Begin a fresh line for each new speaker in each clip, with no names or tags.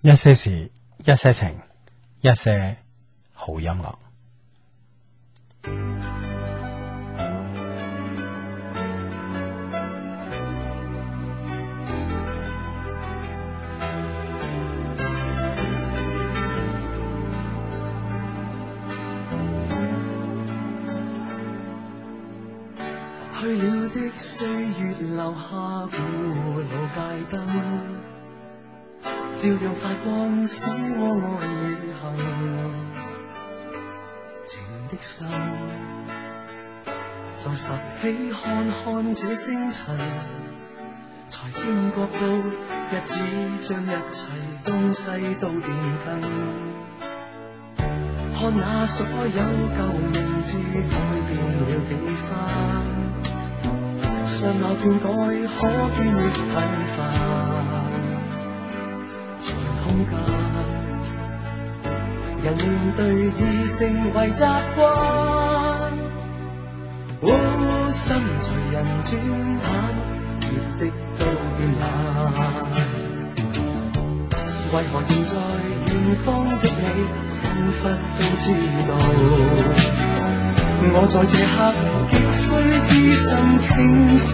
一些事，一些情，一些好音樂。
去了的歲月留下古老街燈，照亮發光，使我愛與恨。情的心，再拾起看看這星塵，才驚覺到日子將一切東西都變更。看那所有舊名字改變了幾番，相貌變改可見越頻繁。在空間，人面對已成為習慣。哦，身隨人轉淡，熱的都變冷。為何現在遠方的你，彷彿都知道，我在這刻極需知心傾訴。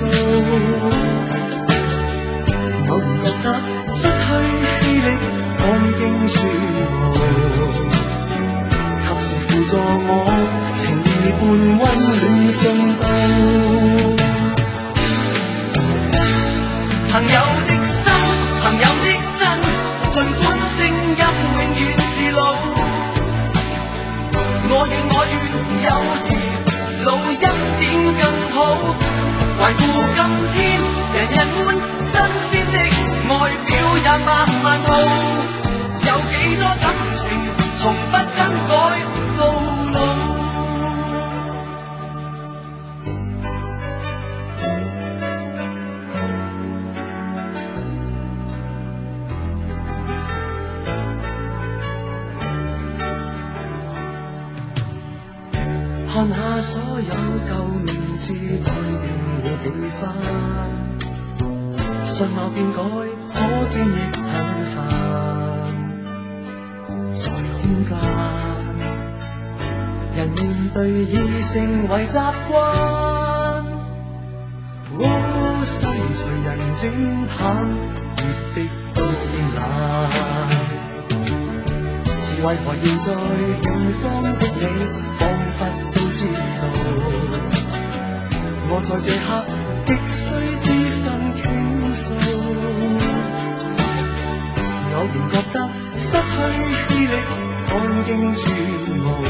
偶然覺得失去氣力，講經說無，及時輔助我情意伴溫暖順道。朋友的心，朋友的真，儘管聲音永遠是老。我與我越友誼，老一點更好。懷顧今天，人人歡，新鮮的外表也百萬好。有幾多感情，從不更改到老。看下所有舊名字改變了幾番，相貌變改可變亦很煩。在空間，人面對已成為習慣。哦，心隨人轉淡，熱的都變冷。為何現在遠方的你，彷彿都知道，我在這刻極需知心傾訴。偶然覺得失去氣力，看經全無，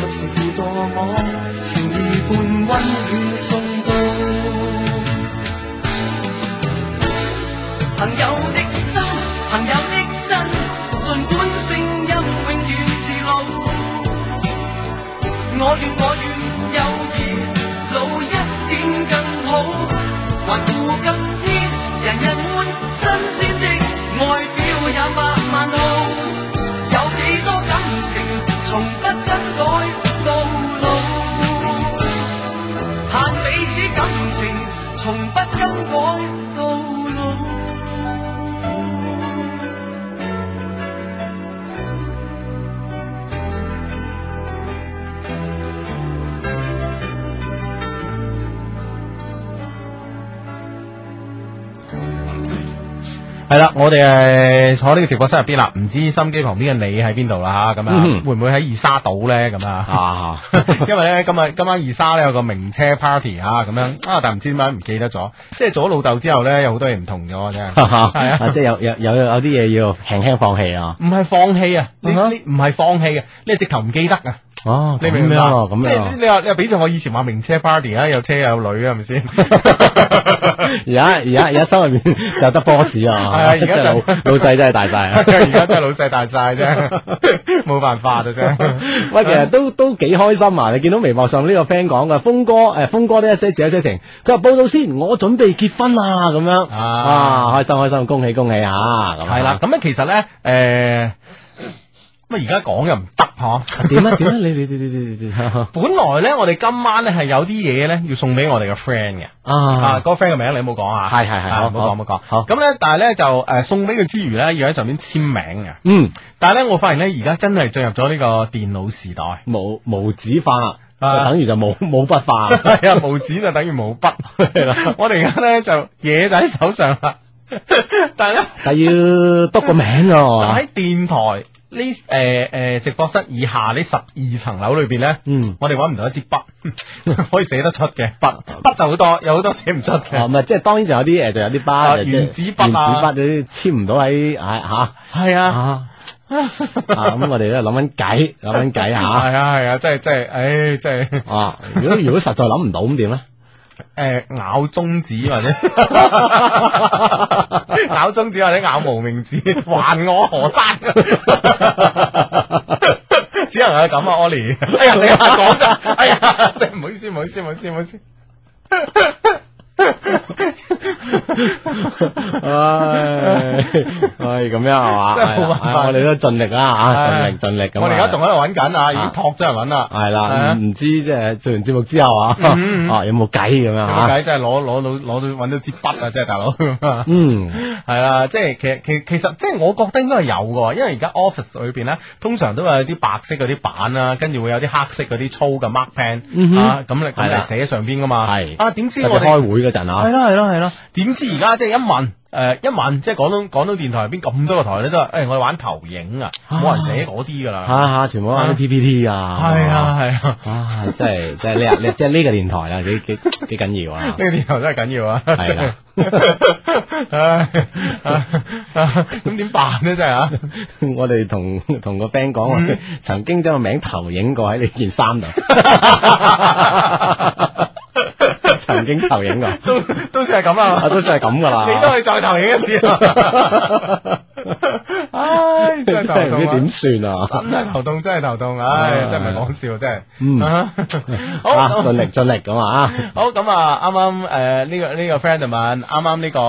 及時輔助我情意伴溫暖送到。朋友的心，朋友的真，儘管聲音永遠是老。我願我願友誼老一點更好，還顧今天人人歡，新鮮的外表也百萬好。有幾多感情從不更改到老，盼彼此感情從不更改到老。
係啦，我哋係坐呢個直播室入邊啦，唔知心機旁邊嘅你喺邊度啦吓，咁啊
嗯哼
會唔會喺二沙島咧咁啊？
啊，
因為咧今日今晚二沙咧有個名車 party 啊，咁樣啊，但唔知點解唔記得咗，即係做咗老豆之後咧，有好多嘢唔同咗啊真 係。
啊，即係有有有有啲嘢要輕輕放棄啊。
唔係放棄啊，你
嗯哼
你唔係放棄嘅，你係直頭唔記得啊。
哦，
你明唔明白？？
啊咁
即係
樣，
你話你話，比著我以前話名車 party 啊，有車有女啊，係咪 先？
而家而家而家心入面就得 boss
係
啊，
啊而家就
真係老老細真係大晒啊！
而家真係老細大晒 啫，冇辦法啊啫。
喂，其實都都幾開心啊！你見到微博上呢個 friend 講嘅，峰哥誒，峰哥呢一些事一些情，佢話報道先，我準備結婚啦，咁樣
啊
啊，開心開心，恭喜恭喜啊！咁啊
係啦，，咁咧其實咧，誒、咁啊而家講又唔得嗬。
點啊點啊？你你你你你你啊
本來咧，我哋今晚咧係有啲嘢咧要送俾我哋嘅 friend 嘅，啊，
啊
嗰個 friend 嘅名你冇講啊，
係係係
啊
好
唔好
好
講唔好
好
講。咁咧，但係咧就誒送俾佢之餘咧，要喺上面簽名嘅。
嗯，
但係咧，我發現咧而家真係進入咗呢個電腦時代，
無無紙化，
啊
就等於就冇冇筆化。
係啊，無紙就等於冇筆。我哋而家咧就嘢就喺手上 啦，但係咧
就要篤個名咯。
喺電台呢誒誒直播室以下呢十二層樓裏邊咧，
嗯，
我哋揾唔到一支筆 可以寫得出嘅筆，筆就好多，有好多寫唔出嘅。
哦，唔係，即係當然就有啲誒，就有啲
啊
巴，就即係
原子筆啊
原子筆你簽唔到喺啊
係
嚇啊啊！咁我哋咧諗緊計，諗緊計 嚇
係啊係啊，真係真係，唉，真係
啊！如果如果實在諗唔到咁點咧？
诶咬中指或者 咬中指或者咬無名指，還我河山。 只能係咁啊，Ollie。哎 呀，成日講咋？哎呀，真係唔好意思，唔好意思，唔好意思，唔好意思。
唉， 唉，咁樣係嘛？
真係 冇辦法
係啦我哋都盡力啦嚇，盡
唉
力盡力咁啊。
我哋而家仲喺度揾緊啊，已經托咗人揾啦。
係
係啊
啦，唔唔知即係做完節目之後啊，
嗯嗯
啊有冇計咁樣
點
嚇？
解真係攞攞到攞到揾到支筆啊？真係大佬。
嗯，
係啦，即係其實其其實即係我覺得應該係有嘅，因為而家 office 裏邊咧，通常都有啲白色嗰啲板啦，跟住會有啲黑色嗰啲粗嘅 mark pen、啊，咁你咁
嗯係啦
嚟寫上邊噶嘛？
係
啊，點知
特
我
別
哋
開會嗰陣
係
啊，
啦係啦係啦，點知而家即係一問誒、呃一問，即係廣東廣東電台入邊咁多個台咧都係誒、哎我哋玩投影啊，冇人寫嗰啲㗎啦。
嚇嚇，全部都玩啲 PPT 啊，
係啊係啊，
啊，真係真係呢呢即係呢個電台啊，幾幾幾緊要啊
呢！個電台真係緊要啊！
係啦，
唉啊啊咁點辦咧？真係 啊！
我哋同同個 friend 講，我哋
嗯
曾經將個名投影過喺你件衫度， 曾經投影過，
都都算係咁啦。
啊都算係咁 噶
你都
啦，
可以再投影一次 啊！唉，
真
真係
係
頭
唔
痛啊！
知點算啊！
真係頭痛，真係頭痛，唉，真係唔係講笑，真係。
嗯
啊
啊，
好
盡力盡力咁啊！
好咁啊！啱啱誒呢個呢個 friend 就問，啱啱呢個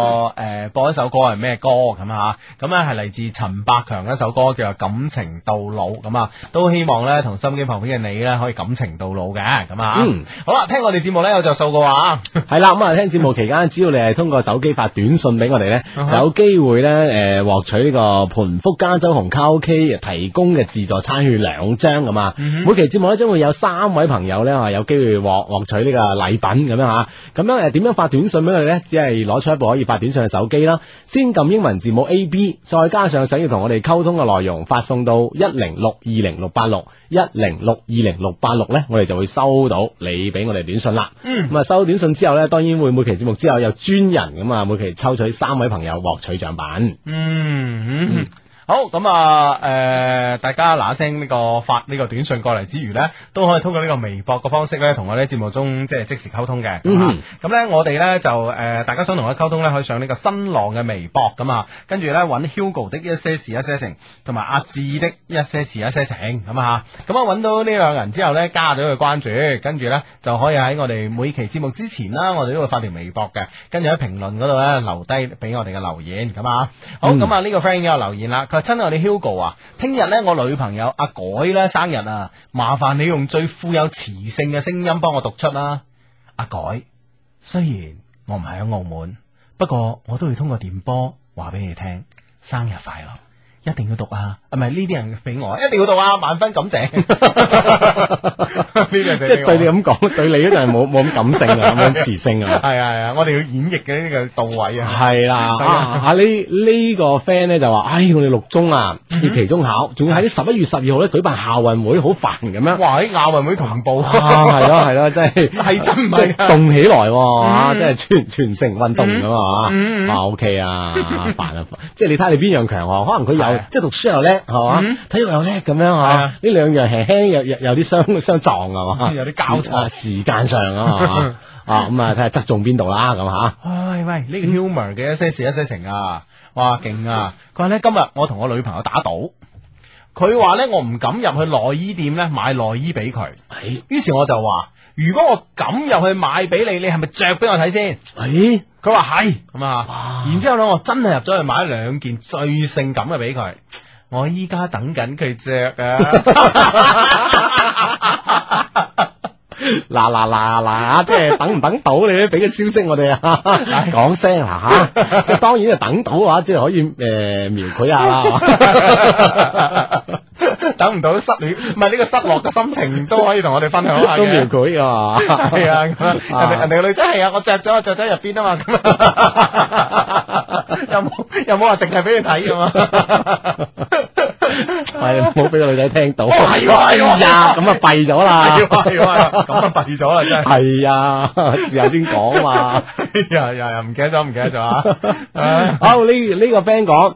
誒播一首歌係咩歌咁啊？咁咧係嚟自陳百強一首歌叫做《感情到老》咁啊，都希望咧同心機旁邊嘅你咧可以感情到老嘅咁啊
嗯！
好啦，聽我哋節目咧有着數嘅話，
係啦，咁啊，聽節目期間，只要你係通過手機發短信俾我哋咧，
啊
就有機會咧，诶、獲取呢個盤福加州紅卡拉 OK 提供嘅自助餐券兩張咁啊。
嗯
每期節目咧將會有三位朋友咧，啊有機會獲获取呢個禮品咁樣吓。咁樣诶，呃點樣發短信俾我哋咧？只係攞出一部可以發短信嘅手機啦，先撳英文字母 A B，再加上想要同我哋溝通嘅內容，發送到一零六二零六八六一零六二零六八六咧，我哋就會收到你俾我哋短信啦。咁啊，收短信之後咧，當然會每期節目之後有專人咁啊，每期抽取三位朋友獲取獎品。
嗯，嗯好咁啊！誒、大家嗱嗱聲呢個發呢個短信過嚟之餘呢，都可以通過呢個微博嘅方式呢，同我哋節目中即係即時溝通嘅。咁啊
嗯
咁呢，我哋呢就誒、大家想同我溝通呢，可以上呢個新浪嘅微博咁啊，跟住呢，揾 Hugo 的一些事一些情，同埋阿志的一些事一些情咁啊。咁啊，揾到呢兩個人之後呢，加咗佢關注，跟住呢，就可以喺我哋每期節目之前啦，我哋都會發條微博嘅，跟住喺評論嗰度呢，留低俾我哋嘅留言咁啊。好咁啊，呢個 friend 已經有留言啦，佢話親愛嘅 Hugo 啊，聽日呢，我女朋友阿改呢生日啊，麻煩你用最富有磁性嘅聲音幫我讀出啦。阿改，雖然我唔係喺澳門，不過我都會通過電波話俾你聽，生日快樂。一定要讀啊！啊唔係呢啲人俾我，一定要讀啊！萬分感 謝。呢個
即係對你咁講，對你嗰陣係冇冇咁感性啊，冇咁磁性啊。
係啊係啊，我哋要演繹嘅呢個到位啊！
係啦，
係
啊
啊
啊呢呢個 friend 咧就話，唉，我哋六中啊，
嗯
要期中考，仲要喺十一月十二號咧舉辦校運會，好煩咁 樣。
哇！喺亞運會同步，
啊，係咯係咯，真 係
係真唔
即係
係啊嗯
動起來喎，啊真係全全城運動咁啊
嗯嗯
啊 OK 啊，煩啊，即係你睇你邊樣強項，可能佢
係
有
啊
即係讀書又叻係嘛
嗯，
體育又叻咁樣
係
嚇
啊，
呢兩樣輕輕有有有啲 相相撞係嘛，
有啲交錯
啊時間上 啊嘛啊咁啊睇下側重邊度啦咁啊嚇。
唉喂，呢、個 humor 嘅一些事一些情啊，哇勁啊！佢話咧今日我同我女朋友打賭，佢話咧我唔敢入去內衣店咧買內衣俾佢，
哎
於是我就話：如果我敢入去買俾你，你係咪着俾我睇先？
哎
佢話係咁啊，然之後咧我真係入咗去買兩件最性感嘅俾佢。我依家等緊佢着啊！
嗱嗱嗱嗱，即係等唔等到你都俾個消息我哋啊， 講聲嗱 吓，即係當然就等到嘅話，即係可以誒描繪下 啦，
等唔到失戀，唔係呢個失落嘅心情都可以同我哋分享下
都描
嘅。
繪啊，
係 啊，咁啊
啊
人哋人哋個女仔係啊，我着咗，我着咗入邊啊嘛，咁啊 有冇有冇話淨係俾你睇啊㗎嘛？
係唔好俾個女仔聽到，
係喎係喎
哎呀，咁啊弊咗啦
係，啊係啊，咁啊弊咗啦真係。
係啊，事後先講嘛。
又又又唔記得咗，唔記得咗 啊！
好呢呢個 friend 講。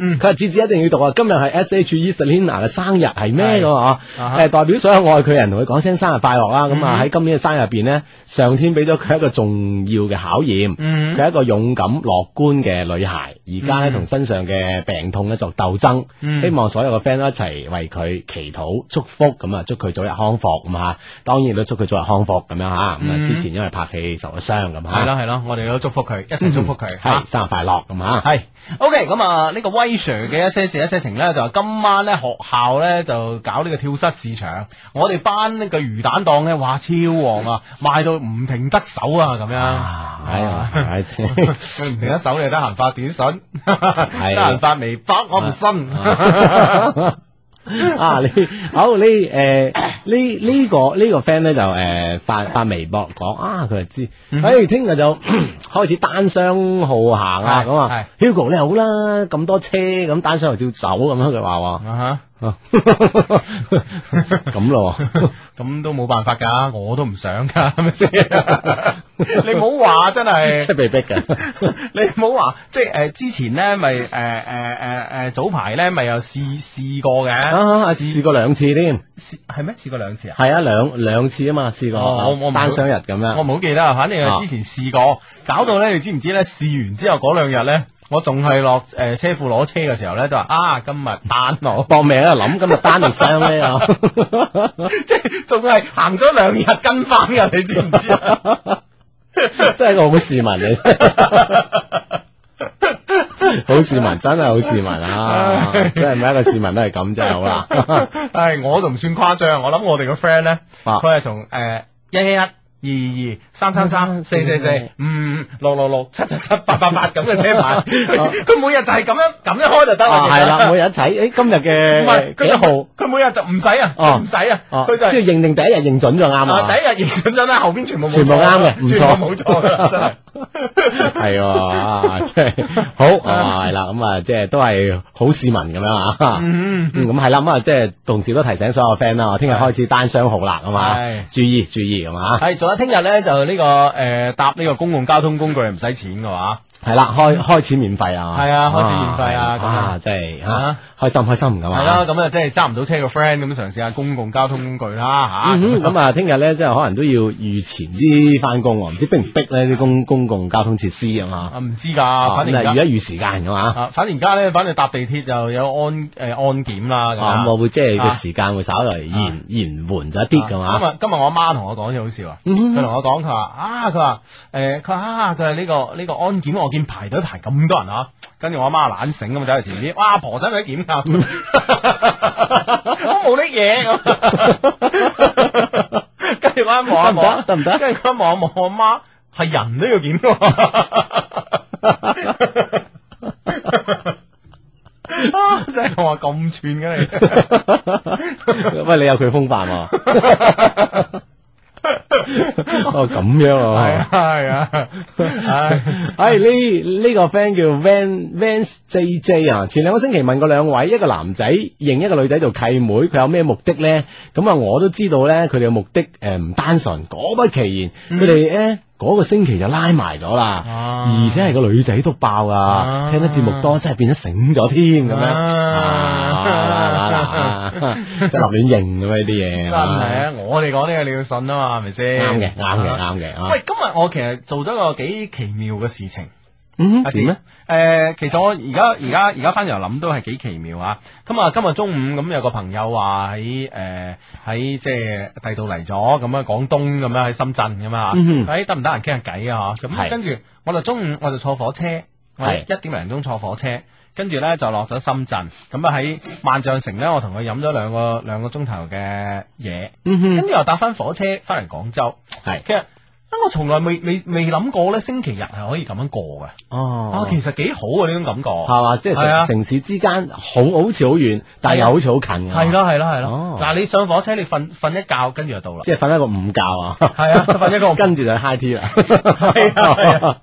嗯
佢話子子一定要讀啊！今日係 S.H.E Selina 嘅生日，係咩
係
咁啊？
啊哈
誒，代表所有愛佢嘅人同佢講聲生日快樂啦！咁啊
嗯
喺今年嘅生日入邊呢，上天俾咗佢一個重要嘅考驗，
嗯
佢係一個勇敢樂觀嘅女孩，而家呢，
嗯
同身上嘅病痛呢作鬥爭，
嗯
希望所有嘅 friend 一齊為佢祈禱祝福，咁啊祝佢早日康復咁啊！當然都祝佢早日康復咁樣嚇，咁啊
嗯
之前因為拍戲受咗傷咁
係
嚇，
咯係咯，我哋都祝福佢，一齊祝福佢。
係生日快樂咁啊嚇。
系，OK，咁啊，呢個威 Sir 嘅一些事一些情咧，就話今晚咧學校咧就搞呢個跳蚤市場，我哋班呢個魚蛋檔咧，哇超旺啊，賣到唔停得手啊，咁樣。
啊，哎呀，唉真 係
佢唔停得手，你就得閒發短信，得閒發微博，我唔信。
啊，你好呢？誒呢呢個呢個 friend 咧就誒發發微博講啊，佢就知，
嗯
哎，聽日就 開始單雙號行啦，
係
咁啊，Hugo 你好啦，咁多車咁單雙號照走咁樣，佢話
啊
喎，咁 咯喎，
哈咁都冇辦法㗎，我都唔想㗎，係咪先？你唔好話真係
即。係被逼嘅，
你唔好話，即係誒、呃之前咧，咪誒誒誒誒早排咧，咪有試試過嘅，
啊試過兩次添，
試係咩？試過兩次啊？
係啊兩兩次啊嘛，試過
哦我我唔
單雙日咁
我
樣，
唔好記得啊，反正係之前試過，搞到咧，你知唔知咧？試完之後嗰兩日咧，我仲係落誒車庫攞車嘅時候咧，就話啊，今日單
我
我，
搏命喺度諗，今日單定雙咧啊？
即係仲係行咗兩日跟翻㗎，你知唔知啊？
真係一個好市民嚟， 好市民真係好市民啊！真係每一個市民都係咁真係好 啦。
唉，我仲唔算誇張，我諗我哋個 friend 咧，
啊
佢係從誒一一一。二二二三三三四四四五五六六六七七七八八八咁嘅車 牌，佢 佢每日就係咁樣咁樣開就得啦。
啊，
其實
係啦，每日一齊。誒，今日
唔係
嘅
佢
幾
就
號？
佢每日就唔使啊，
哦
唔使啊，
哦，
佢就係
即係認定第一日認準就啱
啊！
啊
第。一日認真真啦，後邊全部冇
全部
錯啊
啱嘅唔錯
全部冇錯啦，真係。
係喎啊，即係 好啊，係啦，咁啊，即係都係好市民咁樣啊。
嗯，
嗯，咁係啦，咁啊，即係同時都提醒所有 friend 啦，我聽日開始單雙號啦，咁啊
係，
注意注意咁啊，
係，仲有聽日咧就呢個誒搭呢個公共交通工具係唔使錢嘅話，
係啦，開開始免費啊，
係啊開始免費啊咁啊
啊，真係啊
啊，
開心開心咁啊，
係啦，咁啊即係揸唔到車嘅 friend 咁嘗試下公共交通工具啦
嗯
嚇。
哼，咁啊，聽日咧，即係可能都要預前啲翻工喎，唔知逼唔逼咧啲公公共交通設施啊嘛。
啊唔知㗎，
咁
反正
啊，
而家
而家預時間㗎嘛。
啊，反正而家咧，反正搭地鐵就有安誒安檢啦啊咁
啊
啊
咁我會即係個
啊
時間會稍為延延緩咗一啲㗎
今
嘛。
日啊今日我阿媽同我講嘢好笑啊，
嗯哼
佢同我講佢話啊，佢話誒佢話啊，佢話呢個呢個安檢我見排隊排咁多人啊，跟住我阿媽懶醒咁啊走去前邊，哇阿婆使唔使檢㗎？ 我冇啲嘢咁，啊跟住我一望一望，
得唔得得唔得
跟住佢一望一望我阿媽係人都要檢喎。啊！真係我話咁串嘅你。
喂，你有佢風範喎。 哦，咁樣
係
啊。
啊係啊，唉，
唉，哎呢呢個 friend 叫 Van Van J J 啊，前兩個星期問過兩位，一個男仔認一個女仔做契妹，佢有咩目的咧？咁啊，我都知道咧，佢哋嘅目的誒唔單純，果不其然，
嗯
佢哋咧嗰個星期就拉埋咗啦，
啊
而且係個女仔都爆啊！
啊
聽得節目多，真係變咗醒咗添咁樣，啊
啊
真係立亂認咁樣呢啲嘢，
真係啊！我哋講呢個你要信啊嘛，係咪先？
啱嘅，啱嘅，。啱嘅啊！
喂，今日我其實做咗個幾奇妙嘅事情。
嗯
阿
點咧？？
啊誒，其實我而家而家而家翻嚟諗都係幾奇妙啊！咁啊，今日中午咁有個朋友話喺誒喺即係第度嚟咗，咁啊廣東咁樣喺深圳咁啊，
嗯哼
誒得唔得閒傾下偈啊？咁
係
跟住我就中午我就坐火車我一點零鐘坐火車，跟住呢就落咗深圳，咁啊喺萬象城呢，我同佢飲咗兩個兩個鐘頭嘅嘢，
嗯
跟
哼，
住又搭翻火車翻嚟廣州。
係
其實啊我從來未未未諗過呢星期日係可以咁樣過嘅。啊
哦，
其實幾好啊呢種感覺。
係嘛，即係
係啊
城城市之間好好似好遠，但係又好似好近啊㗎
係，啦係啦係啦
哦。
嗱，你上火車你瞓瞓一覺，跟住就到啦。
即係瞓一個午覺啊，
係啊，瞓一個
跟住就 high tea 啦，
係啊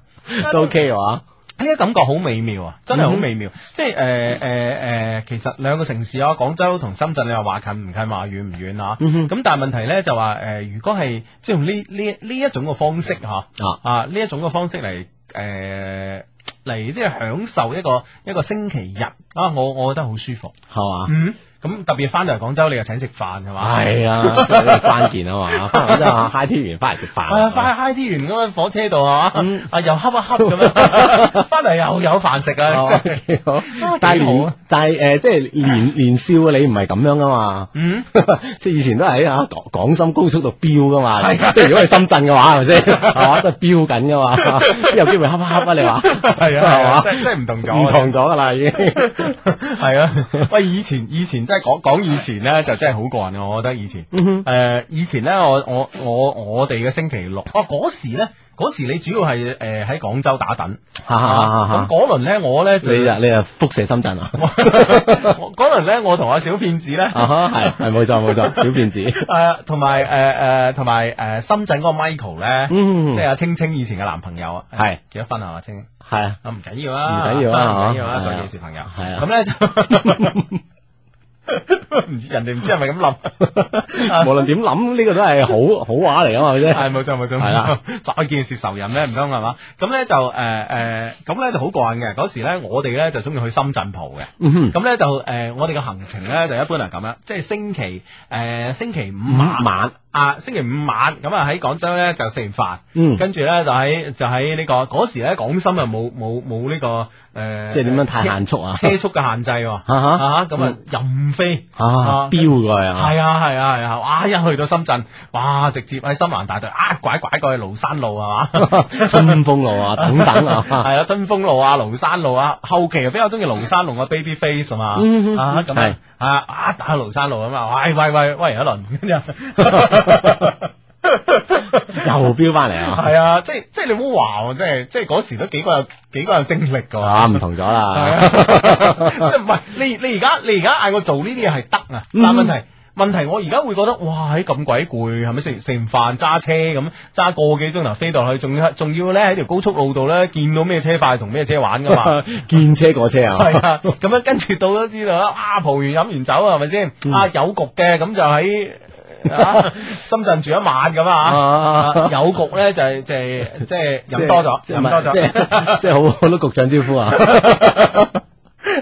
都 OK 啊嘅話，
呢個感覺好美妙啊，真係好美
嗯
妙。即係誒誒誒，其實兩個城市啊，廣州同深圳，你又話近唔近，話遠唔遠啊？
嗯哼
咁但係問題咧就話誒、如果係即係用呢呢呢一種嘅方式嚇
啊
啊呢一種嘅方式嚟誒嚟即係享受一個一個星期日啊，我我覺得好舒服。
係嘛。
嗯，咁特別翻到嚟廣州，你又請食飯係嘛？
係啊，所以呢個關鍵啊 嘛，翻嚟之後 high tea 完翻嚟食飯，
啊，快 high tea 完咁樣火車度啊，
嗯
啊又恰一恰咁 樣，翻嚟又有飯食
哦
啦，真係
幾好
啊
但係
幾好
年
啊
但係呃誒，即係年年少嘅啊你唔係咁樣噶嘛，
嗯。
即係以前都係喺啊廣廣深高速度飆噶嘛，
啊
即係如果係深圳嘅話係咪先，係嘛都係飆緊噶嘛， 邊有機會恰恰恰啊你話
系
係嘛
啊，系嘛，即真係唔同咗，
唔同咗噶啦已經，
系啊。喂，以前以前真係講講以前咧，就真係好過癮啊！我覺得以前，
嗯
诶，以前咧，我我我我哋嘅星期六，哦，嗰時咧，嗰時你主要係诶喺廣州打趸，咁
啊哼，
嗰輪咧，我咧就
你就你就輻射深 圳啊，
我 嗰輪咧，我同阿小騙子咧。
啊哈係係冇錯冇錯，小 騙子，
诶，同埋诶诶，同埋诶，深圳嗰個 Michael 咧，
嗯
即係阿青青以前嘅男朋友啊，
係
幾多分啊？阿青青
係啊。
啊，唔緊要啊，
唔緊要啊
唔緊要啊，
嚇
再見小朋友。
係啊
咁咧就 唔知人哋唔知係咪咁諗， 啊
無論點諗，呢個都係好好話嚟噶嘛，係咪先？
係冇錯冇錯，
係啦，
再見是仇人咧，唔通係嘛？咁咧就誒誒，咁咧就好過癮嘅。嗰時咧，我哋咧就中意去深圳蒲嘅。
嗯哼
咁咧就誒，我哋嘅行程咧就一般係咁樣，即係星期誒星期五晚
晚
啊，星期五晚咁啊喺廣州咧就食完飯。
嗯，
跟住咧就喺就喺呢個嗰時咧廣深啊冇冇冇呢個誒，
即係點樣太限速啊？
車車速嘅限制喎，啊
啊哈
哈咁啊任飛。
啊，飆過去啊！
係啊係啊係啊！哇！一去到深圳，哇！直接喺深蘭大道啊，拐拐過去廬山路 係嘛？
啊春風路啊，等等啊，
係啊，春風路啊，廬山路啊，後期啊比較中意廬山路啊，baby face 啊嘛，
嗯
啊咁
係
啊啊啊打去廬山路啊嘛，喂喂喂喂一輪，跟住
又飆翻嚟啊！
係啊，即係即係你唔好話喎，即係即係嗰時都幾個有幾個有精力㗎喎。
啊，唔同咗
係
啦，
啊，即係唔係你你而家你而家嗌我做呢啲嘢係得啊，但係問題。問題我而家會覺得哇，喺咁鬼攰，係咪食食完飯揸車咁揸個幾鐘頭飛落去，仲要仲要咧喺條高速路度咧見到咩車快同咩車玩 噶嘛？
見車過車啊！
係啊，咁樣跟住到咗知道啦，啊蒲完飲完酒係咪先？啊有局嘅咁就喺啊深圳住一晚咁啊，
啊
有局咧就係就係即係飲多咗，
即係
飲多
即
咗。
係即係好好多局長招呼啊！
係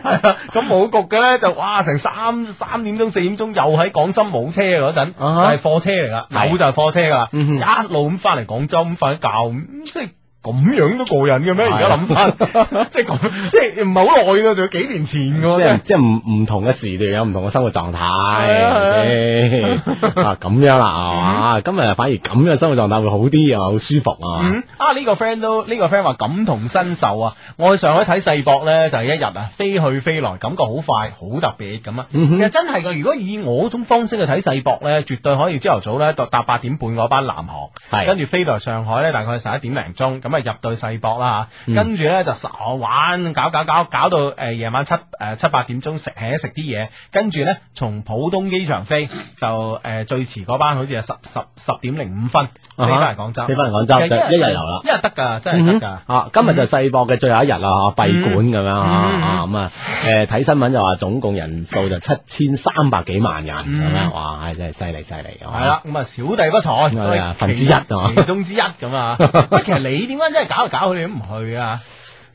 啊， 咁冇局嘅咧就哇，成三三點鐘四點鐘又喺廣深冇車嘅嗰陣，就
啊
係貨車嚟噶，
係
有就係貨車噶啦，
嗯哼
一路咁翻嚟廣州咁瞓一覺，咁即係咁樣都過癮嘅
啊
咩？而家諗 翻，即係咁，即係唔係好耐㗎，仲有幾年前嘅
即
喎，真
係
係
即係唔唔同嘅時段有唔同嘅生活狀態，
啊 嗯
係咪先啊咁樣啦，係嘛？今日反而咁樣嘅生活狀態會好啲啊，好舒服啊！
嗯，啊呢、個 friend 都呢、個 friend 話感同身受啊！我去上海睇世博咧，就係、一日啊，飛去飛來，感覺好快，好特別咁啊！
嗯哼
其實真係噶，如果以我嗰種方式去睇世博咧，絕對可以朝頭早咧搭搭八點半嗰班南航，
係
跟住飛到嚟上海咧，大概十一點零鐘，咁啊入到去世博啦
嗯
嚇，跟住咧就耍玩搞搞搞搞到誒夜晚七誒七八點鐘食起食啲嘢，跟住咧從浦東機場飛就誒最遲嗰班好似係十十十點零五分飛
啊哈
翻嚟廣州，
飛返嚟廣州就一日遊啦
一日得㗎，真係
嗯
得
哼
㗎。
啊，今日就世博嘅最後一日啦，嗬閉館咁樣啊
嗯
啊，咁啊，誒睇新聞就話總共人數就七千三百幾萬人
嗯
咁樣，哇，係真係犀利犀利，
系啦，咁啊小弟不才，
啊
都係其
分之一啊
其中之一咁 啊。喂，其實你點解真係搞嚟搞去你都唔去啊？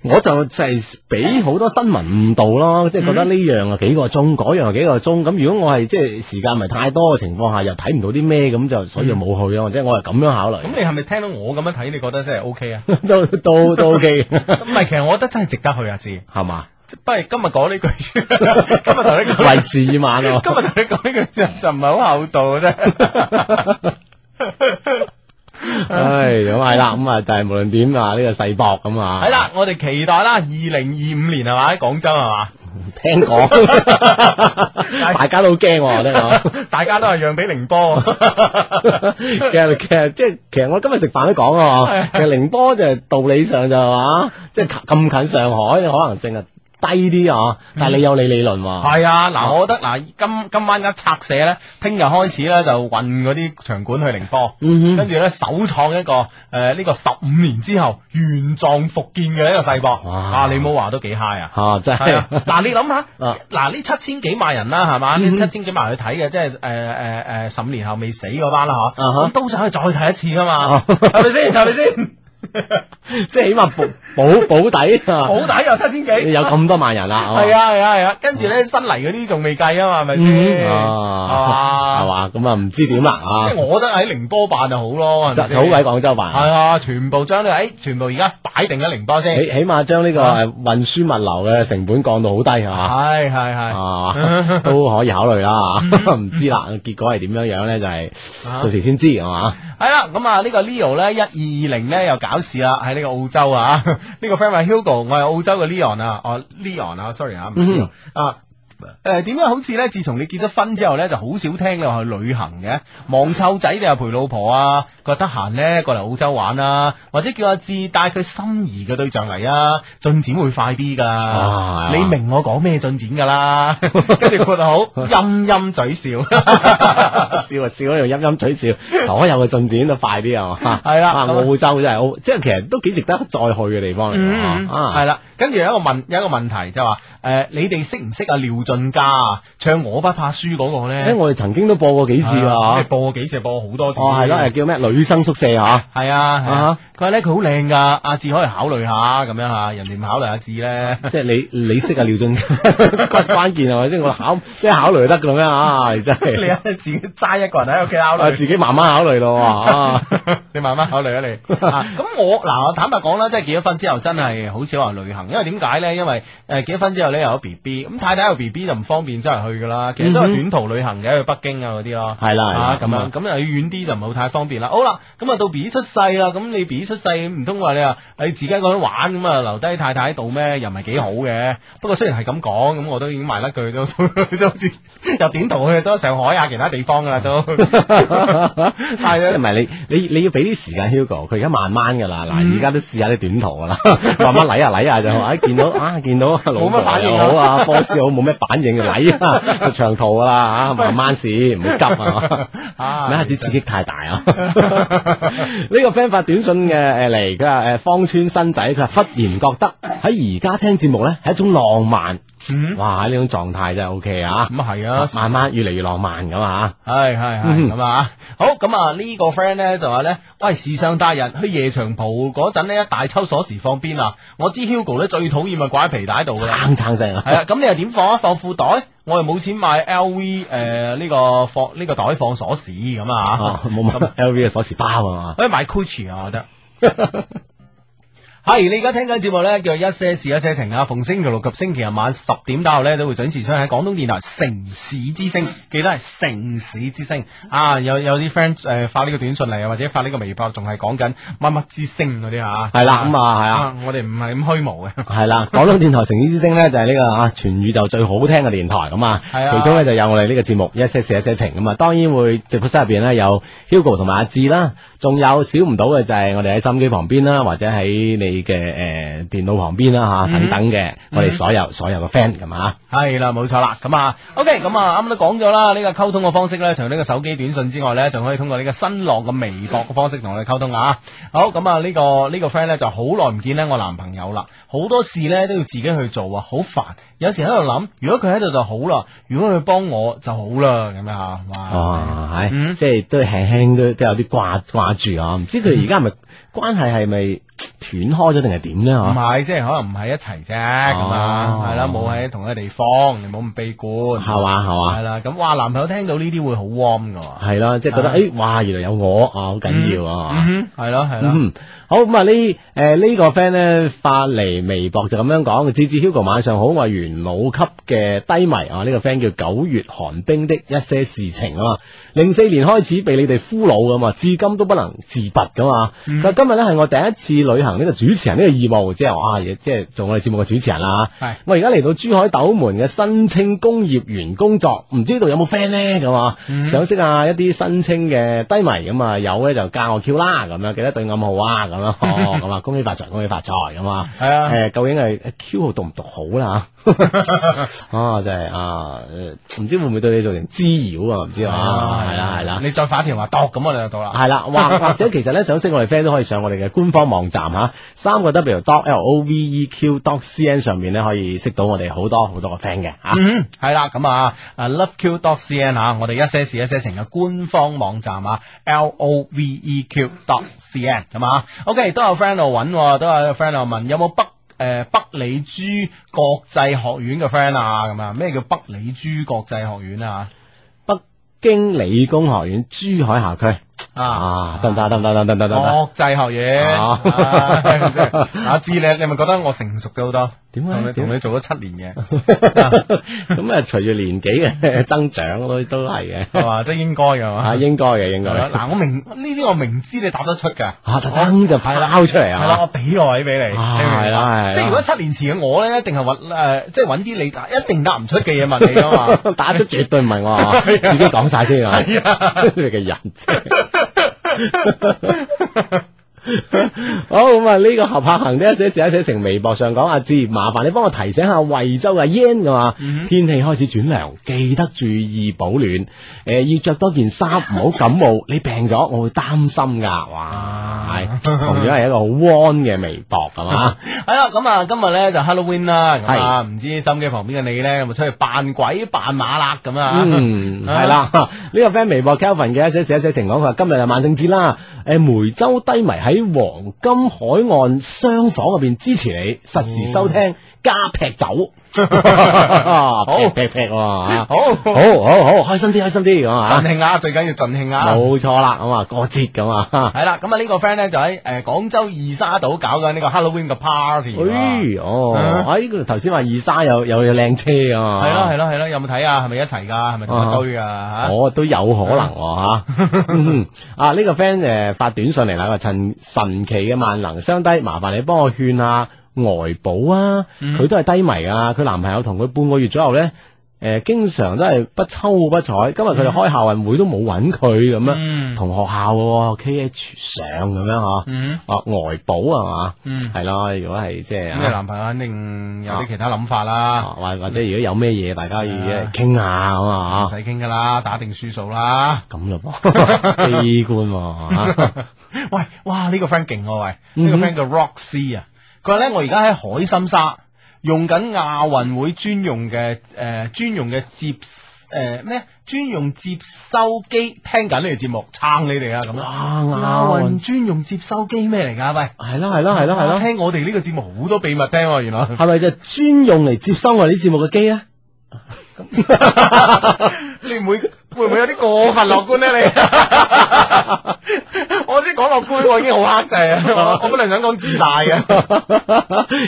我就就係俾好多新聞誤導咯，即係覺得呢樣啊幾個鐘，嗰樣啊幾個鐘。咁如果我係即係時間唔係太多嘅情況下，又睇唔到啲咩咁就，所以就冇去咯。即係我係咁樣考慮
咁，你係咪聽到我咁樣睇，你覺得真係 O K 啊？
都都都 OK
唔係，其實我覺得真係值得去啊，志。
係嘛？
即不如今日講呢句， 今日同你講，
為時已晚啊咯。
今
啊
日同你講呢句就就唔係好厚道嘅啫。
唉，咁系啦，咁啊，但系无论点啊，呢個世博咁啊，
系，啦，我哋期待啦，二零二五年係嘛？喺廣州係嘛？
聽講 大家都好驚喎，我覺得我。
大家都係讓俾寧 波，
其實其實即係其實我今日食飯都講啊，其實寧波就係道理上就係話，即係咁近上海，可能性啊低啲啊，但係你有你理論喎。
係啊！嗱，我覺得嗱，今今晚一拆卸咧，聽日開始咧就運嗰啲場館去寧波，
嗯
跟住咧首創一個诶呢個十五年之後原狀復建嘅一個世博，
哇
啊！你冇話都幾 high 啊！
啊，真
系
係
啊，嗱你諗下，
啊
嗱呢七千幾萬人啦，係嘛？呢
嗯
七千幾萬去睇嘅，即係诶诶诶十五年後未死嗰班啦，
啊哈
吓，都想去再睇一次噶嘛，
啊
係咪先？係咪先？
即係起碼保保保底 啊，
好抵又七千幾。
有咁多萬人 啦，
系啊系啊系啊，跟住咧新嚟嗰啲仲未計啊嘛，係咪
嗯，
先？
啊，係
係嘛？
嘛，咁啊唔知點啦啊
即係，我覺得喺寧波辦就好咯，
就
係咪
就
先
好鬼廣州
係
辦。
啊，全部將呢，诶，全部而家擺定喺寧波先，係
起起碼將呢個
啊
誒運輸物流嘅成本降到好低係嘛？
係係
啊，嗯都可以考慮啦，啊 唔知啦，結果係點樣樣咧，就係
啊
到時先知係嘛。
係啦，咁啊呢個 Leo 咧一二二零咧又搞事啦，喺呢個澳洲啊， 呢個 friend 話 Hugo，我係澳洲嘅 Leon 啊，哦 Leon 啊，sorry
嗯
啊，唔係 Leo 啊。诶，點解好似咧？自從你結咗婚之後咧，就好少聽你話去旅行嘅。望湊仔你又陪老婆啊，佢話得閒咧過嚟澳洲玩啊，或者叫阿志帶佢心儀嘅對象嚟啊，進展會快啲
啊
噶。你明我講咩進展噶啦？ 跟住括好陰陰嘴笑。
笑啊笑喺度陰陰嘴笑，所有嘅進展都快啲啊嘛！
係啦
啊
咁啊
澳洲真係澳，即係其實都幾值得再去嘅地方嚟㗎
嗯，
啊！
系啦，跟住有一個問有一個問題就話，诶，你哋識唔識啊廖俊嘉啊？唱我不怕輸嗰個
誒
咧，
哎我哋曾經都播過幾次
係啊嗯
啊
你！播過幾次，播過好多次，
哦，係咯，誒叫咩女生宿 舍啊？
係啊，係
啊
啊，佢話咧佢好靚㗎，阿志可以考慮下咁樣吓，人哋唔考慮阿志 咧，
即係你你識啊廖俊， 關關鍵係咪先？我考即係考慮就得咁樣啊！真係
你自己齋一個人喺屋企考
啊，自己慢慢考慮咯啊！
你慢慢考慮啊你。啊咁我嗱，我坦白講啦，即係結咗婚之後，真係好少話旅行，因為點解咧？因為誒結咗婚之後咧，又有 B B，咁太太有 B B 就唔方便真係去噶啦。其實
嗯
都係短途旅行嘅，去北京啊嗰啲咯。
係啦係啦
啊咁
咁
樣，
啊
咁又要遠啲就唔好太方便啦。好啦，咁啊到 B B 出世啦，咁你 B B 出世唔通話你話你自己一個人玩咁啊，留低太太喺度咩？又唔係幾好嘅。不過雖然係咁講，咁我都已經埋甩句都都好似又短途去咗上海啊，其他地方噶啦都。係
即係唔係你你你要俾啲時間 Hugo，佢而家慢慢噶啦，
嗯
嗱而家都試下啲短途噶啦， 慢慢嚟下嚟下就，啊見到啊見到老
乜反
婆
應
又
啊
好啊，波斯好冇咩反應就嚟啊，就長途噶啦 啊，慢慢試，唔好急啊，
啊
唔一下子刺激太大啊！ 呢個 friend 發短信嘅誒嚟，佢話誒芳村新仔，佢話忽然覺得喺而家聽節目咧係一種浪漫，
嗯
哇！呢種狀態真係 OK 啊，
咁啊係啊，
慢慢越嚟越浪漫咁啊！
係係
嗯
係咁啊！好咁啊，呢個 friend 咧就話咧，喂，時尚達人去夜場蒲嗰陣咧，大抽鎖匙放邊啊？我知 Hugo 咧最討厭咪掛喺皮帶度㗎啦。
撐撐聲啊！
係啊，咁你又點放啊？放褲袋？我又冇錢買 LV 誒呢個放呢個袋放鎖匙咁
哦
啊，
冇冇 L V 嘅鎖匙包 啊嘛，
可以買 Gucci 啊，我覺得。 係，你而家聽緊節目呢，叫一些事一些情啊，逢星期六及星期日晚十點打後呢，都會準時出現喺廣東電台城市之聲，記得係城市之聲啊！有有啲 friend 誒發呢個短信嚟啊，或者發呢個微博，仲係講緊乜乜之聲嗰啲啊，
係啦，咁啊係啊。
啊，我哋唔係咁虛無嘅。
係啦，廣東電台城市之星咧就係呢個啊全宇宙最好聽嘅電台咁啊，
係啊
其中咧就有我哋呢個節目一些事一些情咁啊，當然會直播室入邊咧有 Hugo 同埋阿志啦，仲有少唔到嘅就係我哋喺心機旁邊啦，或者喺你嘅誒、呃、電腦旁邊啦
嗯
嚇、等等嘅，我哋所有所有嘅 friend 咁啊，
系啦，冇錯啦，咁啊，OK，咁啊，啱啱都講咗啦，呢、個溝通嘅方式咧，除咗呢個手機短信之外咧，仲可以通過呢個新浪嘅微博嘅方式同我哋溝通啊。好，咁啊，呢、個呢、個 friend 咧就好耐唔見咧我男朋友啦，好多事咧都要自己去做啊，好煩。有時喺度諗，如果佢喺度就好啦，如果佢幫我就好啦，咁樣啊，
哦
哇，
哇，係、
嗯
即係都輕輕都都有啲掛掛住啊，唔知佢而家係咪關係係咪斷開咗定係點咧？
嗯唔
嗬，
係，即係可能唔係一齊啫，咁啊
哦，
係啦，冇喺同一個地方，你冇咁悲觀，
係嘛係嘛
係啦，咁哇，男朋友聽到呢啲會好 warm 噶喎，
係啦，即係覺得
啊
誒，哇，原來有我啊，好緊要啊！係嘛
嗯哼，係咯係咯，
嗯，好咁啊！呢誒呢個 friend 咧發嚟微博就咁樣講，志志 Hugo 晚上好，我係元老級嘅低迷啊！呢、個 friend 叫九月寒冰的一些事情啊嘛，零四年開始被你哋俘虜噶嘛，至今都不能自拔噶嘛。
嗯
但今日咧係我第一次旅行呢個主持人呢個義務，即係話啊，亦即係做我哋節目嘅主持人啦、啊。
係
我而家嚟到珠海斗門嘅新青工業園工作，唔知道有冇 friend 咧咁啊？想識下一啲新青嘅低迷咁啊，有咧就加我 Q 啦，咁樣記得對暗號啊，咁樣哦，咁啊，恭喜發財，恭喜發財咁啊！
係啊
誒，究竟係 Q 號讀唔讀好啦？啊，真係啊，誒唔知會唔會對你造成滋擾啊？唔知啊，係啦，係啦。
你再發一條話度，咁我哋就到啦，
系 啦，或或者其實咧想識我哋 friend 都可以上我哋嘅官方網站吓，三個 W dot L O V E Q dot C N 上面咧可以識到我哋好多好多嘅 friend 嘅吓。
嗯，係啦，咁啊啊，loveq.cn 啊，我哋一些事一些情嘅官方網站啊，l o v e q.cn 咁啊，OK，都有 friend 度揾喎，都有 friend 度問有冇北。誒、北理珠國際學院嘅 friend 啊，咁啊，咩叫北理珠國際學院啊？
北京理工學院珠海校區
啊，哦
啊，得唔得？得唔得？得唔得？得唔得？
國際學院
啊
啊， 真係阿志你你咪覺得我成熟咗好多？
點啊
同你
點啊
同你做咗七年嘅，
咁啊，隨住年紀嘅 增長都都係嘅，
係嘛，都應該嘅係嘛
啊，。應該嘅，應該
啊係啦
嘅。
嗱，我明呢啲我明知你答得出㗎。
啊，特登就拋出嚟
係啦，
啊！
我俾個位俾你，
啊
你明唔明
係啦
白
係啦
即係如果七年前嘅我咧，一定係揾誒，即係揾啲你答一定答唔出嘅嘢問你噶 嘛。
打出絕對唔 係我啊，自己講晒先 啊！你嘅人啫。 好咁啊！呢個合拍行呢，一寫字一寫成微博上講，阿志麻煩你幫我提醒下惠州嘅 yen 㗎嘛，天氣開始轉涼，記得注意保暖。誒、要着多件衫，唔好感冒。你病咗，我會擔心㗎。哇，係同樣係一個好 warm 嘅微博係 嘛？
係啦，咁啊，今日咧就 Halloween 啦，咁啊，唔知心機旁邊嘅你咧有冇出去扮鬼扮馬啦咁啊？
嗯，係啦，呢個 friend 微博 Kelvin 嘅一寫寫一寫情講，佢話今日係萬聖節啦，誒梅州低迷喺黃金海岸商房入邊支持你，實時收聽加劈酒，好劈劈喎啊
好，
好好好，開心啲，開心啲咁
盡
啊，
興啊，最緊要盡興啊！
冇錯啦，咁啊過節咁啊，
係啦，咁啊呢個 friend 咧就喺誒廣州二沙島搞緊呢個 Halloween 嘅 party 啊。
哎哦
啊，
哎呢個頭先話二沙有有有靚車啊，啊
係咯係咯係咯，有冇睇啊？係咪一齊㗎？係咪同一堆㗎？嚇
我哦都有可能喎吓。嗯啊，呢個 friend 誒發短信嚟啦，佢話陳神奇嘅萬能雙低，麻煩你幫我勸下外寶啊，
嗯
佢都係低迷啊，佢男朋友同佢半個月左右咧。誒、經常都係不抽不睬，今日佢哋開校運會都冇揾佢咁樣，
嗯
同學校喎 K H 上咁樣嗬，
嗯
啊外寶係嘛，
嗯。
係咯，如果係即係
咁你啊男朋友肯定有啲其他諗法
啊
啦，
或或者如果有咩嘢，大家要
啊嗯
傾下咁啊
唔，使傾噶啦，打定輸數啦。
咁咯噃， 悲觀喎、啊。
喂，哇，呢個 friend 勁喎，喂，
嗯
呢
哼
個 friend 叫 Roxy 啊，佢話咧我而家喺海心沙用緊亞運會專用嘅誒專用嘅接誒咩專用接收機聽緊呢個節目，撐你哋啊咁啊！
啊，
亞
亞運
運專用接收機咩嚟㗎？喂，
係咯係咯係咯係
我
咯，
聽我哋呢個節目好多秘密聽喎，原來。
係咪就專用嚟接收我哋啲節目嘅機啊咧？
你唔會會唔會有啲過分樂觀咧？你 我啲講樂觀，我已經好克制啊！ 我我本嚟想講自大嘅，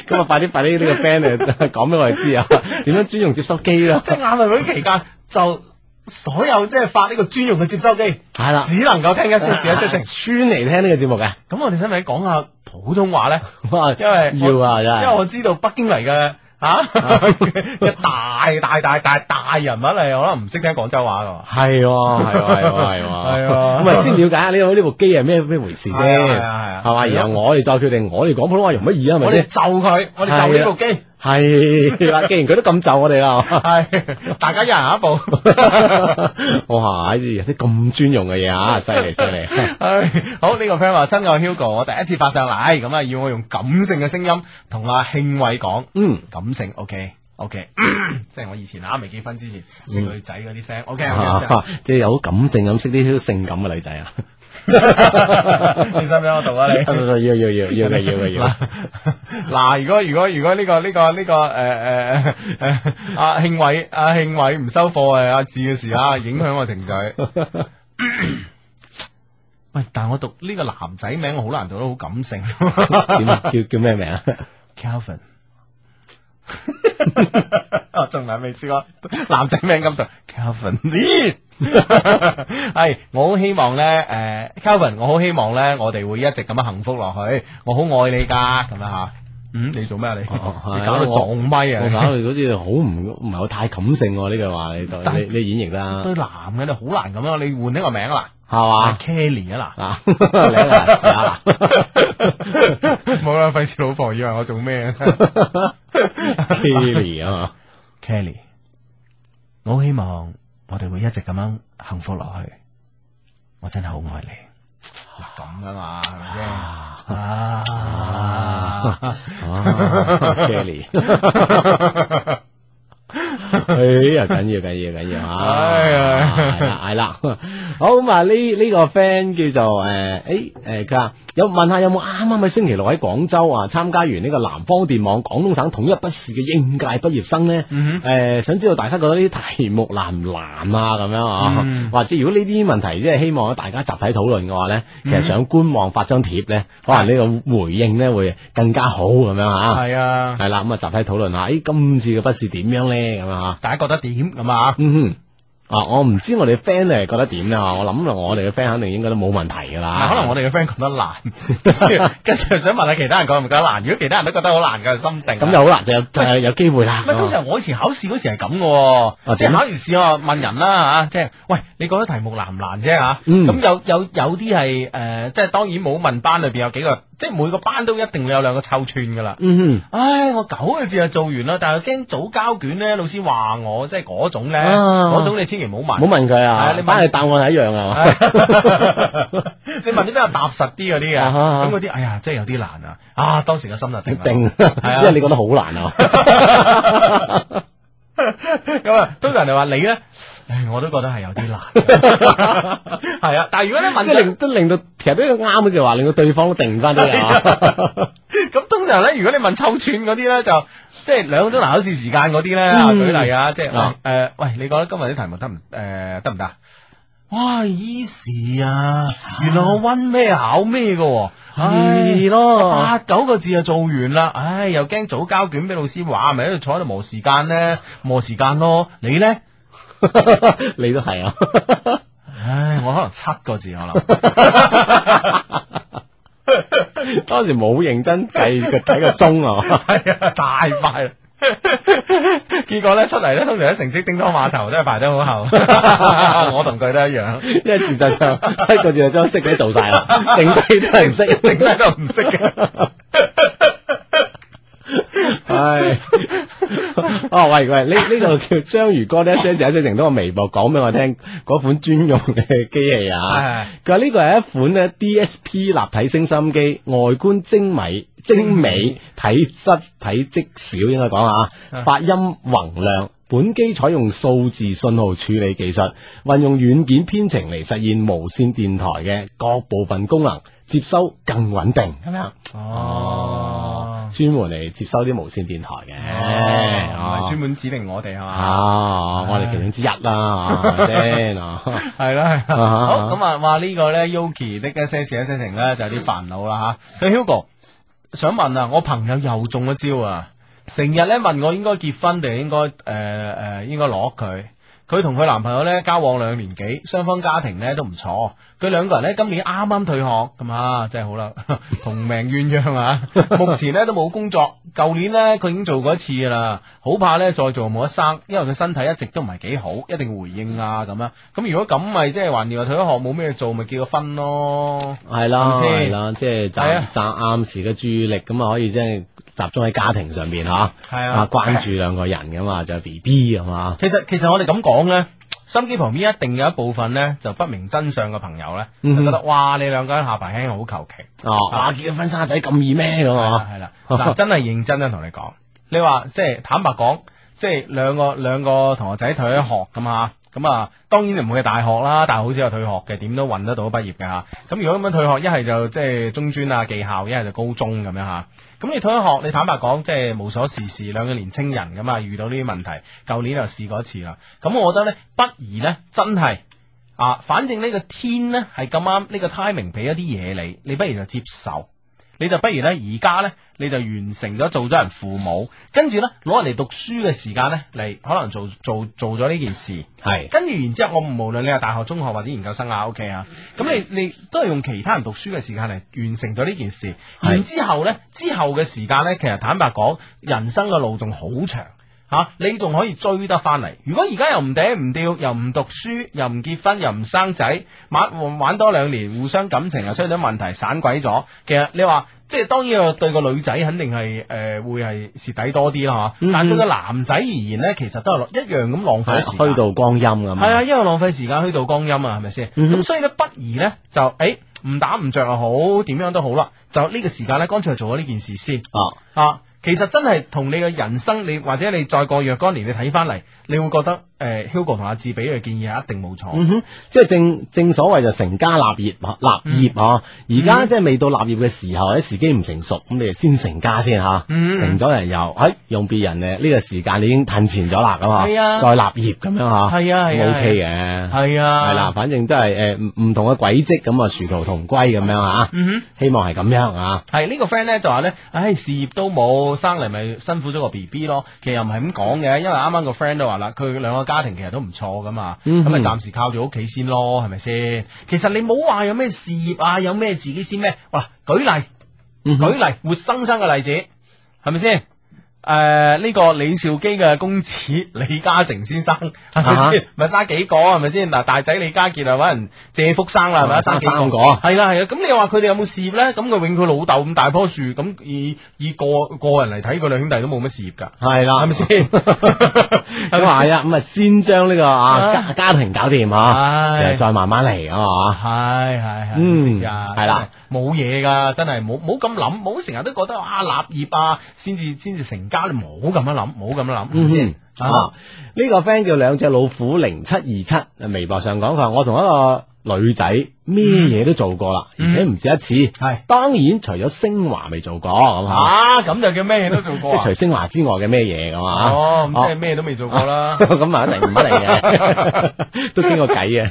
咁啊，快啲快啲呢個 friend 嚟 講俾我哋知啊，點樣專用接收機啦？
即係亞運會期間就所有即係發呢個專用嘅接收機，
係啦，
只能夠聽一些事一些情。
專嚟聽呢個節目 嘅，
啊咁我哋使唔使講下普通話咧？
哇，
因為
要啊真
因為
係。
我知道北京嚟嘅。吓， 一大大大大大人物嚟，可能唔識聽廣州話噶。
係喎，係喎，係 喎，係喎，
係喎
咁啊，先了解下呢個呢部機係咩咩回事先，
係啊係啊係啊
係嘛？然後我哋再決定，我哋講普通話容乜易啊？係咪
我哋
先？
就佢，我哋就呢部機，
係啦，既然佢都咁就我哋啦，
係 大家一人行一步。
哇，有啲咁專用嘅嘢啊，犀利犀利。
唉， 好呢、個 friend 話：親愛 Hugo，我第一次發上嚟，咁啊要我用感性嘅聲音同阿慶偉講，
嗯，
感性 OK。 OK，即係 我以前啊未結婚之前識女仔嗰啲聲。OK， 啊
啊即係有好感性咁識啲性感嘅女仔 啊！
你想唔想我讀啊你？
要要要要要嘅要嘅要。
嗱，如果如果如果呢個呢個呢呃個誒誒誒呃阿慶偉阿慶偉唔收貨係阿志嘅事啊，影響我情 緒。 喂，但係我讀呢個男仔名，我好難讀得好感性。
點啊 叫叫咩名啊？
Calvin，我從來未試過男仔名咁讀 Calvin。咦 係，我好希望咧，誒，Calvin，我好希望咧，我哋會一直咁樣幸福落去。我好愛你噶，咁樣吓。嗯，你做咩啊你？
哦 係
你搞到撞咪
我
啊！
搞到好似好唔唔係好太感性喎呢句話，你
但
對你你演繹啦，
對男嘅你好難咁樣，你換呢個名啊
係
嗱
嘛？
，Kelly 啊嗱，
啊，你 啊嚟試下 啦。
冇啦，費事老婆以為我做咩啊
Kelly 啊
？Kelly，我好希望我哋會一直咁樣幸福落去。我真係好愛你。啊咁噶嘛，係咪先？啊！
，Kelly，哎呀，緊要緊要緊要啊！
哎呀
係啦係啦，好咁啊！呢呢個 friend 叫做誒誒誒，佢話有問下有冇啱啱喺星期六喺廣州啊參加完呢個南方電網廣東省統一筆試嘅應屆畢業生咧？
嗯
誒，想知道大家覺得呢啲題目難唔難啊？咁樣啊
嗯，
或者如果呢啲問題即係希望大家集體討論嘅話咧，其
嗯
實上官網發張貼咧，可能呢個回應咧會更加好咁樣
哼，
啊。
係啊，
係啦，咁啊集體討論下，誒今次嘅筆試點樣咧？咁樣啊。
大家覺得點咁啊？
嗯哼，啊，我唔知我哋 friend 你係覺得點啊？我諗我哋嘅 friend 肯定應該都冇問題噶啦。
可能我哋嘅 friend 覺得難，跟住想問下其他人覺唔覺得難？如果其他人都覺得好難嘅，心定啊
咁就好難，就有就有有機會啦。
咪通常我以前考試嗰時係咁嘅喎，
啊
即係
點
考完試我問人啦嚇，啊即係喂你覺得題目難唔難啫嚇？
嗯
咁有有有啲係誒，即係當然冇問班裏邊有幾個，即係每個班都一定會有兩個湊串㗎啦。
嗯
唉，我九個字就啊做完啦，但係驚早交卷咧，老師話我即係嗰種咧，
啊
嗰種你千祈唔好
哼，
問。
唔好問佢啊
係，你問
反正答案係一樣啊嘛。
你問啲比較踏實啲嗰啲
啊
啊，
哈啊
咁嗰啲哎呀，真係有啲難啊！啊，當時個心就 定啦
定，
係啊
因為你覺得好難啊。
咁啊，通常人哋話你咧，唉，我都覺得係有啲 難嘅，係啊。但係如果你問
即係
佢
令都令到，其實都一個啱嘅句話，令到對方都定翻咗啊！
咁，通常咧，如果你問抽串嗰啲咧，就即係兩個鐘頭考試時間嗰啲咧，啊
嗯
舉例啊，即係誒
啊，
呃喂，你覺得今日啲題目得唔誒得唔得？哇，easy 啊！原來我温咩考咩嘅喎，
哎
唉
係咯，
八九個字就做完啦，唉，又驚早交卷俾老師話，咪喺度坐喺度磨時間咧，磨時間咯。你咧，
你都係啊，
唉，我可能七個字我諗，
當時冇認真計個睇個鐘啊，
係啊，大敗。結果咧出嚟咧，通常啲成績叮當碼頭都係排得好後， 我同佢都一樣，
因為事實上七個字就將識嘅都做晒啦，剩低都係唔識，
剩低都唔識嘅。
唉， 哦喂喂，呢呢度叫章魚哥呢一些事一些情通過微博講俾我聽嗰款專用嘅機器啊。
唉
佢話呢個係一款咧 DSP 立體聲心機，外觀精美精美，體質體積小應該講啊，發音宏亮。本機採用數字信號處理技術，運用軟件編程嚟實現無線電台嘅各部分功能，接收更穩定咁樣。哦，專門嚟接收啲無線電台嘅。
哦，唔係專
哦
門指定我哋係嘛？
啊，我哋其中之一啦，係咪 先啊？
係啦，係啦
啊
好咁啊！話呢個咧，Yuki 的一些事一些情咧，就有啲煩惱啦吓。佢 Hugo 想問啊，我朋友又中咗招啊，成日咧問我應該結婚定係應該誒誒應該攞佢。佢同佢男朋友咧交往兩年幾，雙方家庭咧都唔錯。佢兩個人咧今年啱啱退學，咁啊真係好啦， 同命鸳鸯啊！目前咧都冇工作，舊年咧佢已經做過一次㗎啦，好怕咧再做冇得生，因為佢身體一直都唔係幾好，一定要回應啊咁樣。咁如果咁咪即係還掂啊，退咗學冇咩做，咪結個婚咯。
係啦，
係咪先
係啦，即
係
係暫
啊
暫啱時嘅注意力咁啊，可以即係集中喺家庭上邊吓，啊
係
關注兩個人咁啊，仲有 B B 咁啊，
其實其實我哋咁講呢，心機旁邊一定有一部分呢，就不明真相嘅朋友呢，
嗯
就覺得哇你兩個人下排輕好求其，
哦，啊結咗婚生仔咁易咩咁
係
啊
啦？係啦，嗱真係認真咧同你講，你話即係坦白講，即係兩個兩個同學仔退咗學咁啊。咁啊，當然就唔會係大學啦，大學好少有退學嘅，點都揾得到畢業嘅嚇。咁如果咁樣退學，一係就即係中專啊、技校，一係就高中咁樣嚇。咁你退咗學，你坦白講，即係無所事事，兩個年青人咁啊，遇到呢啲問題，舊年就試過一次啦。咁我覺得呢，不如呢，真係啊，反正呢個天呢係咁啱，呢個 timing 俾一啲嘢你，你不如就接受。你就不如咧，而家咧你就完成咗做咗人父母，跟住咧攞人哋讀書嘅時間咧嚟，可能做做做咗呢件事，
係
跟住然之後，我無論你係大學、中學或者研究生啊，OK 啊，咁你你都係用其他人讀書嘅時間嚟完成咗呢件事，
係
然之後咧之後嘅時間咧，其實坦白講，人生嘅路仲好長。吓、你仲可以追得翻嚟？如果而家又唔嗲唔吊，又唔讀書，又唔結婚，又唔生仔，玩玩多兩年，互相感情又啊出咗問題，散鬼咗。其實你話，即係當然對個女仔肯定係誒、呃、會係蝕底多啲啦吓，
嗯
但對個男仔而言呢，其實都係一樣咁浪費時間。
啊虛度光陰咁
係
啊，
啊，因為浪費時間虛度光陰啊，係咪先？咁、
嗯哼
所以咧，不如咧就誒唔打唔着又好，點樣都好啦，就呢個時間咧，乾脆做咗呢件事先
哦，
啊。其實真係同你嘅人生，你或者你再過若干年，你睇翻嚟，你會覺得誒、呃 Hugo 同阿志俾嘅建議係一定冇錯。
嗯哼，即係正正所謂就成家立業立業啊，而家即係未到立業嘅時候，啲時機唔成熟，咁你哋先成家先吓，
嗯
成咗人又，喺用別人嘅呢個時間，你已經褪前咗啦，咁啊，
係啊
再立業咁樣吓，
係啊係啊
o K 嘅，
係啊，
係啦，，反正都係诶唔唔同嘅軌跡咁啊，殊途同歸咁樣啊，
嗯哼。
希望係咁樣啊，
係呢個 friend 咧就話咧，唉事業都冇，生嚟咪辛苦咗個 B B 咯。其實又唔係咁講嘅，因為啱啱個 friend 都話啦，佢兩個家庭其實都唔錯噶嘛，咁
嗯
咪暫時靠住屋企先咯，係咪先？其實你冇話有咩事業啊，有咩自己先咩？哇，舉例
嗯哼
舉例，活生生嘅例子係咪先？诶，呢、個李兆基嘅公子李嘉誠先生係咪
啊
先？咪生幾個係咪先？嗱，大仔李家傑啊，搵人借福生啦，係咪？
啊
生
生
幾個
三個
係啦係啦。啊咁你話佢哋有冇事業咧？咁佢永佢老豆咁大棵樹，咁以以個個人嚟睇，佢兩兄弟都冇乜事業㗎，
係啦，
係 咪？先？
啊 咁啊係啊，咁啊先將呢個啊家家庭搞掂啊，
唉
然後再慢慢嚟啊嘛。
係係係，
嗯
知唔知啊
係
真
啦，
係冇嘢噶，真係冇冇咁諗，冇成日都覺得啊立業啊，先至先至成家，你冇咁樣諗，冇咁樣諗，係咪先
嗯啊，呢個 friend 叫兩隻老虎零七二七，微博上講佢話我同一個女仔咩嘢都做過啦，而
嗯
且唔止一次。
係
當然除咗升華未做過咁吓，
啊，咁就叫咩嘢都做
即
過
係
啊
除。升華之外嘅咩嘢咁啊？
哦，咁即係咩都未做過啦。
咁啊，一定唔一定嘅， 都傾過偈嘅。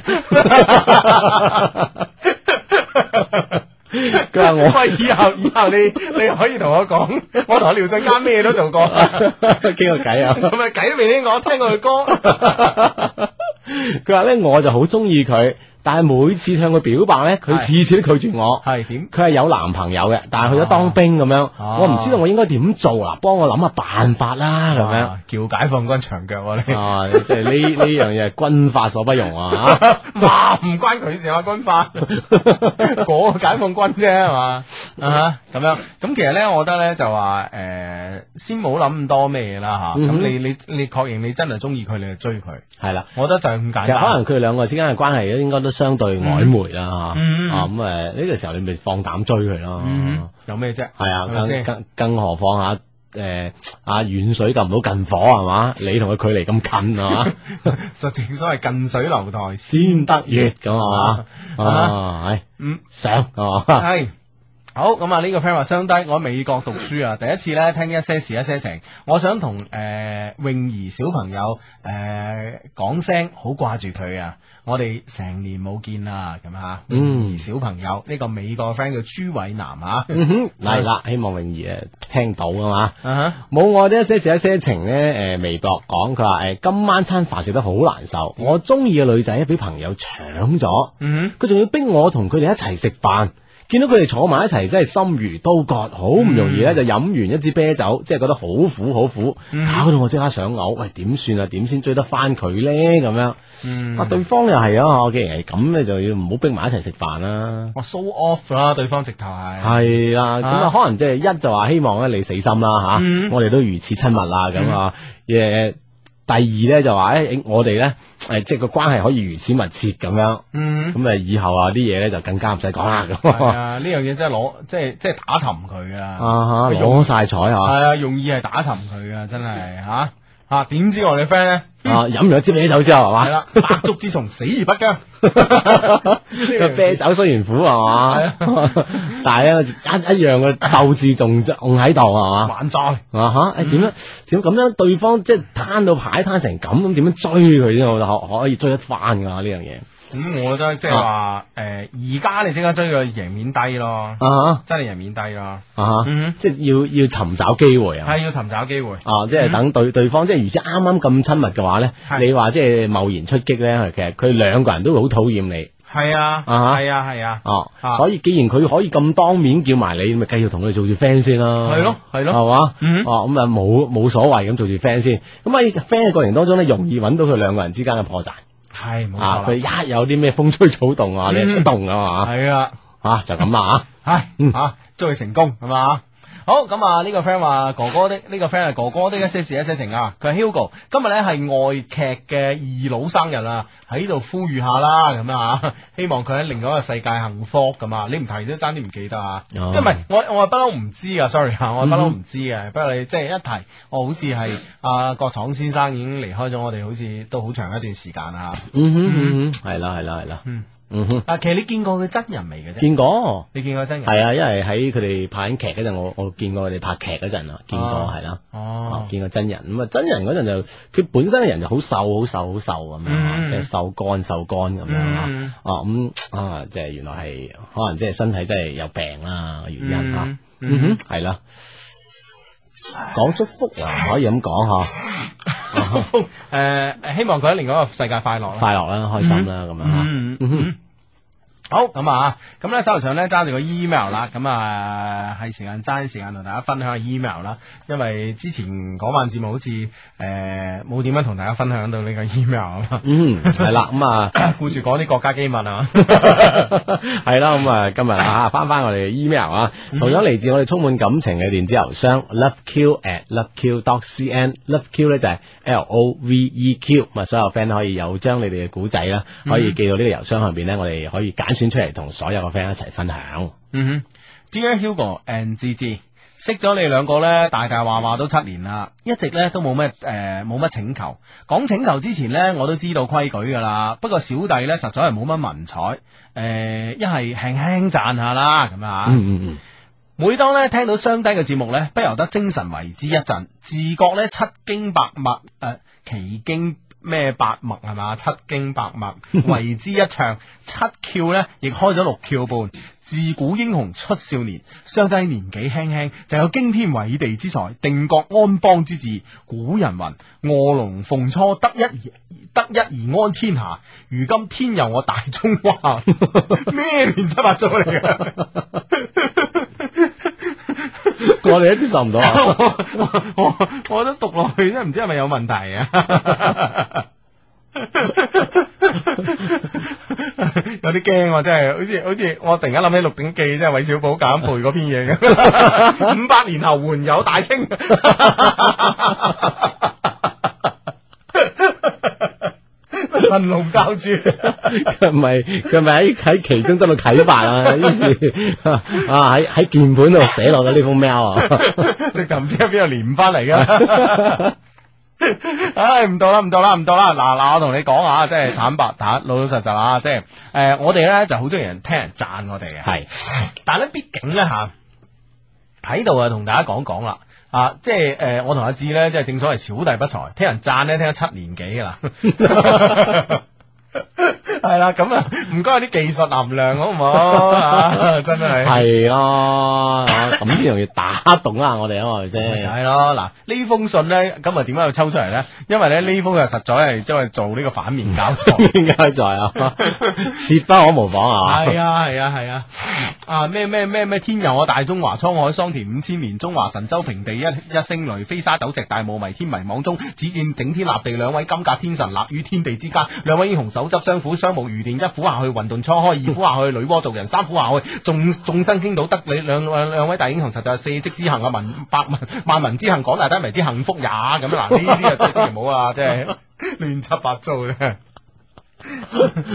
佢話啊我
喂，以後以後你你可以同我講，我同阿廖振嘉咩都做過，係
傾過偈啊。
咪偈都未聽過，聽過佢歌。
佢話咧我就好中意佢，但係每次向佢表白咧，佢次次都拒絕我。
係點？
佢係有男朋友嘅，但係去咗當兵咁樣，
啊
我唔知道我應該點做啦，幫我諗下辦法啦咁樣。
啊叫解放軍長腳喎你。
啊，即係呢呢樣嘢係軍法所不容啊！ 嚇
哇，唔關佢事啊，軍法， 嗰個解放軍啫係嘛，啊咁樣，咁其實咧，我覺得咧就話誒、先冇諗咁多咩嘢啦嚇，咁、
嗯哼
你你你確認你真係中意佢，你就追佢，
係啦，
我覺得就係咁簡
其實可
單。
能佢哋兩個之間嘅關係應該都相對曖昧啦嚇。
嗯
啊咁誒，呢個時候你咪放膽追佢咯。
嗯，有咩啫？
係啊，
係咪
更
先
更更何況啊誒啊遠水救唔到近火係嘛？你同佢距離咁近 係嘛？
所正所謂近水樓台先。
先得月咁係嘛？
啊
啊，係
嗯
上 係嘛？
係啊好咁啊！呢個 friend 話相低，我喺美國讀書啊，第一次咧聽一些事一些情，我想同誒、呃泳兒小朋友誒講、聲，好掛住佢啊！我哋成年冇見啦，咁嚇。泳兒小朋友呢、個美國 friend 叫朱偉南啊，
嗯哼，嚟啦，希望泳兒誒聽到啊嘛。
啊
冇我啲一些事一些情咧，誒、微博講佢話誒今晚餐飯食得好難受，我中意嘅女仔俾朋友搶咗，
嗯
佢仲要逼我同佢哋一齊食飯。見到佢哋坐埋一齊，真係心如刀割，好
嗯
唔容易咧就飲完一支啤酒，即係覺得好苦好苦，
嗯
搞到我即刻想嘔。喂，點算啊？點先追得翻佢咧？咁樣、
嗯
啊，對方又係啊，我既然係咁，你就要唔好逼埋一齊食飯啦。
我 show off 啦，對方直頭係。
系啦，咁
啊
啊，可能即系一就話希望咧你死心啦吓，
嗯
我哋都如此親密啦咁啊，誒第二咧就話誒我哋咧誒即係個關係可以如此密切咁樣，
嗯。
咁啊以後啊啲嘢咧就更加唔使講啦咁
係
啊
啊，呢樣嘢真係攞，即係即係打沉佢啊！
嚇
用
攞晒彩嚇，啊
係啊，容易係打沉佢啊，真係吓。啊，点知我哋 friend 咧？
啊，饮咗支啤酒之後係嘛
系，啦，百足之蟲，死而不僵。
個啤酒雖然苦係嘛，
啊
但係咧一一樣嘅鬥志仲仲喺度係嘛。
還在。
啊哈！
嗯
誒點樣點咁樣？對方即係攤到牌攤成咁，咁點樣追佢先？我覺得可可以追得翻㗎呢樣嘢
咁我覺得即係話，诶，而家你即刻追佢，贏面低咯，
啊
真係贏面低咯。
哈啊哈！
嗯
即係要要尋找機會啊！
哼，系要尋找機會。
啊，即係等對對方，即係如果啱啱咁親密嘅話咧，
嗯係
你話即係貿然出擊咧，其實佢兩個人都會好討厭你
係啊，
啊
係啊，係啊，
哦
啊。
所以既然佢可以咁當面叫埋你，咪繼續同佢做住 friend 先啦。
係咯係咯
係嘛？
嗯
哦，啊咁啊冇冇所謂咁做住 friend 先。咁喺 friend 嘅過程當中咧，容易揾到佢兩個人之間嘅破綻
係冇
啊！佢
錯啦。嗯
一有啲咩風吹草動啊，你就出動啊嘛
係啊。
啊，就咁啦
唉，
嗯
吓祝佢成功，系嘛？好咁啊！呢個 friend 話哥哥的呢個 friend 係哥哥的一些事一些情啊！佢係 Hugo，今日咧係外劇嘅二佬生日啊，喺度呼籲下啦咁啊！希望佢喺另外一個世界幸福咁啊！你唔提都爭啲唔記得啊！即
哦
係唔係我我係不嬲唔知啊？sorry 啊，我係不嬲唔知嘅。不過你即係一提，我好似係阿郭廠先生已經離開咗我哋，好似都好長一段時間啦。
嗯哼嗯哼，係啦係啦係啦，
嗯
嗯哼，
啊，其實你見過佢真人未嘅啫？
見過。
你見過真人？
係啊，因為喺佢哋拍緊劇嗰陣，我我見過佢哋拍劇嗰陣啊，見過
哦
係啦，
哦
啊，見過真人咁啊，真人嗰陣就佢本身嘅人就好瘦，好瘦，好瘦咁樣，啊
嗯
即係瘦乾瘦乾咁樣啊
嗯，
哦咁啊，即係原來係可能即係身體真係有病啦原因啊
嗯，嗯
嗯哼，係啦，講祝福又可以咁
哦
講嚇，
誒、呃希望佢喺另外一個世界快樂啦。啊
快樂啦，開心啦咁樣啊嚇，
嗯嗯。好咁啊，咁咧手頭上咧揸住個 email 啦，咁啊係時間爭時間同大家分享下 email 啦，因為之前嗰晚節目好似誒冇點樣同大家分享到呢個 email 啊嘛，
嗯係啦，咁啊。
顧住講啲國家機密啊，
系啦，咁啊，今日啊，翻翻我哋嘅 email 啊，
嗯
同樣嚟自我哋充滿感情嘅電子郵箱 loveq at loveq dot cn，loveq 咧就係 L O V E Q，咁啊，所有 friend 可以有將你哋嘅古仔啦，
嗯
可以寄到呢個郵箱上邊咧，我哋可以揀選出嚟同所有嘅 friend 一齊分享。
嗯哼，Dear Hugo and Gigi，識咗你兩個咧，大大話話都七年啦，一直咧都冇咩誒冇乜請求。講請求之前咧，我都知道規矩噶啦。不過小弟咧實在係冇乜文采，誒、呃一係輕輕賺下啦咁啊。
嗯嗯
每當咧聽到雙低嘅節目咧，不由得精神為之一振，自覺咧七經百脈，誒、呃奇經咩百脈係嘛？七經百脈為之一唱，七竅咧亦開咗六竅半。自古英雄出少年，雙低年紀輕輕就有驚天偉地之才，定國安邦之志。古人云：卧龍鳳雛，得一而得一而安天下。如今天佑我大中華，咩亂七八糟嚟嘅？
嗯，我哋都接受唔到啊，
我我我都讀落去真係唔知係咪有問題啊！ 有啲驚喎，真係好似好似我突然間諗起《鹿鼎記》，即係韋小寶減配嗰篇嘢咁。五百年後援有大清， 神龍教主。
佢咪佢咪喺喺其中得到啟發啊，於是 啊喺喺鍵盤度寫落咗呢封 mail 啊，
直头唔知喺边度連翻嚟噶。 唉，唔到啦，唔到啦，唔到啦！嗱嗱，我同你講啊，即係坦白 坦老老實實啊，即係诶、誒我哋咧就好中意人聽人讚我哋嘅，
係
但係咧，畢竟咧吓喺度啊，同大家講講啦。啊，即係诶、誒我同阿志咧，即係正所謂小弟不才，聽人讚咧，聽咗七年幾噶啦。 係啦，咁啊，唔該啲技術含量好唔好？啊真 係。
係啊，啊咁呢樣嘢打動啊我哋啊，係咪
咪就
先？
係咯，嗱呢封信咧，今日點解要抽出嚟咧？因為咧呢封就實在係將佢做呢個反面教材。
應該在啊，切不可模仿啊！
係啊係啊係啊！啊咩咩咩咩天佑我啊大中華滄海桑田五千年，中華神州平地一一聲雷，飛沙走石大霧迷天迷網中，只見頂天立地兩位金甲天神立於天地之間，兩位英雄手執相斧，相無如電，一斧下去雲頓初開， 二斧下去女媧造人，三斧下去眾眾生傾倒得你兩兩兩位大英雄，實在係四積之行啊，民百民萬民之行，廣大低迷之 幸福也咁嗱，呢啲啊真係千祈唔好啊，真係亂七八糟嘅。
真係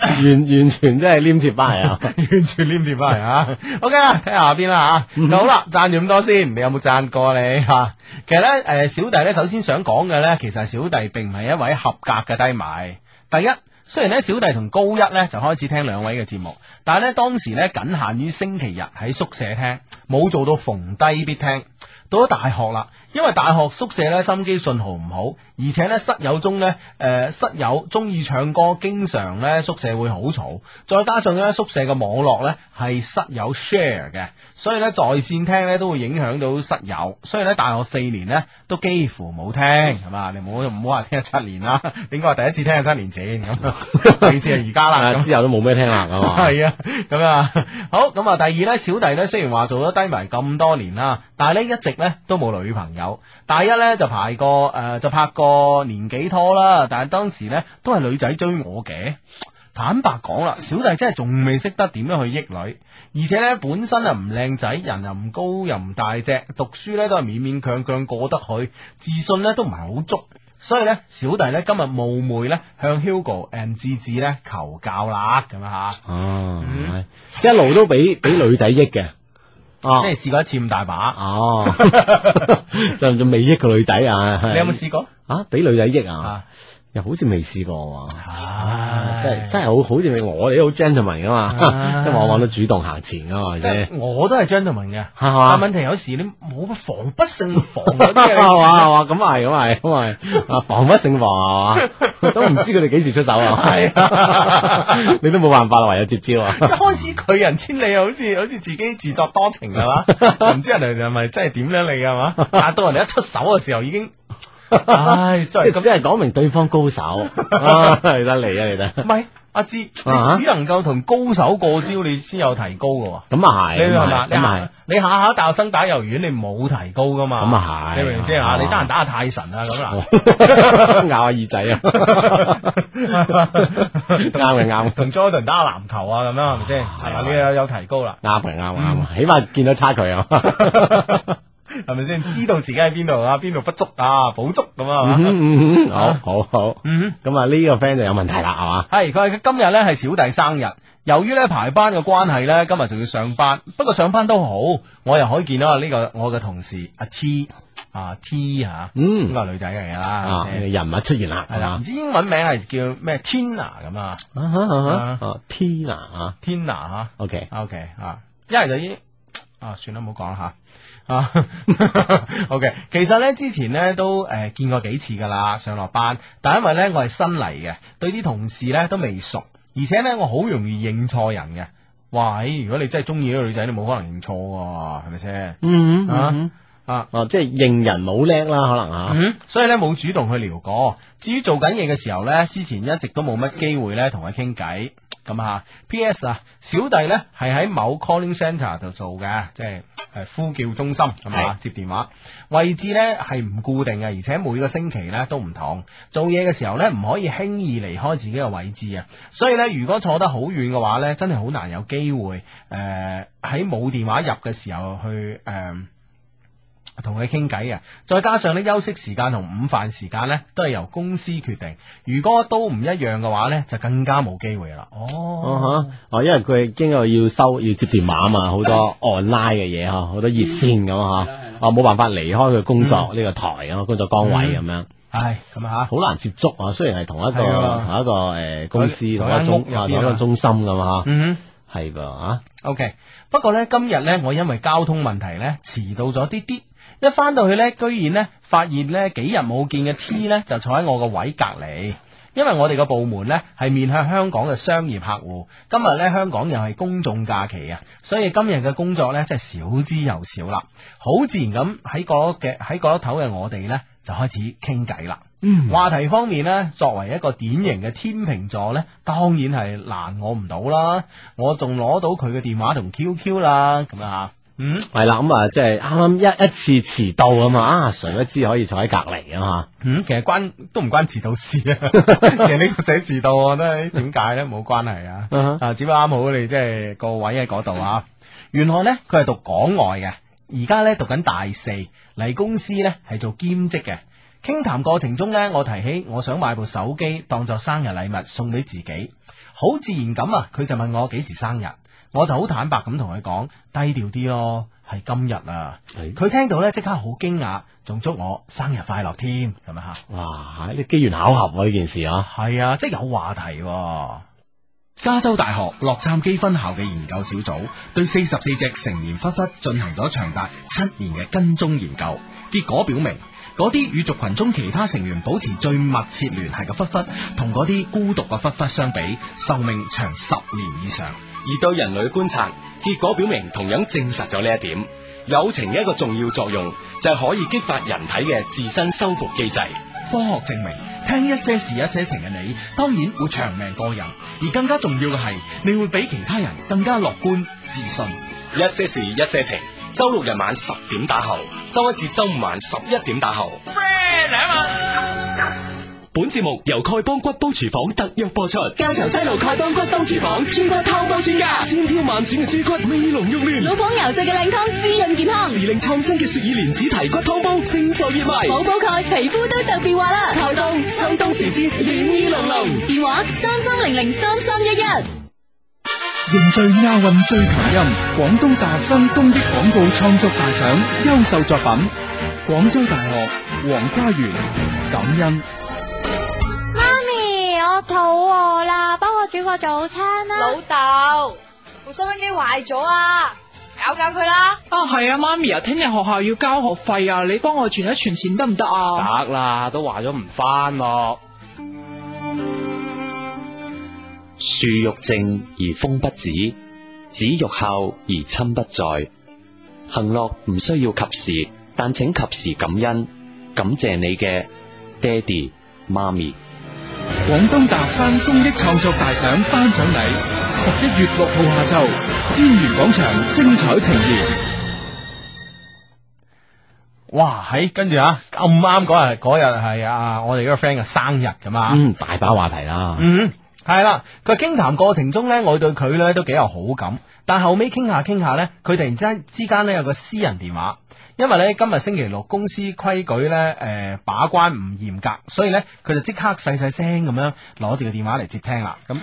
完完全真係黏貼班 人啊！
完全黏貼翻嚟啊！OK 啦，睇下下邊啦吓。咁好啦，讚住咁多先，你有冇讚過你吓、啊其實咧，诶、小弟咧，首先想講嘅咧，其實小弟並唔係一位合格嘅低迷。第一。雖然咧小弟同高一咧就開始聽兩位嘅節目，但係咧當時咧僅限於星期日喺宿舍聽，冇做到逢低必聽。到咗大學啦，因為大學宿舍咧心機信號唔好，而且咧室友中咧誒、呃室友中意唱歌，經常咧宿舍會好嘈，再加上咧宿舍嘅網絡咧係室友 share 嘅，所以咧在線聽咧都會影響到室友，所以咧大學四年咧都幾乎冇聽，係嘛？你唔好唔好話聽七年啦， 你應該話第一次聽係七年前 咁，啊第二次係而家啦
啊
咁。
之後都冇咩聽啦，係嘛？
系啊，咁啊，好咁啊。第二呢，小弟呢，雖然話做咗低迷咁多年啦，但係呢，一直呢都冇女朋友。大一呢，就排過诶、呃就拍過年幾拖啦，但係當時呢，都係女仔追我嘅。坦白講啦，小弟真係仲未識得點樣去益女，而且呢，本身啊唔靚仔，人又唔高又唔大隻，讀書呢都係勉勉強強過得去，自信呢都唔係好足。所以呢，小弟呢，今日冒昧呢，向 Hugo and 志志呢求教啦，咁啊吓。
哦，
嗯
係即係一路都俾俾女仔益 嘅，哦
即係試過一次咁大把。
哦，就仲未益個女仔啊？係
你有冇試過
啊？俾女仔益啊？
啊？
又好似未試過喎。
啊
真係真係好好似我哋都好 gentleman 噶嘛， 即係往往都主動行前噶嘛，或者係
我啊都係 gentleman 嘅，但
嘛
問題有時你冇乜防不勝防嗰啲
係
嘢。
嘛係嘛，咁係咁係咁係，啊防不勝防啊係嘛，都唔知佢哋幾時出手 啊，係啊，你都冇辦法啦，唯有接招啊，
一開始拒人千里，啊好似好似自己自作多情係 嘛？唔知人哋係咪真係點樣你㗎嘛？但係到人哋一出手嘅時候已 經，唉，真
即
係
係
咁
只係講明對方高手，啊嚟得嚟啊嚟得，
唔係阿志，你只
啊
能夠同高手過招，你先有提高嘅喎。
咁啊
你
係，
明
咁
嘛
啊？係，
你
咁啊
下你下下大學生打幼兒園，你冇提高噶嘛？
咁啊係
你明唔明先啊？
係
你得閒打下泰神啊咁啦。
係， 咬下耳仔 啊，啱嘅啱嘅
同 Jordan 打下籃球啊，咁樣係咪先？
係
係
啊
嘛，你有有提高啦，
啱嘅啱嘅啱嘅，起碼見到差距啊。
係咪先？知道自己喺邊度啊，邊度不足啊，補足咁啊。係嘛
嗯嗯嗯，好好好，
嗯
咁啊呢個 friend 就有問題啦，係嘛？
係，佢係今日咧係小弟生日，由於咧排班嘅關係咧，今日仲要上班。不過上班都好，我又可以見到啊呢個我嘅同事阿 T 啊 T 吓，
嗯
應該係女仔嚟㗎啦
啊，，人物出現啦，
係啦，
啊
唔知英文名係叫咩 Tina 咁啊
啊哈啊
啊
哈啊，Tina 啊
，Tina 吓
，OK，
，OK 啊，一係就英啊，算啦，唔好講啦吓。啊 ，OK，其實呢，之前呢都诶、呃、见过几次噶啦，上落班，但因為呢，我係新嚟嘅，對啲同事呢都未熟，而且呢，我好容易認錯人嘅。哇！咦如果你真係中意呢個女仔，你冇可能認錯喎，係咪先？
嗯
啊
嗯
啊，
哦，即係認人冇叻啦，可能啊，
嗯，所以咧冇主動去聊過。至於做緊嘢嘅時候呢，之前一直都冇乜機會咧同佢傾偈咁啊。P.S. 啊，小弟呢係喺某 calling centre 度做嘅，即係係呼叫中心咁啊，接電話位置呢係唔固定嘅，而且每個星期呢都唔同。做嘢嘅時候呢，唔可以輕易離開自己嘅位置啊。所以呢，如果坐得好遠嘅話呢，真係好難有機會誒呃喺冇電話入嘅時候去誒。呃同佢傾偈嘅，再加上呢休息時間同午飯時間呢，都係由公司決定。如果都唔一樣嘅話呢，就更加冇機會啦。哦，
哦哈，哦，因為佢經過要收要接電話啊嘛，好多 online 嘅嘢嗬，好多熱線咁啊，
嗯
哦冇辦法離開佢工作呢個台啊，工作崗位咁樣，
唉，咁啊
好難接觸啊。雖然係同一個
嗯係啊
同一個誒公司同
同
一
一間屋入邊啊
個中啊同一個中心咁啊，
嗯
係噃啊，
哼，OK。不過呢，今日呢，我因為交通問題呢，遲到咗啲啲。一翻到去呢，居然呢，發現呢幾日冇見嘅 T 呢，就坐喺我個位隔離。因為我哋個部門呢係面向香港嘅商業客戶，今日呢香港又係公眾假期啊，所以今日嘅工作呢真係少之又少啦。好自然咁喺嗰嘅喺嗰頭嘅我哋呢，就開始傾偈啦。嗯，話題方面呢，作為一個典型嘅天秤座呢，當然係難我唔到啦。我仲攞到佢嘅電話同 QQ 啦，咁啊，嗯。
係啦，咁啊，即係啱啱一一次遲到啊嘛，啊，誰不知可以坐喺隔離啊嘛。
嗯，其實關都唔關遲到事啊。 其實呢個寫遲到，我覺得點解咧冇關係啊。
嗯
啊，只不過啱好你即係個位喺嗰度啊。原來咧佢係讀港外嘅，而家咧讀緊大四，嚟公司咧係做兼職嘅。傾談過程中呢，我提起我想買部手機當作生日禮物送俾自己，好自然咁啊，佢就問我幾時生日，我就好坦白咁同佢講，低調啲咯，係今日啊。
係
佢聽到呢，即刻好驚訝，仲祝我生日快樂添，咁啊樣吓。
哇！呢機緣巧合啊，呢件事啊，
係啊，即係有話題、喎。
加州大學洛杉磯分校嘅研究小組對四十四隻成年狒狒進行咗長達七年嘅跟蹤研究，結果表明，嗰啲與族群中其他成員保持最密切聯繫嘅狒狒，同嗰啲孤獨嘅狒狒相比，壽命長十年以上。
而對人類嘅觀察，結果表明同樣證實咗呢一點。友情嘅一個重要作用就係可以激發人體嘅自身修復機制。
科學證明，聽一些事一些情嘅你，當然會長命過人，而更加重要嘅係，你會比其他人更加樂觀、自信。
一些事，一些情。周六日晚十點打後，周一至周五晚十一點打後。friend 啊嘛！本節目由丐幫骨煲廚房特約播出。
教場西路丐幫骨煲廚房，專骨湯煲專家，
千挑萬選嘅豬骨，美濃肉嫩
老火牛製嘅靚湯，滋潤健康，
時令創新嘅雪耳蓮子提骨湯煲正在熱賣。
冇補鈣，皮膚都特別滑啦。頭凍，秋冬時節，暖意濃濃。電話三三零零三三一一。
凝聚亞運最強音，廣東大學生公益廣告創作大獎優秀作品，廣州大學黃家園感恩。
媽咪，我肚餓啦，幫我煮個早餐啦。
老豆，部收音機壞咗啊，搞搞佢啦。
啊，係啊，媽咪啊，聽日學校要交學費啊，你幫我存一存錢得唔得
得
啊？
啦，都話咗唔翻咯。
樹欲靜而風不止，子欲孝而親不在。行樂唔需要及時，但請及時感恩，感謝你嘅爹哋媽咪。
廣東大學生公益創作大獎頒獎禮，十一月六號下晝，天元廣場精彩呈現。
哇，喺跟住啊，咁啱嗰日嗰日係啊，我哋嗰個 friend 嘅生日啊噶嘛。
嗯，大把話題啦。
嗯，系啦。佢傾談過程中呢，我對佢呢都幾有好感。但後尾傾下傾下呢，佢突然之之間呢有個私人電話，因為呢今日星期六公司規矩呢誒、呃把關唔嚴格，所以呢，佢就即刻細細聲咁樣攞住個電話嚟接聽啦。咁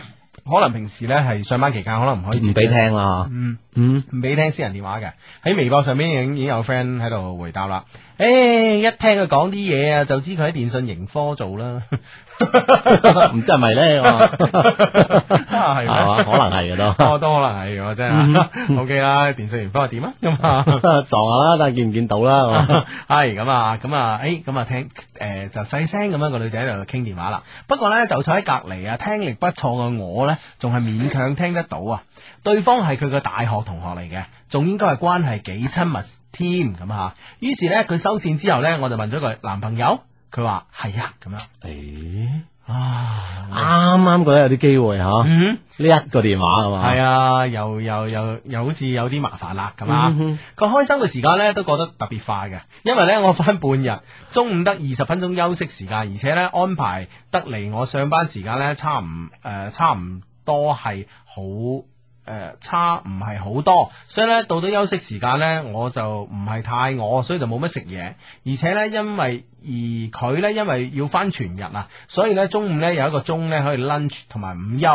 可能平時呢係上班期間，可能唔可以接
唔俾。聽啦，
嗯。
嗯，
唔俾聽私人電話嘅，喺微博上邊已經已經有 friend 喺度回答啦。誒，一聽佢講啲嘢啊，就知佢喺電信盈科做啦。
唔 知係咪咧？
啊，
啊係
係
嘛，
嘛？
可能係嘅嗯
我
都，
都可能係喎， 真係。O K 啦，電信盈科係點啊？咁啊。
撞下啦，但係見唔見到啦係 嘛？
系咁啊，咁啊，诶，咁啊聽，诶、就細聲咁樣個女仔喺度傾電話啦。不過呢，就坐喺隔離啊，聽力不錯嘅我呢，仲係勉強聽得到啊。對方係佢個大學同學嚟嘅，仲應該係關係幾親密添咁啊。於是呢，佢收線之後呢，我就問咗佢男朋友，佢話係啊，咁樣
誒
啊，
啱啱覺得有啲機會吓，呢
嗯，
一個電話係嘛？
係啊，又又又又好似有啲麻煩啦，咁啊。佢開心嘅時間咧都過得特別快嘅，因為咧我翻半日，中午得二十分鐘休息時間，而且咧安排得嚟我上班時間咧差唔誒、呃差唔多係好誒、呃差唔係好多，所以咧到咗休息時間咧我就唔係太餓，所以就冇乜食嘢，而且咧因為而佢咧因為要翻全日啊，所以咧中午咧有一個鐘咧可以 lunch 同埋午休。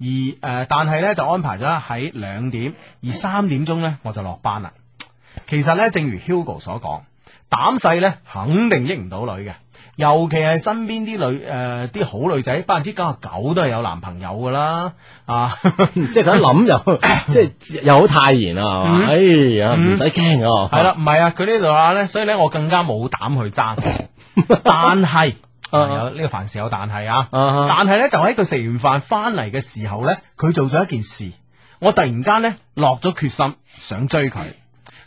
而誒、呃但係咧就安排咗喺兩點，而三點鐘咧我就落班啦。其實咧，正如 Hugo 所講，膽細咧肯定益唔到女嘅，尤其係身邊啲女誒啲、好女仔，百分之九十九都係有男朋友噶啦， 啊，
即係佢一諗 又即係又好泰然啊，係嘛？哎呀，唔使驚啊，
係啦，唔係啊，佢呢度啊咧，所以咧我更加冇膽去爭，但係。 啊有呢個凡事有但係啊，
啊哈
但係咧就喺佢食完飯翻嚟嘅時候咧，佢做咗一件事，我突然間咧落咗決心想追佢。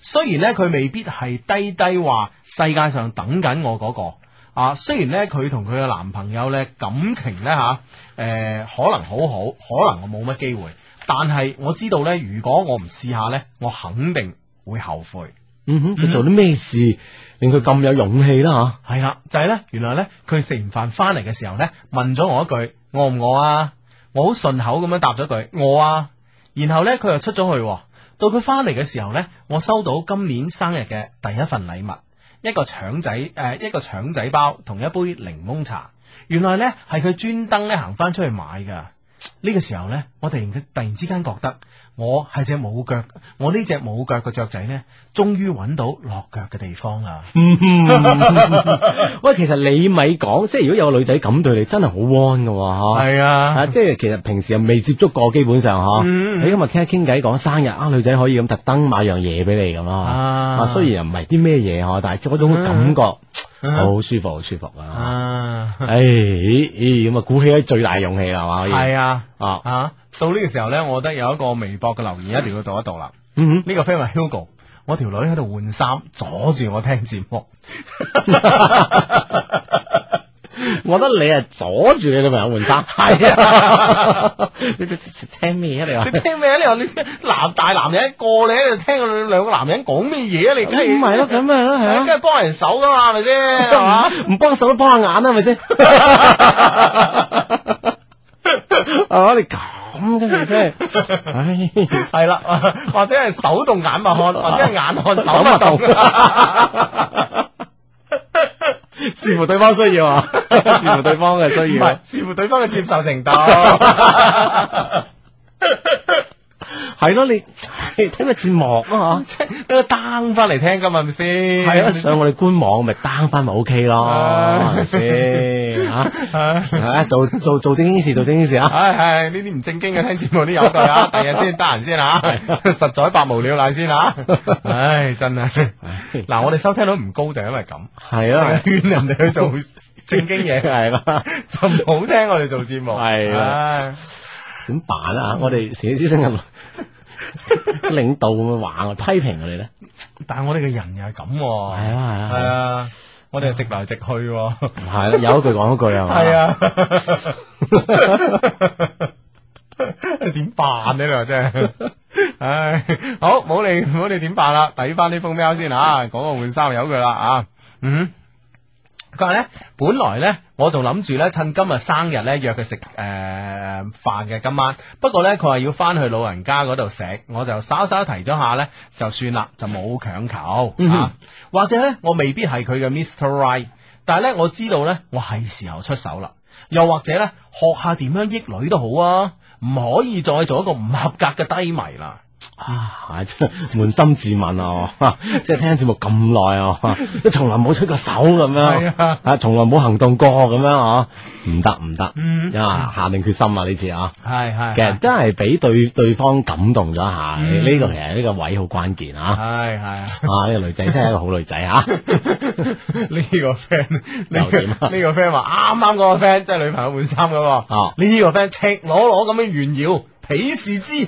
雖然咧佢未必係低低話世界上等緊我嗰、個啊，雖然咧佢同佢嘅男朋友咧感情咧吓，誒、可能好好，可能我冇乜機會，但係我知道咧，如果我唔試下咧，我肯定會後悔。
嗯哼，佢做啲咩事令佢咁有勇氣啦
係啦，就係呢。咧，原來咧佢食完飯翻嚟嘅時候咧，問咗我一句餓唔餓啊？我好順口咁樣答咗句餓啊，然後咧佢又出咗去喎。到佢翻嚟嘅時候咧，我收到今年生日嘅第一份禮物，一個腸仔誒、呃一個腸仔包同一杯檸檬茶。原來呢係佢專登咧行翻出去買噶。呢個時候呢，我突然突然之間覺得我係只冇腳，我呢只冇腳嘅雀仔呢，終於揾到落腳嘅地方啦。
嗯 喂，其實你咪講，即係如果有個女仔咁對你，真係好 warm 噶喎，
係啊，
即係其實平時又未接觸過，基本上嗬，
嗯
你今日傾一傾偈講生日啊，女仔可以咁特登買樣嘢俾你咁咯，
啊
啊，雖然又唔係啲咩嘢嗬，但係嗰種感覺好舒服，好舒服啊！
啊，
唉，咦咁啊，鼓起咗最大勇氣啦，係嘛？可以
係啊，
啊，
啊，到呢個時候呢，我覺得有一個微博嘅留言一定要讀一讀啦。
嗯
呢個 friend 話 Hugo，我條女喺度換衫，阻住我聽節 目。
我覺得你係阻住你女朋友換衫，係啊，你聽咩啊？你話
你聽咩啊？你話你聽男大男人一個，你喺度聽佢兩個男人講咩嘢啊？你梗係
咁咪咯，咁咪咯，係啊
梗。係幫人手噶嘛，係咪 先？係嘛？
唔幫手都幫下眼啦，係咪 先？啊！你咁嘅你真係，唉，
係啦，或者係手動眼白看，或者係眼看啊手不動。
視乎對方需要啊， 視乎對方嘅需
唔
要
係，，視乎對方嘅接受程度。
係咯，你你睇個節目啊
即係你 down 翻嚟聽噶嘛，係咪先？啊
嗬，係啊，上我哋官網咪 down 翻咪 OK 咯，係咪先 吓？啊，做做做正經事，做正經事啊！
唉唉，呢啲唔正經嘅聽節目都有句 啊，第日先得閒先吓，實在百無聊賴先吓。唉，真係嗱，我哋收聽率唔高就係因為咁，
係啊，
成日勸 人哋去做正經 嘢，
係啦，
就唔好聽我哋做節目。
係啦
唉，
點辦啊？我哋社之星嘅 領導會唔會話我批評我哋咧？
但係我哋嘅人又係咁喎，
係啊係啊
係啊，我哋係直來直去喎，
係啦，有一句講一句係嘛？
係啊。点办呢？你話真係，唉，好，冇理冇理點辦啦，抵翻呢封 mail 先啊，嗰、個換衫由佢啦啊，嗯。佢話咧，本來咧，我仲諗住咧，趁今日生日咧，約佢食誒飯嘅今晚。不過咧，佢話要翻去老人家嗰度食，我就稍稍提咗下咧，就算啦，就冇強求、啊。或者咧，我未必係佢嘅 Mr. Right，但係咧，我知道咧，我係時候出手啦。又或者咧，學下點樣益女都好啊，唔可以再做一個唔合格嘅低迷啦。
啊，真係捫心自問啊，哇即係聽節目咁耐啊，哇都從來冇出過手咁
係
樣
啊，
啊，從來冇行動過咁樣啊，唔得唔得，
嗯
啊，下定決心啊呢次啊，
係係
其實真係俾對對方感動咗一下，
嗯
呢個其實呢個位好關鍵啊，
係係。
啊呢個女仔真係一個好女仔啊，
呢個 friend 呢
又
個
點啊
呢個 friend 話啱啱嗰個 friend 即係女朋友換衫嗰個，
哦
呢個 friend 赤裸裸咁樣炫耀，鄙視 之。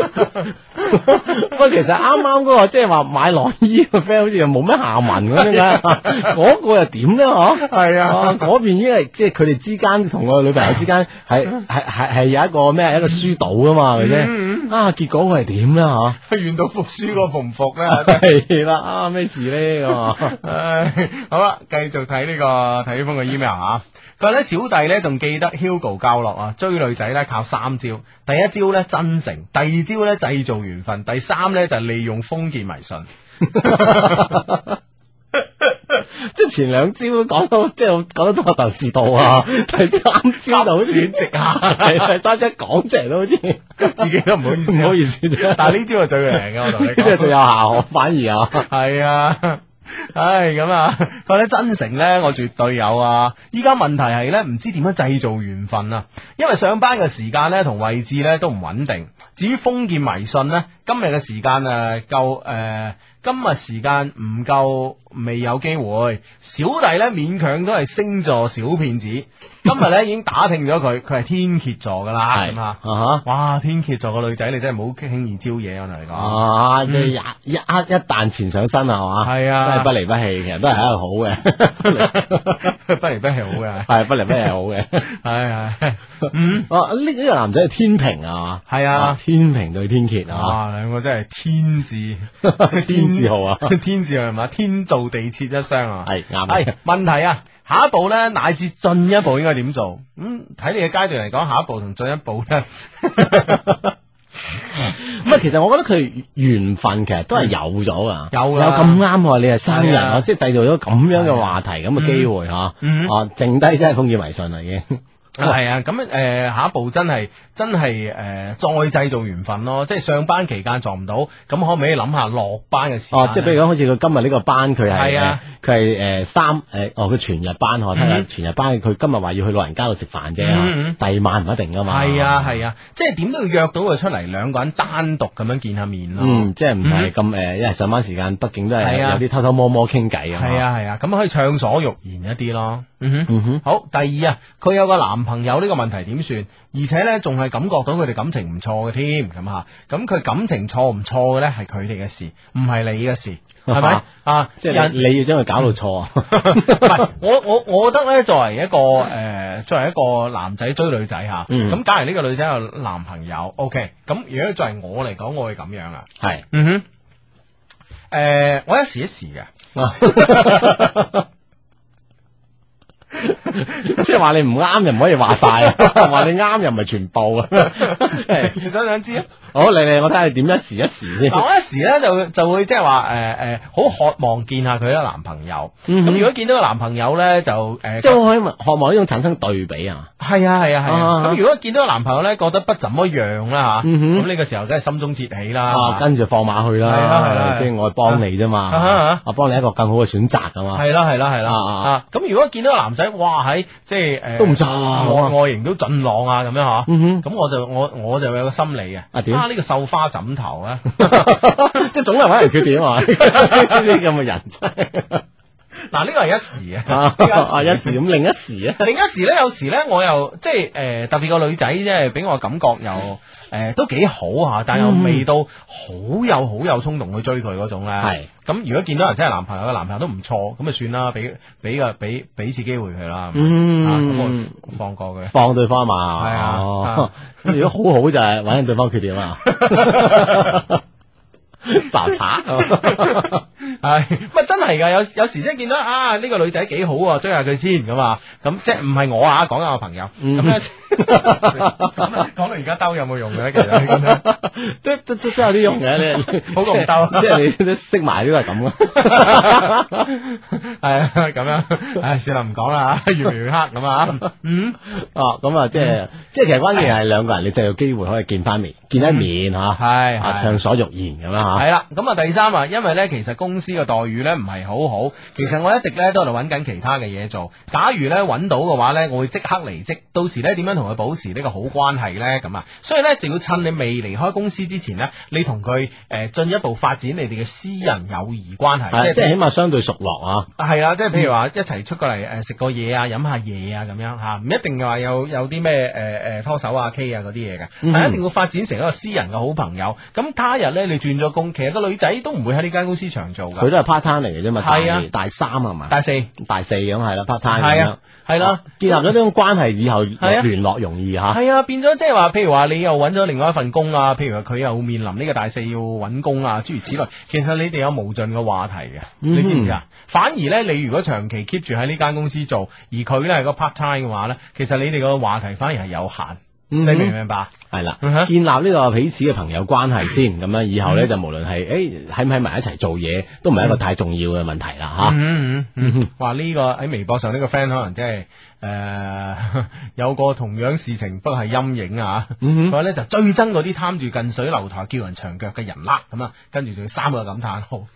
喂，其實啱啱嗰個即係話買內衣個 friend 好似又冇咩下文咁樣㗎， 嗰個又點咧？嗬，
係
啊
啊，
嗰邊因為即係佢哋之間同個女朋友之間係係係係有一個咩一個輸賭噶嘛，係咪先？啊，結果佢係點咧？吓，
炫到服輸嗰個服唔服 咧？
係啦，啊咩事咧？咁啊，
唉，好啦，繼續睇呢、個睇呢封嘅 email 啊。佢話咧小弟咧仲記得 Hugo 教落啊，追女仔咧靠三招，第一招咧真誠，第二招咧製造緣分，第三咧就係利用封建迷 信。
即係前兩招都講到即係講得多頭是道啊，第三招就好似
轉直下
係係單一講出嚟都好 似
自己都唔好意思，
唔好意思啫，
但係呢招係最靈嘅，我同你
即係
講。
最有效，反而啊，
係啊。 唉，咁啊， 佢咧真誠呢，我絕對有啊！依家問題係呢，唔知點樣製造緣分啊，因為上班嘅時間呢，同位置呢都唔穩定。至於封建迷信呢，今日嘅時間誒夠誒，今日時間唔夠，未有機會。小弟呢，勉強都係星座小騙子，今日呢已經打聽咗佢，佢係天蝎座噶啦，
係
咁啊
啊。哈。
哇！天蝎座個女仔，你真係唔好輕易招惹，我同你 講。
啊！即係一一一旦纏上身啊，係嘛？
嗯係啊
真係不離不棄，其實都係一 個好嘅，
不離不棄好嘅，
係不離不棄好 嘅。
係係，嗯，
哦，呢呢個男仔係天平啊，
係
係嘛
啊，
天平對天蠍啊，
哇，兩個真係天字
天字號啊，
天字號係嘛，天造地設一雙啊，
係啱嘅
係問題啊，下一步咧，乃至進嗯一步應該點做？咁睇你嘅階段嚟講，下一步同進一步咧。
唔係，其實我覺得佢緣分其實都係有咗噶，
有㗎
有咁啱喎，你係生日
係啊
啊，即係製造咗咁樣嘅話題咁嘅機會嚇，
嗯
啊，剩低真係封建迷信啦已經。
系啊，咁诶、呃下一步真係真係诶、呃再製造緣分咯，即係上班期間撞唔到，咁可唔可以諗下落班嘅時間呢？啊
哦，即係比如講，好似佢今日呢個班，佢係
係啊
誒佢係誒三誒，哦，佢全日班學，睇下
嗯
全日班，佢今日話要去老人家度食飯啫
嗯嗯，
第二晚唔一定噶嘛。
係啊係啊，即係點都要約到佢出嚟，兩個人單獨咁樣見下面咯。
嗯，即係唔係咁誒？因為上班時間，畢竟都係
係啊
有啲偷偷摸摸傾偈啊嘛。
係啊係啊，咁可以暢所欲言一啲咯。嗯
哼，嗯哼，
好。第二啊，佢有個男朋友呢個問題點算？而且呢，仲係感覺到佢哋感情唔錯嘅添咁吓。咁佢感情錯唔錯嘅呢，係佢哋嘅事，唔係你嘅事，係 咪啊？
即係
人
你 你要將佢搞到錯啊。
我我我覺得咧，作為一個誒、呃作為一個男仔追女仔嚇，咁、
嗯
假如呢個女仔有男朋友，OK，咁如果作為我嚟講，我會咁樣啊，
係，
嗯哼，誒、我一時一時嘅。
即係話你唔啱又唔可以話晒啊， 話你啱又唔係全部啊。 即係
你 想唔想知啊？
好，你你我睇下你點一時一時 先。
嗱，我一時咧就就會即係話誒誒，好、渴望見下佢嘅男朋友。咁、
嗯哼
如果見到個男朋友咧，就誒、呃
即係我可以渴望呢種產生對比啊。
係啊係啊係啊！
啊
咁如果見到個男朋友咧，覺得不怎麼樣啦嚇，
嗯哼
咁呢個時候梗係心中竊喜啦
啊，。跟住放馬去啦，
係啦係
係
啦
咪先？我係幫你啫
啊啊
嘛
啊，
我幫你一個更好嘅選擇噶嘛。
係啦係啦係啦
啊啊
啊！咁如果見到個男仔，哇喺即係誒
都唔錯啊
外外形都俊朗啊咁樣嚇，
嗯哼
咁我就我我就有個心理嘅，
啊點
呢個繡花枕頭啊，
即係總係揾人缺點 啊！呢啲咁嘅人真係
嗱呢個係一時啊，
啊
呢個係
啊一時咁，另一時啊，
另一時咧，有時咧，我又即係誒、呃特別個女仔，即係俾我感覺又誒、呃都幾好啊，但又
嗯
未到好有好有衝動去追佢嗰種咧。
係
咁，如果見到人真係男朋友嘅男朋友都唔錯，咁咪算啦，俾俾個俾俾次機會佢啦。
嗯
啊咁、我放過佢。
放對方嘛。
係啊
哦 咁如果好好就係揾對方缺點 啊。查查，
系，乜啊真係噶？有有時即係見到啊，呢、個女仔幾好啊，追下佢先咁啊。咁即係唔係我啊？講下我朋友
嗯
咁咧。 啊講到而家兜有冇用嘅咧？其實咁樣
都都都都有啲用嘅， 你
好過唔兜
即係你都識埋都係咁啊。
系啊咁樣，唉，算啦，唔講啦，越描越黑咁啊，嗯，
哦，咁啊，即係即係其實關鍵係兩個人，你就有機會可以見翻面，見一面嚇。
嗯係
啊，
係
暢所欲言咁樣
係
嚇。
啦，咁啊第三啊，因為咧其實公司嘅待遇咧唔係好好，其實我一直咧都喺度揾緊其他嘅嘢做。假如咧揾到嘅話咧，我會即刻離職。到時咧點樣同佢保持呢個好關係咧？咁啊，所以咧就要趁你未離開公司之前咧，你同佢誒進一步發展你哋嘅私人友誼關係，
啊係即係起碼相對熟絡啊。
系啦，即係譬如話一齊出過嚟诶食個嘢啊，飲下嘢啊咁樣吓，唔一定話有有啲咩诶诶拖手啊 K 啊嗰啲嘢嘅，
嗯
但一定要發展成一個私人嘅好朋友。咁他日咧你轉咗工，其實個女仔都唔會喺呢間公司長做噶，
佢都係 part time 嚟嘅啫嘛，
係啊
大大三係嘛，
大四係
大四咁係啦，part time 咁樣
啊，係啦。
建立咗呢種關係以後
係啊
聯絡容易嚇，
係啊，變咗即係話，譬如話你又揾咗另外一份工啊，譬如話佢又面臨呢個大四要揾工啊，諸如此類。其實你哋有無盡嘅話題嘅，
嗯
你知唔知啊？反而呢，你如果長期 keep 住喺呢間公司做，而佢呢係個 part time 嘅話呢，其實你哋個話題反而係有限，
嗯
你明唔明白？
係啦
嗯哼，
建立呢個彼此嘅朋友關係先，咁樣以後
嗯
咧就無論係誒喺唔喺埋一齊做嘢，都唔係一個太重要嘅問題啦
嗯嗯嗯，話呢、個喺微博上呢個 friend 可能真係誒 有個同樣事情，不過係陰影啊。
嗯
佢話咧就最憎嗰啲貪住近水樓台叫人長腳嘅人啦，咁啊，跟住仲要三個感嘆 號。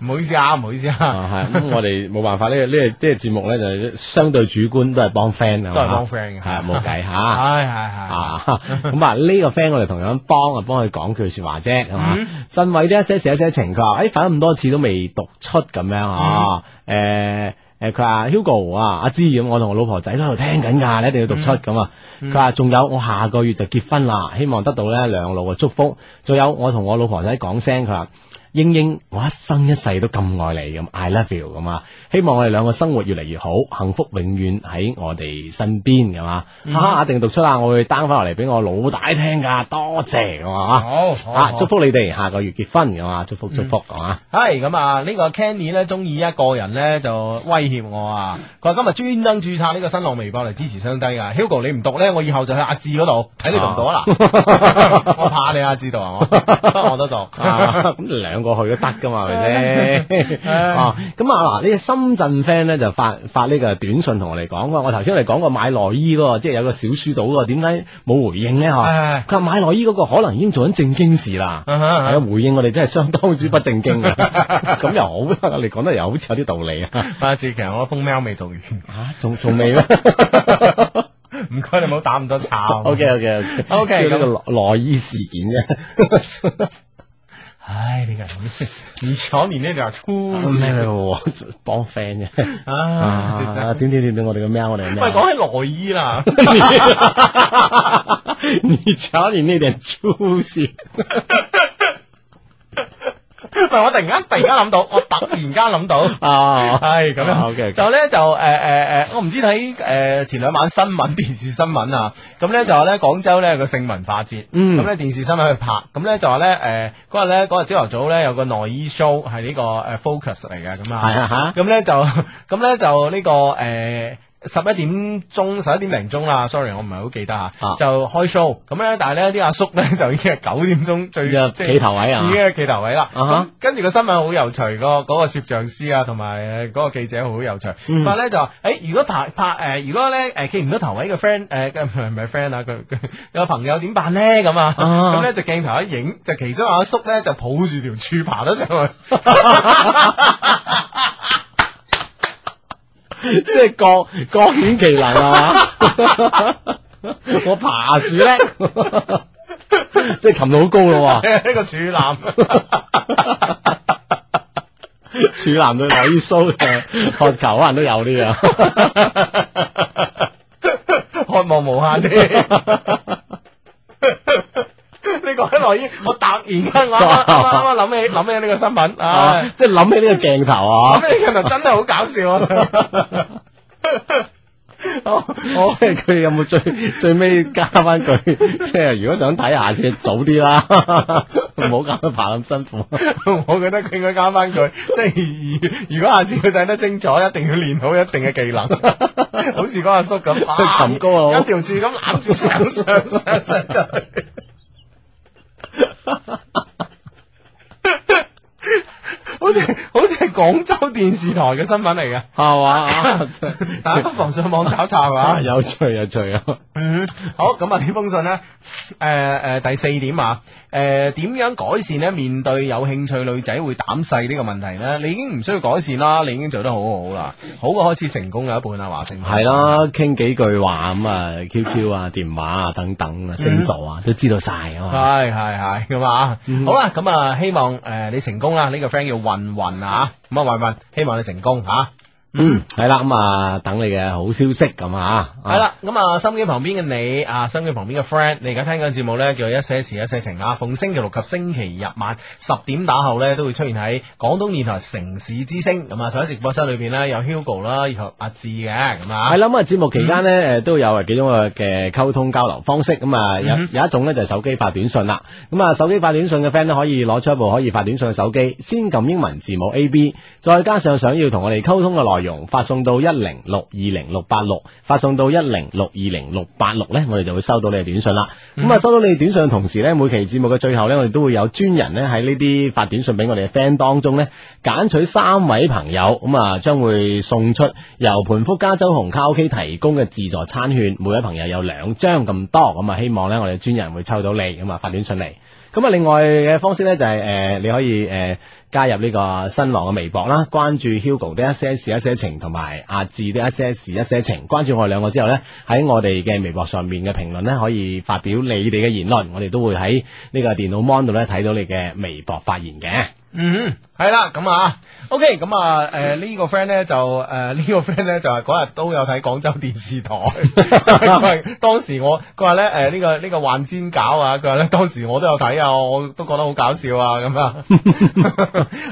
唔好意思啊，唔好意思
嚇。
啊，
啊，係咁，我哋冇辦法呢個呢個呢個節目咧，就相對主觀都係幫 friend 啊，
都係幫 friend 嘅啊
係冇計嚇。
係係係。
啊，咁啊呢個 friend 我哋同樣幫啊幫佢講句說話啫，係嘛？振偉呢一些事一些情，佢話誒哎反咁多次都未讀出咁樣啊，誒誒佢話 Hugo 啊阿芝咁，我同我老婆仔都喺度聽緊㗎，你一定要讀出咁啊。佢話仲有我下個月就結婚啦，希望得到咧兩老嘅祝福。仲有我同我老婆仔講聲，佢話。英英，我一生一世都咁愛你咁，I love you 咁啊！希望我哋兩個生活越嚟越好，幸福永遠喺我哋身邊咁啊！
嗯
哈哈，一定讀出啦，我會 down 翻落嚟俾我老大聽噶，多謝咁啊！
好好
啊
好，
祝福你哋下個月結婚咁啊！祝福祝福咁啊！
系咁啊！呢個 Canny 咧，中意一個人咧就威脅我啊！佢話今日專登註冊呢個新浪微博嚟支持雙低啊！Hugo 你唔讀咧，我以後就去阿志嗰度睇你讀唔讀啊嗱！ 我怕你阿志讀 啊，我我都讀
啊咁兩個去都得噶嘛，係咪先？哦，咁啊嗱，呢個深圳 friend 咧就發發呢個短信同我哋講，佢話我頭先我哋講過買內衣嗰個，即係有個小書島嗰個，點解冇回應咧？
嚇，
佢話買內衣嗰個可能已經做緊正經事啦，係啊，回應我哋真係相當之不正經 嘅， 咁又好啦，你講得又好似有啲道理啊！
阿志，其實我封 mail 未讀完，
嚇，仲仲 未咩？
唔該你唔好打咁多岔。
O K O K O K
OK，
呢個內內衣事件 啫。
唉，你個人，你瞧你那點出息
咩咩我 幫 friend 啫。
啊！你真係
嗯啊，點點點點，我哋嘅喵，我哋嘅
喂，
喵。
講起內衣啦，
你瞧你那點出息，
喂，我突然間突然間諗到，我突然間諗 到
啊，
係咁樣。
OK，OK
就咧就誒誒誒，我唔知睇誒前兩晚新聞電視新聞啊，咁咧就話咧廣州咧有個性文化節，
嗯
咁咧電視新聞去拍，咁咧就話咧誒嗰日咧嗰日朝頭早咧有個內衣 show 係呢個誒 focus 嚟嘅咁啊，
係 啊
咁咧就咁咧就呢個誒。十一點鐘，十一點零鐘啦，sorry，我唔係好記得嚇，
啊
就開 show 咁咧，但係咧啲阿叔咧 就已經係九點鐘最
就
即係
企頭位啊
已經係企頭位啦。
啊哈
咁跟住個新聞好有趣，個嗰個攝像師啊，同埋誒嗰個記者好有趣。
嗯
佢話咧就話，誒如果拍拍誒，如果咧誒企唔到頭位嘅 friend 誒，嘅唔係唔係 friend 啊，佢佢有個朋友點辦咧咁啊？
啊
咁咧就鏡頭一影，就其中有阿叔咧就抱住條柱爬咗上去。
即係各各顯其能啊嘛。 我爬樹咧， 即係擒到好高咯喎，
呢個柱男，
處男對內衣 show 嘅渴求可能都有啊呢 樣。
渴望無限啲。 你講起內衣，我突然間我啱啱啱啱諗起諗起呢個新聞啊
啊！即係諗起呢個鏡頭啊
咁，呢個就真係好搞笑啊！
我即係佢有冇最最尾加翻句，即係如果想睇下次早啲啦， 唔好搞到爬咁辛苦。
我覺得佢應該加翻佢，即係如如果下次佢睇得清楚，一定要練好一定嘅技能，好似嗰阿叔咁，啊
擒高啊
一條柱咁攬住上上上上上去。好似好似係廣州電視台嘅新聞嚟嘅，
係 嘛？
大家不妨上網找查下
啊，。有趣有趣啊！
嗯，好，咁啊呢封信呢，誒、誒、第四點啊，誒、點樣改善呢？面對有興趣女仔會膽細呢個問題呢，你已經唔需要改善啦，你已經做得好好啦，好過開始成功有一半啊，華盛
係啦，傾幾句話咁啊，QQ 啊、電話啊等等啊，星座啊都知道晒啊嘛。
係係係咁啊！
嗯
好啦，咁啊，希望誒、你成功啦。呢、個 friend 叫雲雲啊，咁啊雲雲，希望你成功啊吓。
嗯，係啦，咁啊等你嘅好消息咁啊。啊
系啦，咁啊，心機旁邊嘅你啊，心機旁邊嘅 friend，你而家聽緊節目呢，叫一些事一些情啊，逢星期六及星期日晚十點打後呢，都會出現喺廣東電台城市之聲咁啊，就喺直播室裏邊呢，有 Hugo 啦，以及阿志嘅咁啊，嗯
係啦，咁啊節目期間咧，誒都有呃幾種嘅嘅溝通交流方式，咁啊有
嗯哼
有一種咧就係手機發短信啦，咁啊手機發短信嘅 friend 咧可以攞出一部可以發短信嘅手機，先撳英文字母 A B，再加上想要同我哋溝通嘅內容，發送到一零六二零六八六，發送到一零六二零六八六咧，我哋就會收到你嘅短信啦。
嗯
咁啊收到你哋短信嘅同時咧，每期節目嘅最後咧，我哋都會有專人咧喺呢啲發短信俾我哋嘅 friend 當中咧，揀取三位朋友，咁啊將會送出由盤福加州紅卡拉 OK 提供嘅自助餐券，每位朋友有兩張咁多，咁啊希望咧我哋專人會抽到你，咁啊發短信嚟。咁啊，另外嘅方式咧就係、呃你可以誒、呃加入呢個新浪嘅微博啦，關注 Hugo 的一些事一些情同埋阿志的一些事一些情。關注我哋兩個之後咧，喺我哋嘅微博上面嘅評論咧，可以發表你哋嘅言論，我哋都會喺呢個電腦 mon 度咧睇到你嘅微博發言嘅。
嗯，系啦，咁啊，OK，咁啊，诶、呢、個个 friend 咧就诶、呢、個个 friend 咧就係嗰日都有睇廣州電視台，因為當時我佢話咧诶呢、個呢、個幻煎餃啊，佢話咧當時我都有睇啊，我都覺得好搞笑啊咁啊，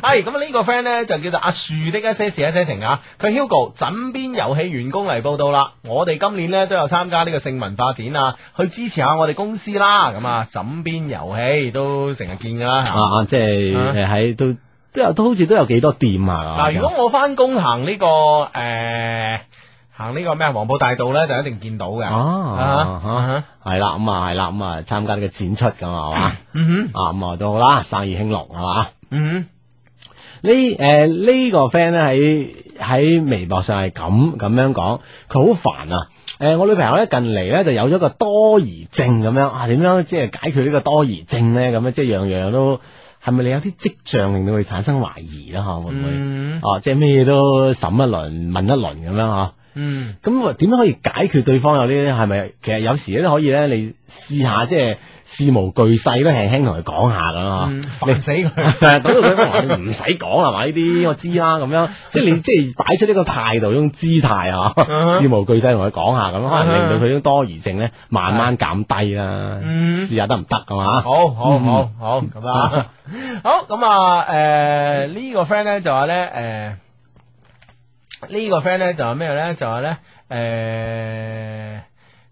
係咁啊呢個 friend 咧就叫做阿樹的一些事一些情啊，佢 Hugo 枕邊遊戲員工嚟報道啦，我哋今年咧都有參加呢個性文化展啊，去支持下我哋公司啦，咁啊枕邊遊戲都成日見噶啦，係嘛
啊啊，即係
啊
誒喺都都有都好似都有幾多店啊。
嗱，如果我翻工行呢、個诶、行呢個咩啊黃埔大道咧，就一定見到嘅。
啊
啊哈
係啦，咁啊係啦，咁啊參加呢個展出咁啊係 嘛，
嗯
啊咁啊都好啦，生意興隆係嘛。
嗯
呢誒呢個 friend 咧喺喺微博上係咁咁樣講，佢好煩啊！誒、我女朋友咧近嚟咧就有咗個多疑症咁樣啊，點樣即係解決呢個多疑症咧？咁樣即係樣樣都係咪你有啲跡象令到佢產生懷疑啦？嚇會唔會？
嗯
哦、即係咩都審一輪問一輪咁樣嚇。
嗯
咁話點樣可以解決對方有呢啲係咪？其實有時咧可以咧，你試下即係事無巨細都輕輕同佢講下咁啊，
煩死佢，
係啊等到佢話你唔使講係嘛？呢啲我知啦，咁樣即係你即係擺出呢個態度，呢種姿態
啊
啊，事無巨細同佢講下咁，可能令到佢呢種多疑症咧慢慢減低啦。
嗯
試下得唔得啊嘛？
好好
嗯
好好咁啊，好咁啊，诶、呢、個 friend 咧就話咧，诶、呢、個 friend 咧就話咩咧？就話咧，诶、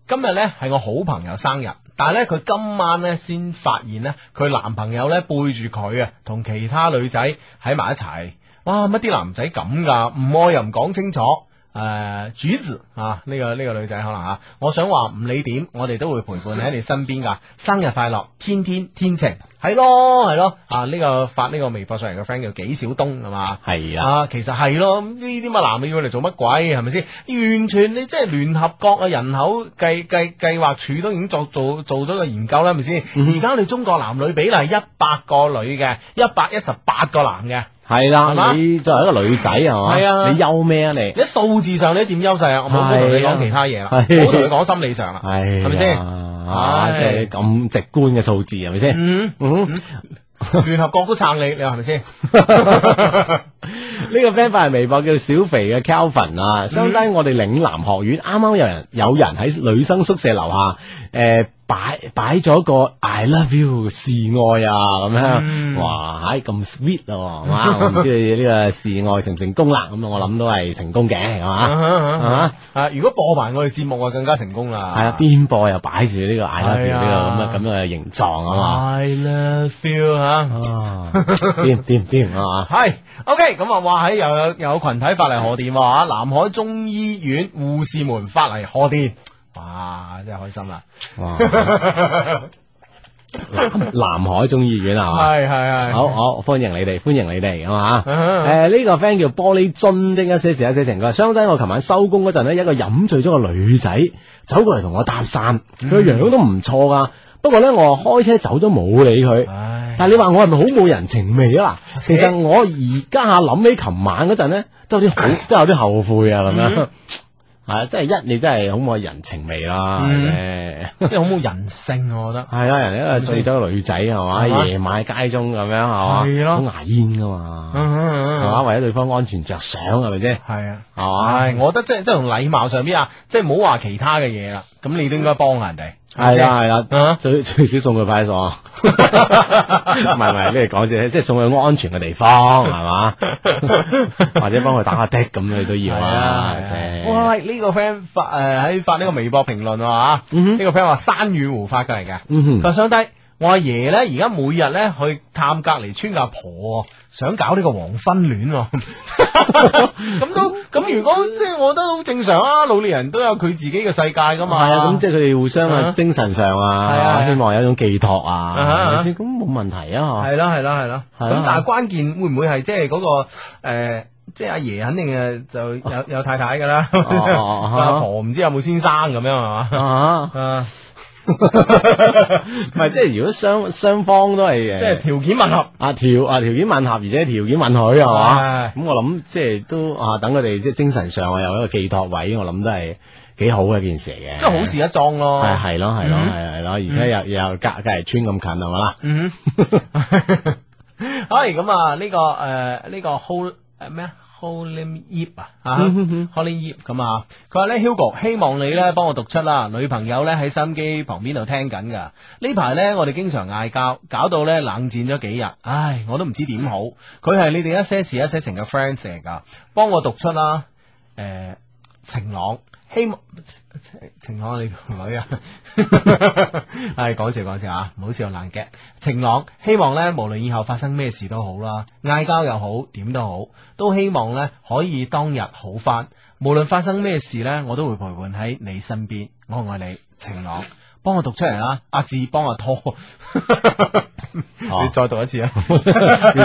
今日咧係我好朋友生日，但係咧佢今晚咧先發現咧佢男朋友咧背住佢啊，同其他女仔喺埋一齊。哇！乜啲男仔咁噶？唔愛又唔講清楚。誒、主子啊，呢、個呢、個女仔可能啊，我想話唔理點，我哋都會陪伴喺你身邊噶。生日快樂，天天天晴，係咯係咯啊！呢、個發呢個微博上嚟嘅 friend 叫紀小東係嘛？
係啊。
啊，其實係咯，咁呢啲乜男嘅要嚟做乜鬼係咪先？完全你即係聯合國嘅人口計計計劃處都已經作做做咗個研究啦，係咪先？
嗯
而家我哋中國男女比例係一百個女嘅，一百一十八個男嘅。
係
係嘛
啦，你作為一個女仔係嘛？
係啊
你憂咩啊你？
你喺數字上你都佔優勢啊！我冇冇同你
係啊
講其他嘢啦，
係
冇同你講心理上啦，
係
係咪先？
啊，哎即係咁直觀嘅數字係咪先？
嗯
嗯。
聯合國都撐 你，你話係咪先？
呢個 friend 發嚟微博叫小肥嘅 Calvin 啊，相低我哋嶺南學院啱啱有人有人喺女生宿舍樓下誒擺擺咗個 I love you 示愛啊咁樣，哇唉咁 sweet 咯，哇我唔知你呢個示愛成唔成功啦，咁我諗都係成功嘅係
啊哈啊哈
嘛，
啊！如果播埋我哋節目啊，更加成功啦。
係啊邊播又擺住呢個 I love
係
you
啊
呢個咁嘅咁樣嘅形狀啊嘛。
I love you 啊吓，
掂掂掂啊！
系，OK，咁啊，哇，喺又有有群體發嚟賀電喎啊！南海中醫院護士們發嚟賀電，哇，真係開心 啦！
哇南南海中醫院係嘛？
係係係
好好歡迎你哋，歡迎你哋咁啊！
嗯
誒呢個 friend 叫玻璃樽的一些事一些情，佢話相低我琴晚收工嗰陣咧，一個飲醉咗個女仔走過嚟同我搭訕，佢個樣都唔錯噶。不過咧，我開車走都冇理佢。
嗯
但係你話我係咪好冇人情味啊？嗱，其實我而家下諗起琴晚嗰陣咧，都有啲好，都有啲後悔啊咁樣
嗯。
係啊，即係一你真係好冇人情味啦，
嗯
誒
即係好冇人性，我覺得。
系啦，人哋一個醉咗個女仔係嘛，
係嘛
喺夜晚喺街中咁樣係嘛，
係咯
好牙煙噶嘛，
嗯嗯嗯
係嘛，為咗對方安全着想係咪先？
係啊，
係嘛，
唉，我覺得即係即係從禮貌上邊啊，即係唔好話其他嘅嘢啦，咁你都應該幫下人哋。
係啦
咪先，啊
係啦，最最少送佢派出所， 唔係唔係，你嚟講先，即係送佢安全嘅地方 係嘛，或者幫佢打下的咁你都要啊，即係
哇！呢、個 friend 發诶喺、發呢個微博評論啊，呢、個 friend 話山與湖發過嚟嘅，
嗯哼
佢話相低。我阿爺咧，而家每日咧去探隔離村嘅阿婆喎，想搞呢個黃昏戀 喎。咁都咁，如果即係我覺得好正常啊，老年人都有佢自己嘅世界噶嘛。
係啊，咁即係佢哋互相
啊
啊精神上
係啊係
啊
啊，
希望有一種寄託
啊哈
啊，係咪先咁冇問題啊，
系啦系啦系啦，
係啊啦
咁但系关键会唔会系即系嗰个诶，即系阿爷肯定诶就 有有太太噶啦，
哦哦
阿婆唔知有冇先生咁样系嘛
啊，
啊，
唔係，即係如果雙雙方都係誒，
即係條件吻合
啊條啊條件吻合，而且條件允許係嘛？
係啊
咁我諗即係都啊，等佢哋即係精神上啊有一個寄託位，我諗都係幾好嘅一件事嚟嘅。
即係好嗯事一桩咯，
係係嗯咯係咯係係咯，而且又又隔隔離村咁近係咪啦？
嗯哼。好咁啊，呢個誒呢個 Hol 誒咩啊？Holim Yip 啊，啊
嗯哼哼
，Holim Yip 咁啊，佢話咧 Hugo，希望你咧幫我讀出啦。女朋友咧喺收音機旁邊度聽緊噶。呢排咧我哋經常嗌交，搞到咧冷戰咗幾日。唉，我都唔知點好。佢係你哋一些事一些情嘅 friends 嚟噶，幫我讀出啦。誒、晴朗，希望晴朗你條女啊， 係講笑講笑啊，唔好笑爛 g 晴朗，希望咧無論以後發生咩事都好啦，嗌交又好，點都好，都希望咧可以當日好翻。無論發生咩事咧，我都會陪伴喺你身邊。我愛你，晴朗。幫我讀出嚟啦，阿志幫我拖，
哦
你再讀一次啊！
要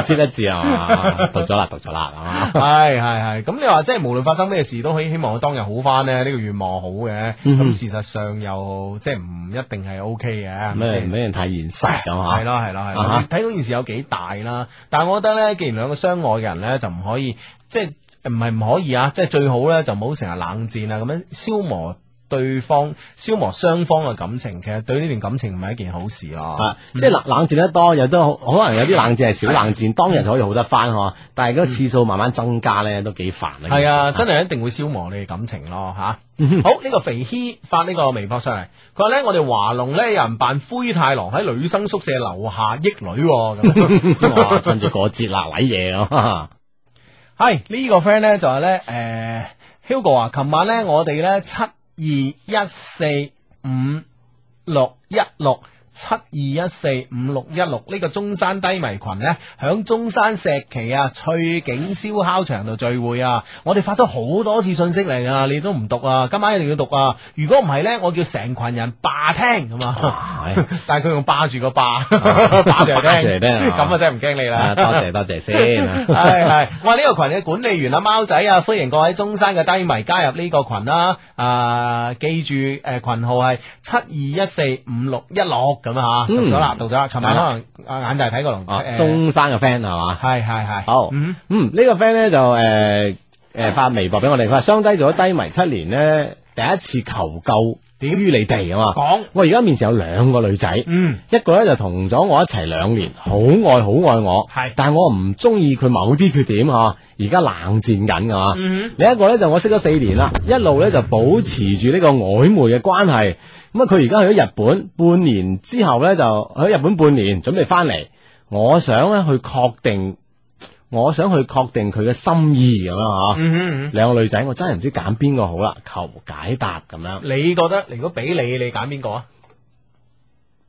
貼一字啊嘛，讀咗啦，讀咗啦，係嘛？
系系系，咁你话即系无论发生咩事都可以希望佢當日好翻咧，呢、個願望好嘅。咁、
嗯哼
事實上又即係唔一定係 O K 嘅，係咪
咩
先
唔？俾人太現實咁啊？
係咯係咯係
啊
咯
哈，
睇嗰件事有幾大啦。但係我覺得咧，既然兩個相愛嘅人咧，就唔可以即係唔係唔可以啊，即係最好咧就唔好成日冷戰啊，咁樣消磨。對方消磨雙方嘅感情，其實對呢段感情唔係一件好事咯。
啊，即係冷冷戰得多，有都可能有啲冷戰係小冷
嗯
戰，當日就可以好得翻嗬。但係嗰個次數慢慢增加咧，都幾煩啊。
系啊，真嗯係一定會消磨你嘅感情咯吓。
嗯
好，呢、個肥軒發呢個微博上嚟，佢話咧我哋華龍咧有人扮灰太狼喺女生宿舍樓下益女喎 咁、
哇，趁住過節啦，位嘢啊！
係呢個 friend 咧就係咧，诶、Hugo 啊，琴晚咧我哋咧七二一四五六一六。七二一四五六一六呢個中山低迷群呢，響中山石岐啊翠景燒烤場度聚會啊！我哋發咗好多次信息嚟啊，你都唔讀啊！今晚一定要讀啊！如果唔係呢，我叫成群人霸聽咁 啊！但係佢用霸住個 霸，霸住
霸
嚟
住
聽，
嚟聽啊
咁啊真係唔驚你啦！
啊多謝多謝先啊
係係，我呢個群嘅管理員啊，貓仔啊，歡迎各位中山嘅低迷加入呢個群啦。啊，記住誒群號係七二一四五六一六咁啊，讀咗啦，讀咗啦。琴晚可能啊眼大睇過龍
啊，
誒
中山嘅 friend 係嘛？
係係係。
好，嗯，呢個 friend 咧就誒誒發微博俾我哋，佢話雙低咗低迷七年咧，第一次求救。於你哋啊嘛，
講
我而家面前有兩個女仔，
嗯，
一個咧就同咗我一齊兩年，好愛好愛我，
係，
但係我唔中意佢某啲缺點啊，而家冷戰緊㗎嘛，
嗯
另一個咧就我識咗四年啦，一路咧就保持住呢個曖昧嘅關係。咁啊，佢而家去咗日本半年之後咧，就喺日本半年準備翻嚟。我想咧去確定，我想去確定佢嘅心意咁樣
嗯哼嗯
吓。兩個女仔，我真係唔知揀邊個好啦，求解答咁樣。
你覺得如果俾你，你揀邊個啊？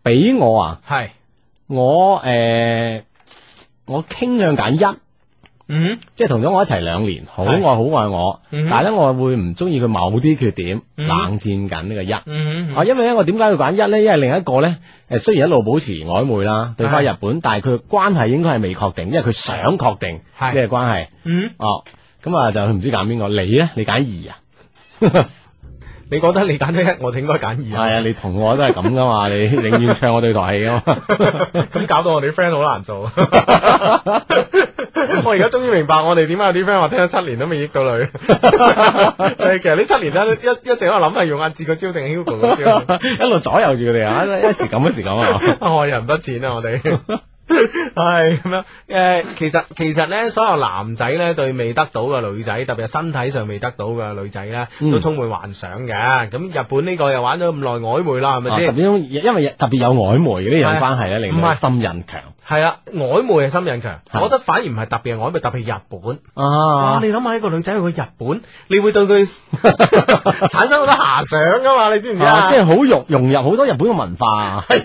俾我啊，
係
我诶、我傾向揀一。
嗯，
即係同咗我一齊兩年，好愛
係
好愛我，
嗯哼
但係咧我會唔中意佢某啲缺點，
嗯
冷戰緊呢個一。
嗯
啊，因為咧，我點解要揀一咧？因為另一個咧，誒雖然一路保持曖昧啦，對翻日本，但係佢嘅關係應該係未確定，因為佢想確定呢個關係。
嗯，
哦，咁啊就佢唔知揀邊個，你咧？你揀二啊？
你覺得你揀咗一，我哋應該揀二啊？
係啊，你同我都係咁噶嘛， 你永遠唱我對台戲噶嘛。
咁搞到我哋 friend 好難做。我而家終於明白我哋點解有啲 friend 話聽咗七年都未益到女，就係其實呢七年咧一一直喺度諗係用阿志個招定 Hugo 個招，
一路左右住佢哋啊，一時咁一時咁啊。
害人不淺啊！我哋係咁樣誒，其實其實咧，所有男仔咧對未得到嘅女仔，特別係身體上未得到嘅女仔咧，都充滿幻想嘅。咁日本呢個又玩咗咁耐曖昧啦，係咪
啊特
先
別？種，因為特別有曖昧嘅呢樣關係咧，令
唔
到
係
心癮強
係啦，曖昧係心癮強，
係
我覺得反而唔係特別係曖昧，特別係日本。哇！
啊。
你諗下一個女仔去過日本，你會對佢 產生好多遐想噶嘛？你知唔知
啊，
啊？
即係好融融入好多日本嘅文化啊，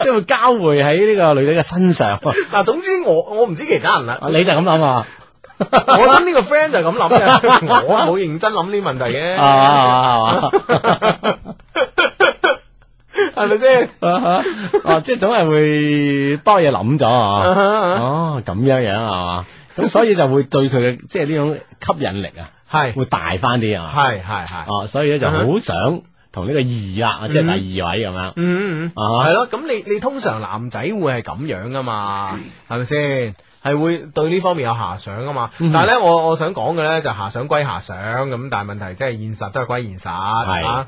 即係會交匯喺呢個女仔嘅身 上。
嗱，總之我我唔知其他人啦
啊，你就咁諗啊？
我諗呢個 friend 就係咁諗嘅，我冇認真諗呢問題嘅，
啊，
係咪先？
哦，即係總係會多嘢諗咗
啊
啊。
哈啊哈
哦，咁樣樣係嘛？咁所以就會對佢嘅即係呢種吸引力啊，
係
會大翻啲 啊。
係係係，
哦，所以咧就好想同呢個二啊，即係第二位咁樣。
嗯嗯嗯，
啊
係咯。咁你你通常男仔會係咁樣噶嘛？
嗯
係咪先？係會對呢方面有遐想噶嘛？
嗯
但係咧，我我想講嘅咧就遐想歸遐想咁，但係問題即係現實都係歸現實，係嘛？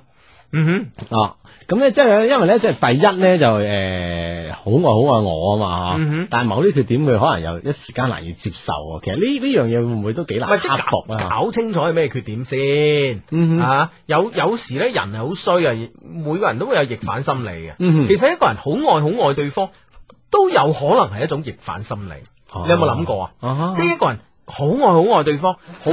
嗯
哼，啊，咁咧即係因為咧，即係第一咧就誒好愛好愛我啊嘛
嗯
嚇，但係某啲缺點佢可能又一時間難以接受喎。其實呢呢樣嘢會唔會都幾難
喂即
克
係
服啊？
搞清楚係咩缺點先，
嗯哼
啊，有有時咧人係好衰啊，每個人都會有逆反心理嘅。
嗯哼
其實一個人好愛好愛對方，都有可能係一種逆反心理。你有冇諗過啊？
哦啊
即係一個人好愛好愛對方，好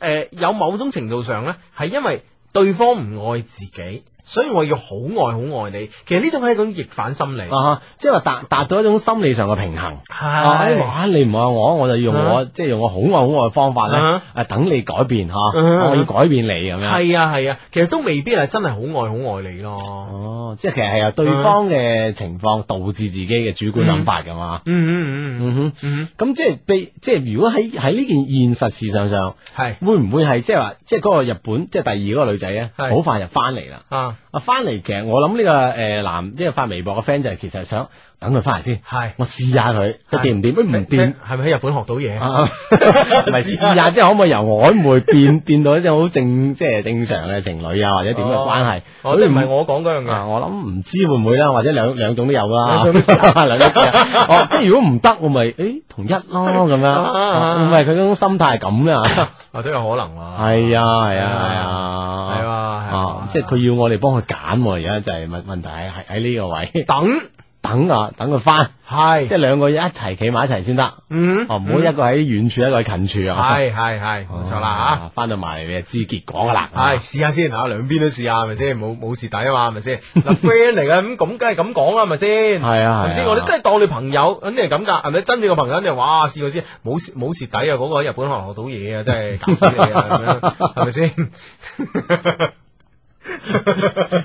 诶、有某種程度上咧，係因為對方唔愛自己，所以我要好愛好愛你。其實呢種係一種逆反心理。
啊，即係話達達到一種心理上嘅平衡。啊！哎
係
哇！你唔愛我，我就用我
嗯
即係用我好愛好愛嘅方法咧
嗯，
啊等你改變嚇，
嗯
我要改變你咁樣。
係啊係啊，其實都未必係真係好愛好愛你咯。
哦，即係其實係由對方嘅情況導致自己嘅主觀諗法噶嘛。
嗯
嗯嗯嗯哼，咁即係被即係如果喺喺呢件現實事上上，
係
會唔會係即係話即係嗰個日本即係第二嗰個女仔咧，
係
好快就翻嚟啦。
啊
啊，翻嚟其實我諗呢個誒男即係發微博嘅 friend 就係其實想等佢翻嚟先，
係
我試下佢，佢
係
掂唔掂？喂唔掂。
係咪喺日本學到嘢？
啊， 唔係試下，即係可唔可以由曖昧變變到一種好正，即係正常嘅情侶啊，或者點嘅關係？
哦，即係唔係我講嗰樣
啊，
嘢。
我諗唔知會唔會啦，或 者兩兩種都有啦，
嗯兩種都試下
兩種試 下哦，即係如果唔得，我咪誒同一咯咁樣，哦
啊啊啊
唔係佢嗰種心態係咁 啦。
啊，都有可能啦。
係啊，係啊，係啊，
係啊係啊
啊，即係佢要我哋幫佢揀喎，而家就係問問題喺喺喺呢個位
等
等啊，等佢翻，
嗯係
即係兩個一齊企埋一齊先得，
嗯
哦，唔好一個喺遠處，一個喺近處啊，
係係係，冇錯啦
啊，翻到埋嚟你就知結果噶啦，
吓。係試下先吓，啊兩邊都試下係咪先？冇冇蝕底啊嘛，係咪先？嗱 friend 嚟嘅，咁咁梗係咁講啦，係咪先？
係啊係啊
係咪先？我哋真係當你朋友，肯定係咁㗎，係咪？真正嘅朋友，你哇試過先，冇蝕冇蝕底啊！嗰個喺日本學學到嘢啊，真係搞死你啊，咁樣係咪先？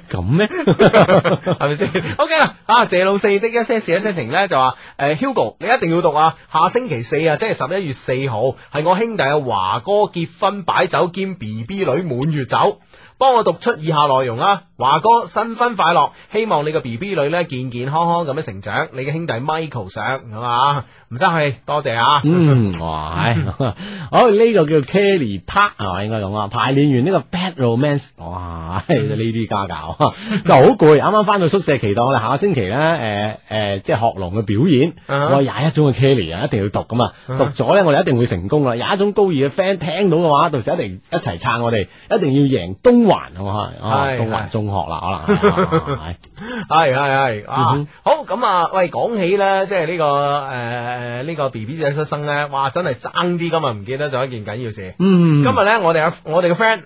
咁 咩？
系咪先？OK 啦，啊，謝老四的一些事一些情咧就話，诶、h u g o 你一定要讀啊，下星期四啊，即係十一月四號，係我兄弟嘅華哥結婚擺酒兼 B B 女滿月酒。幫我讀出以下內容啦，華哥新婚快樂，希望你個 B B 女咧健健康康咁樣成長，你嘅兄弟 Michael 上咁啊，唔生氣，多謝啊，
嗯，哇，唉好呢、個叫 Kelly Park 啊，應該咁啊，排練完呢個 Bad Romance，哇，唉
嗯
呢啲家教，啊 就好攰。啱啱翻到宿舍，期待我哋下星期咧，誒、誒、即係學龍嘅表演。
啊
我有廿一種嘅 Kelly 啊，一定要讀噶嘛，
啊
讀咗咧，我哋一定會成功啦。廿一種高二嘅 friend 聽到嘅話，到時一定一齊撐我哋，一定要贏東環，好嘛？啊，
係
東
係
環中學啦，可能 係。係
係係係啊
嗯！
好咁啊，喂，講起咧，即係呢個诶呢個 B B 仔出生咧，哇，真係爭啲今日唔記得咗一件緊要事。
嗯
今日咧，我哋有我哋嘅 friend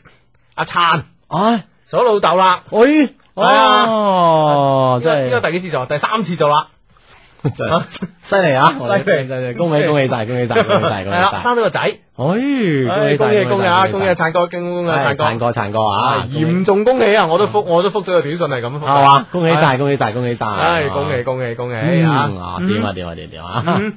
阿燦
唉，
做老豆啦，
喂，
係啊
哦，真係
呢個第幾次做？第三次做啦，
真係犀利啊！
犀利
我哋真係真係恭喜恭喜晒，恭喜晒，恭喜 晒，
係
恭喜
啦，
晒！
生咗個仔，
哎，恭
唉
喜晒
恭喜恭喜啊！恭喜啊
晒
燦哥，恭喜啊
哎
燦
燦
哥，
哥，燦哥啊！恭喜嗯
嚴重恭喜啊！我都覆我都覆咗個短信係咁覆㗎，
係嘛？恭喜晒，恭喜晒，恭喜晒！啊
唉，恭喜恭喜恭喜
嗯
啊！
啊！
嗯
點啊點啊點啊點啊！
嗯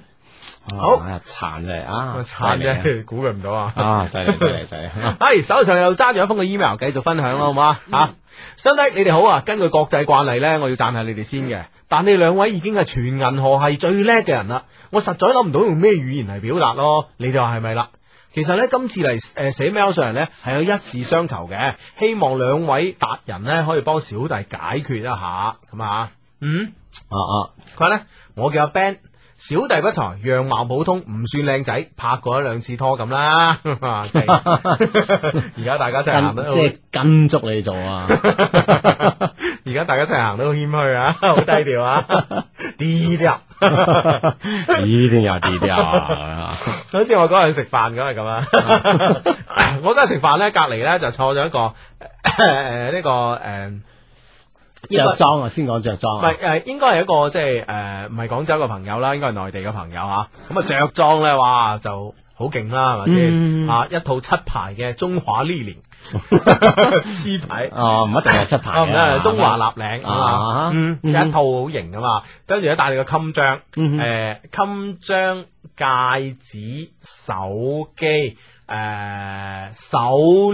好
好殘嚟啊！
慘
犀利啊
啫， 估佢唔到啊！
啊！犀利 犀利犀利！啊
系哎手上又揸住一封嘅 email，繼續分享啦，好嘛吓？兄弟，你哋好啊！根據國際慣例呢，我要讚下你哋先嘅。但你兩位已經係全銀河系最叻嘅人啦，我實在諗唔到用咩語言嚟表達咯。你哋話係咪啦？其實呢，今次嚟誒寫 mail 上嚟呢，係有一事相求嘅，希望兩位達人呢，可以幫小弟解決一下咁啊。嗯。
啊啊！
佢話咧，我叫阿 Ben，小弟不才，樣貌普通，唔算靚仔，拍過一兩次拖咁啦。 真係 而家大家真係行得
跟
好
即，係跟足你 做啊！
而家大家真係行得好謙虛啊， 好低調啊，低調。
咦，先有啲啲啊！
好似我嗰日去食飯嗰日咁啊， 我嗰日食飯咧，隔離咧就坐咗一個誒呢個誒。
着裝啊，先講着裝
唔
啊
係！誒，應該係一個即係誒，唔係廣州嘅朋友啦，應該係內地嘅朋友嚇。咁啊，着裝咧，哇，就好勁啦，係咪先？
嗯
啊，一套七牌嘅中華 Lily，黐牌。
哦，唔一定係七牌
啊，唔
嘅
得，中華立領啊嘛
啊，
嗯，一
嗯
套好型啊嘛，跟住咧戴你個襟章，
嗯
誒襟章、戒指、手機、誒手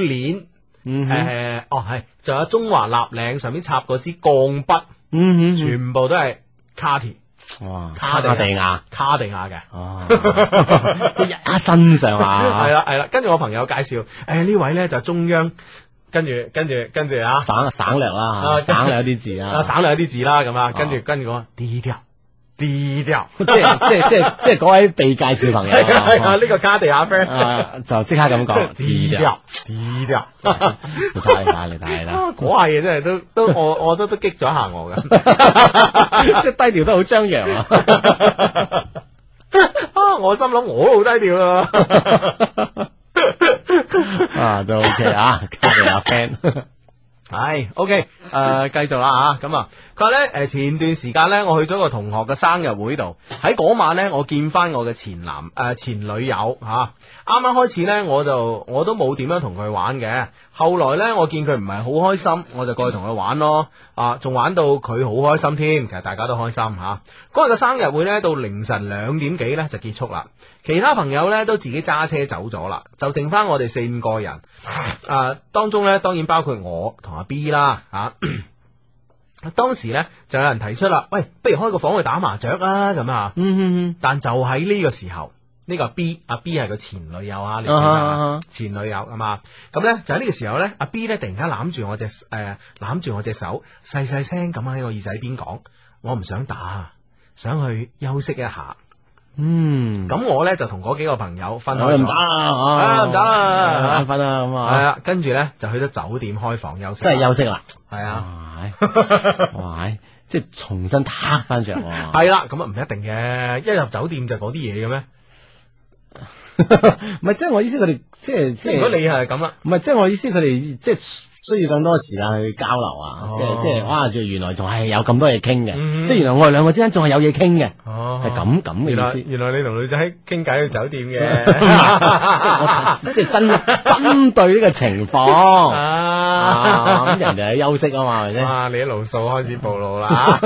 鏈，
嗯哼
誒哦係，仲有中華立領上面插嗰支鋼筆。
嗯哼
全部都係卡田、
哇，
卡
卡
地亞
地亞
卡地亞嘅。
哦，即係一身上啊，啊
啊係啦係啦，跟住我朋友介紹，誒、呢位咧就係中央跟住跟住跟住啊，
省省略啦
啊
省略一啲字啊
啊省略一啲字啦咁啊，跟住
啊
跟住講低調低調，
即係即係即係即係嗰位被介紹朋友
係啊係啊，
啊
呢個卡地亞 friend
啊，就即刻咁 講，
低調低調，
你睇你睇你睇啦
啊，嗰下嘢真係都都我我都都激咗一下我噶，
即係低調得好張揚啊！
啊我心諗我都好低調啊。
啊，都 OK 啊，卡地亞 friend
唉 o k 诶，继续呃啦吓，咁啊，佢話咧，诶，前段時間咧，我去咗個同學嘅生日會度，喺嗰晚咧，我見翻我嘅前男诶、呃前女友吓，啊啱啱開始咧，我就我都冇點樣同佢玩嘅，後來咧，我見佢唔係好開心，我就過去同佢玩咯，啊，仲玩到佢好開心添，其實大家都開心吓。嗰日嘅生日會咧，到凌晨兩點幾咧就結束啦，其他朋友咧都自己揸車走咗啦，就剩翻我哋四五個人。啊，當中咧當然包括我同阿 B 啦，吓、啊。 當時咧就有人提出啦，喂，不如開個房去打麻雀啊，咁啊，嗯嗯，但就喺呢個時候，呢、個 B 阿 B 係個前女友啊，你記得嘛
啊
前女友啊嘛，咁咧就喺呢個時候咧，阿 B 咧突然間攬住我隻誒攬住我隻手，細細聲咁喺我耳仔邊講，我唔想打，啊想去休息一下。
嗯，
咁我咧就同嗰幾個朋友分
我
開
又唔
咗
打。啊，
啊唔打啦
瞓啦咁啊，
系啊，跟住咧就去咗酒店開房休息，
真係休息啦，
係啊，
哇，即係重新挞翻着喎。
係啦，咁啊唔一定嘅，一入酒店就嗰啲嘢嘅咩？
唔係，即係我意思，佢哋即係即
即係如果你
係，
係咁啦，
唔係即係我意思，佢哋即係需要更多時間去交流啊！即
哦
係即係，哇！就原來仲係有咁多嘢傾
嗯
嘅，即係原來我哋兩個之間仲係有嘢傾嘅，
哦
係咁咁嘅
原
意
來
思。
原來你同女仔傾偈去酒店嘅，
即係我即係針針對呢個情況啊，
啊
咁人哋係休息啊嘛，係咪先？
哇！你啲路數開始暴露啦。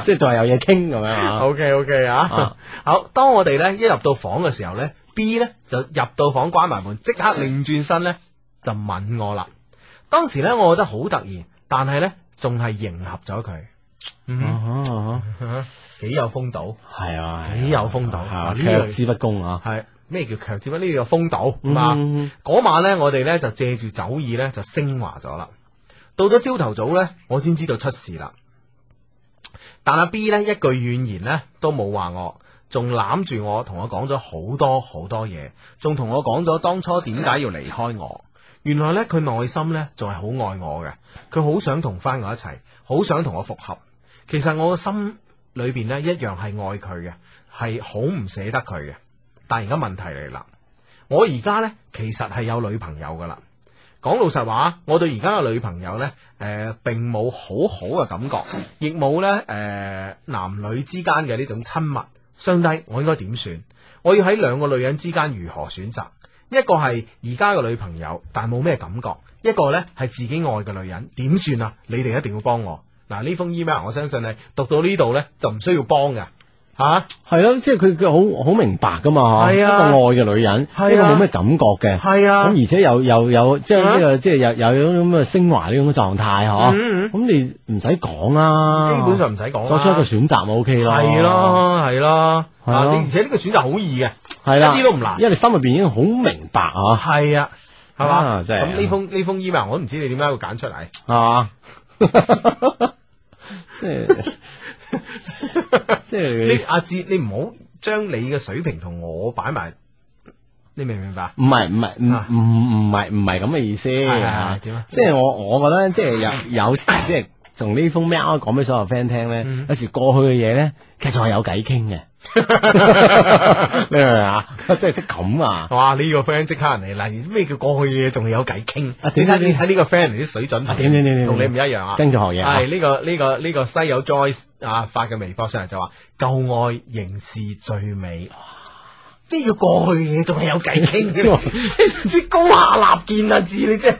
即係仲係有嘢傾咁樣啊。
O K O K 啊
啊，
好。當我哋咧一入到房嘅時候咧，B 咧就入到房關埋門，即刻擰轉身咧就吻我啦。當時咧，我覺得好突然，但係咧仲係迎合咗佢。嗯
哼，
幾有風度，
係啊，
幾有風度，嗱
啊
呢
卻
樣
之不恭啊！
係咩叫強接呢？呢個風度係嘛？
嗯
嗰晚咧，我哋咧就借住酒意咧就升華咗啦。到咗朝頭早咧，我先知道出事啦。但阿 B 咧一句怨言咧都冇話我，仲攬住我同我講咗好多好多嘢，仲同我講咗當初點解要離開我。原來咧佢內心咧仲係好愛我嘅，佢好想同翻我一齊，好想同我復合。其實我個心裏邊咧一樣係愛佢嘅，係好唔捨得佢嘅。但而家問題嚟啦。我而家呢，其實係有女朋友噶啦。講老實話，我對而家嘅女朋友呢，誒、並冇好好嘅感覺，亦冇呢誒、呃男女之間嘅呢種親密。相低，我應該點算？我要喺兩個女人之間如何選擇？一個係而家嘅女朋友，但冇咩感覺；一個呢係自己愛嘅女人，點算啊？你哋一定要幫我。嗱，呢封 email 我相信你讀到呢度呢，就唔需要幫嘅，嚇、
係咯，即係佢佢好好明白噶嘛，
係
一個
啊
愛嘅女人，
係啊
一個冇咩感覺嘅，
係啊
咁而且又又有即係呢
啊
個即係有有有種咁嘅升華呢種狀態
嗯嗯嗯
嗬，咁你唔使講啦，
基本上唔使講啦啊
作出一個選擇咪 OK 咯，
係咯，係咯，
係
啊！
咯
你而且呢個選擇好易嘅，
系啦，
一啲都唔難
因為你心入边已經好明白啊，
係啊，係嘛？
啊真係
咁呢封呢封 email 我都唔知你點解會揀出 嚟，啊
係嘛？即係即
你
係
阿志，你唔好將你嘅水平同我擺埋，你明唔明白？
唔係唔係唔唔唔係唔係咁嘅意思
係係
啊
點啊
即係我我覺得即係有有時即係從呢封 mail 講俾所有 friend 聽咧，有時過去嘅嘢咧，其實仲係有偈傾嘅。你明唔明啊？即係識咁啊！
哇！呢個 friend 即刻人嚟嗱，咩叫過去嘅嘢仲有偈傾？
啊
你
點
睇
解
你睇呢個 friend 嚟啲水準
啊點點點點
同你唔一樣啊！
跟住學嘢啊
係呢個呢個呢個西友 Joyce 啊發嘅微博上嚟就話：舊愛仍是最美。咩叫過 去嘅嘢仲係有偈傾嘅？即係即係高下立見啊！字你真係。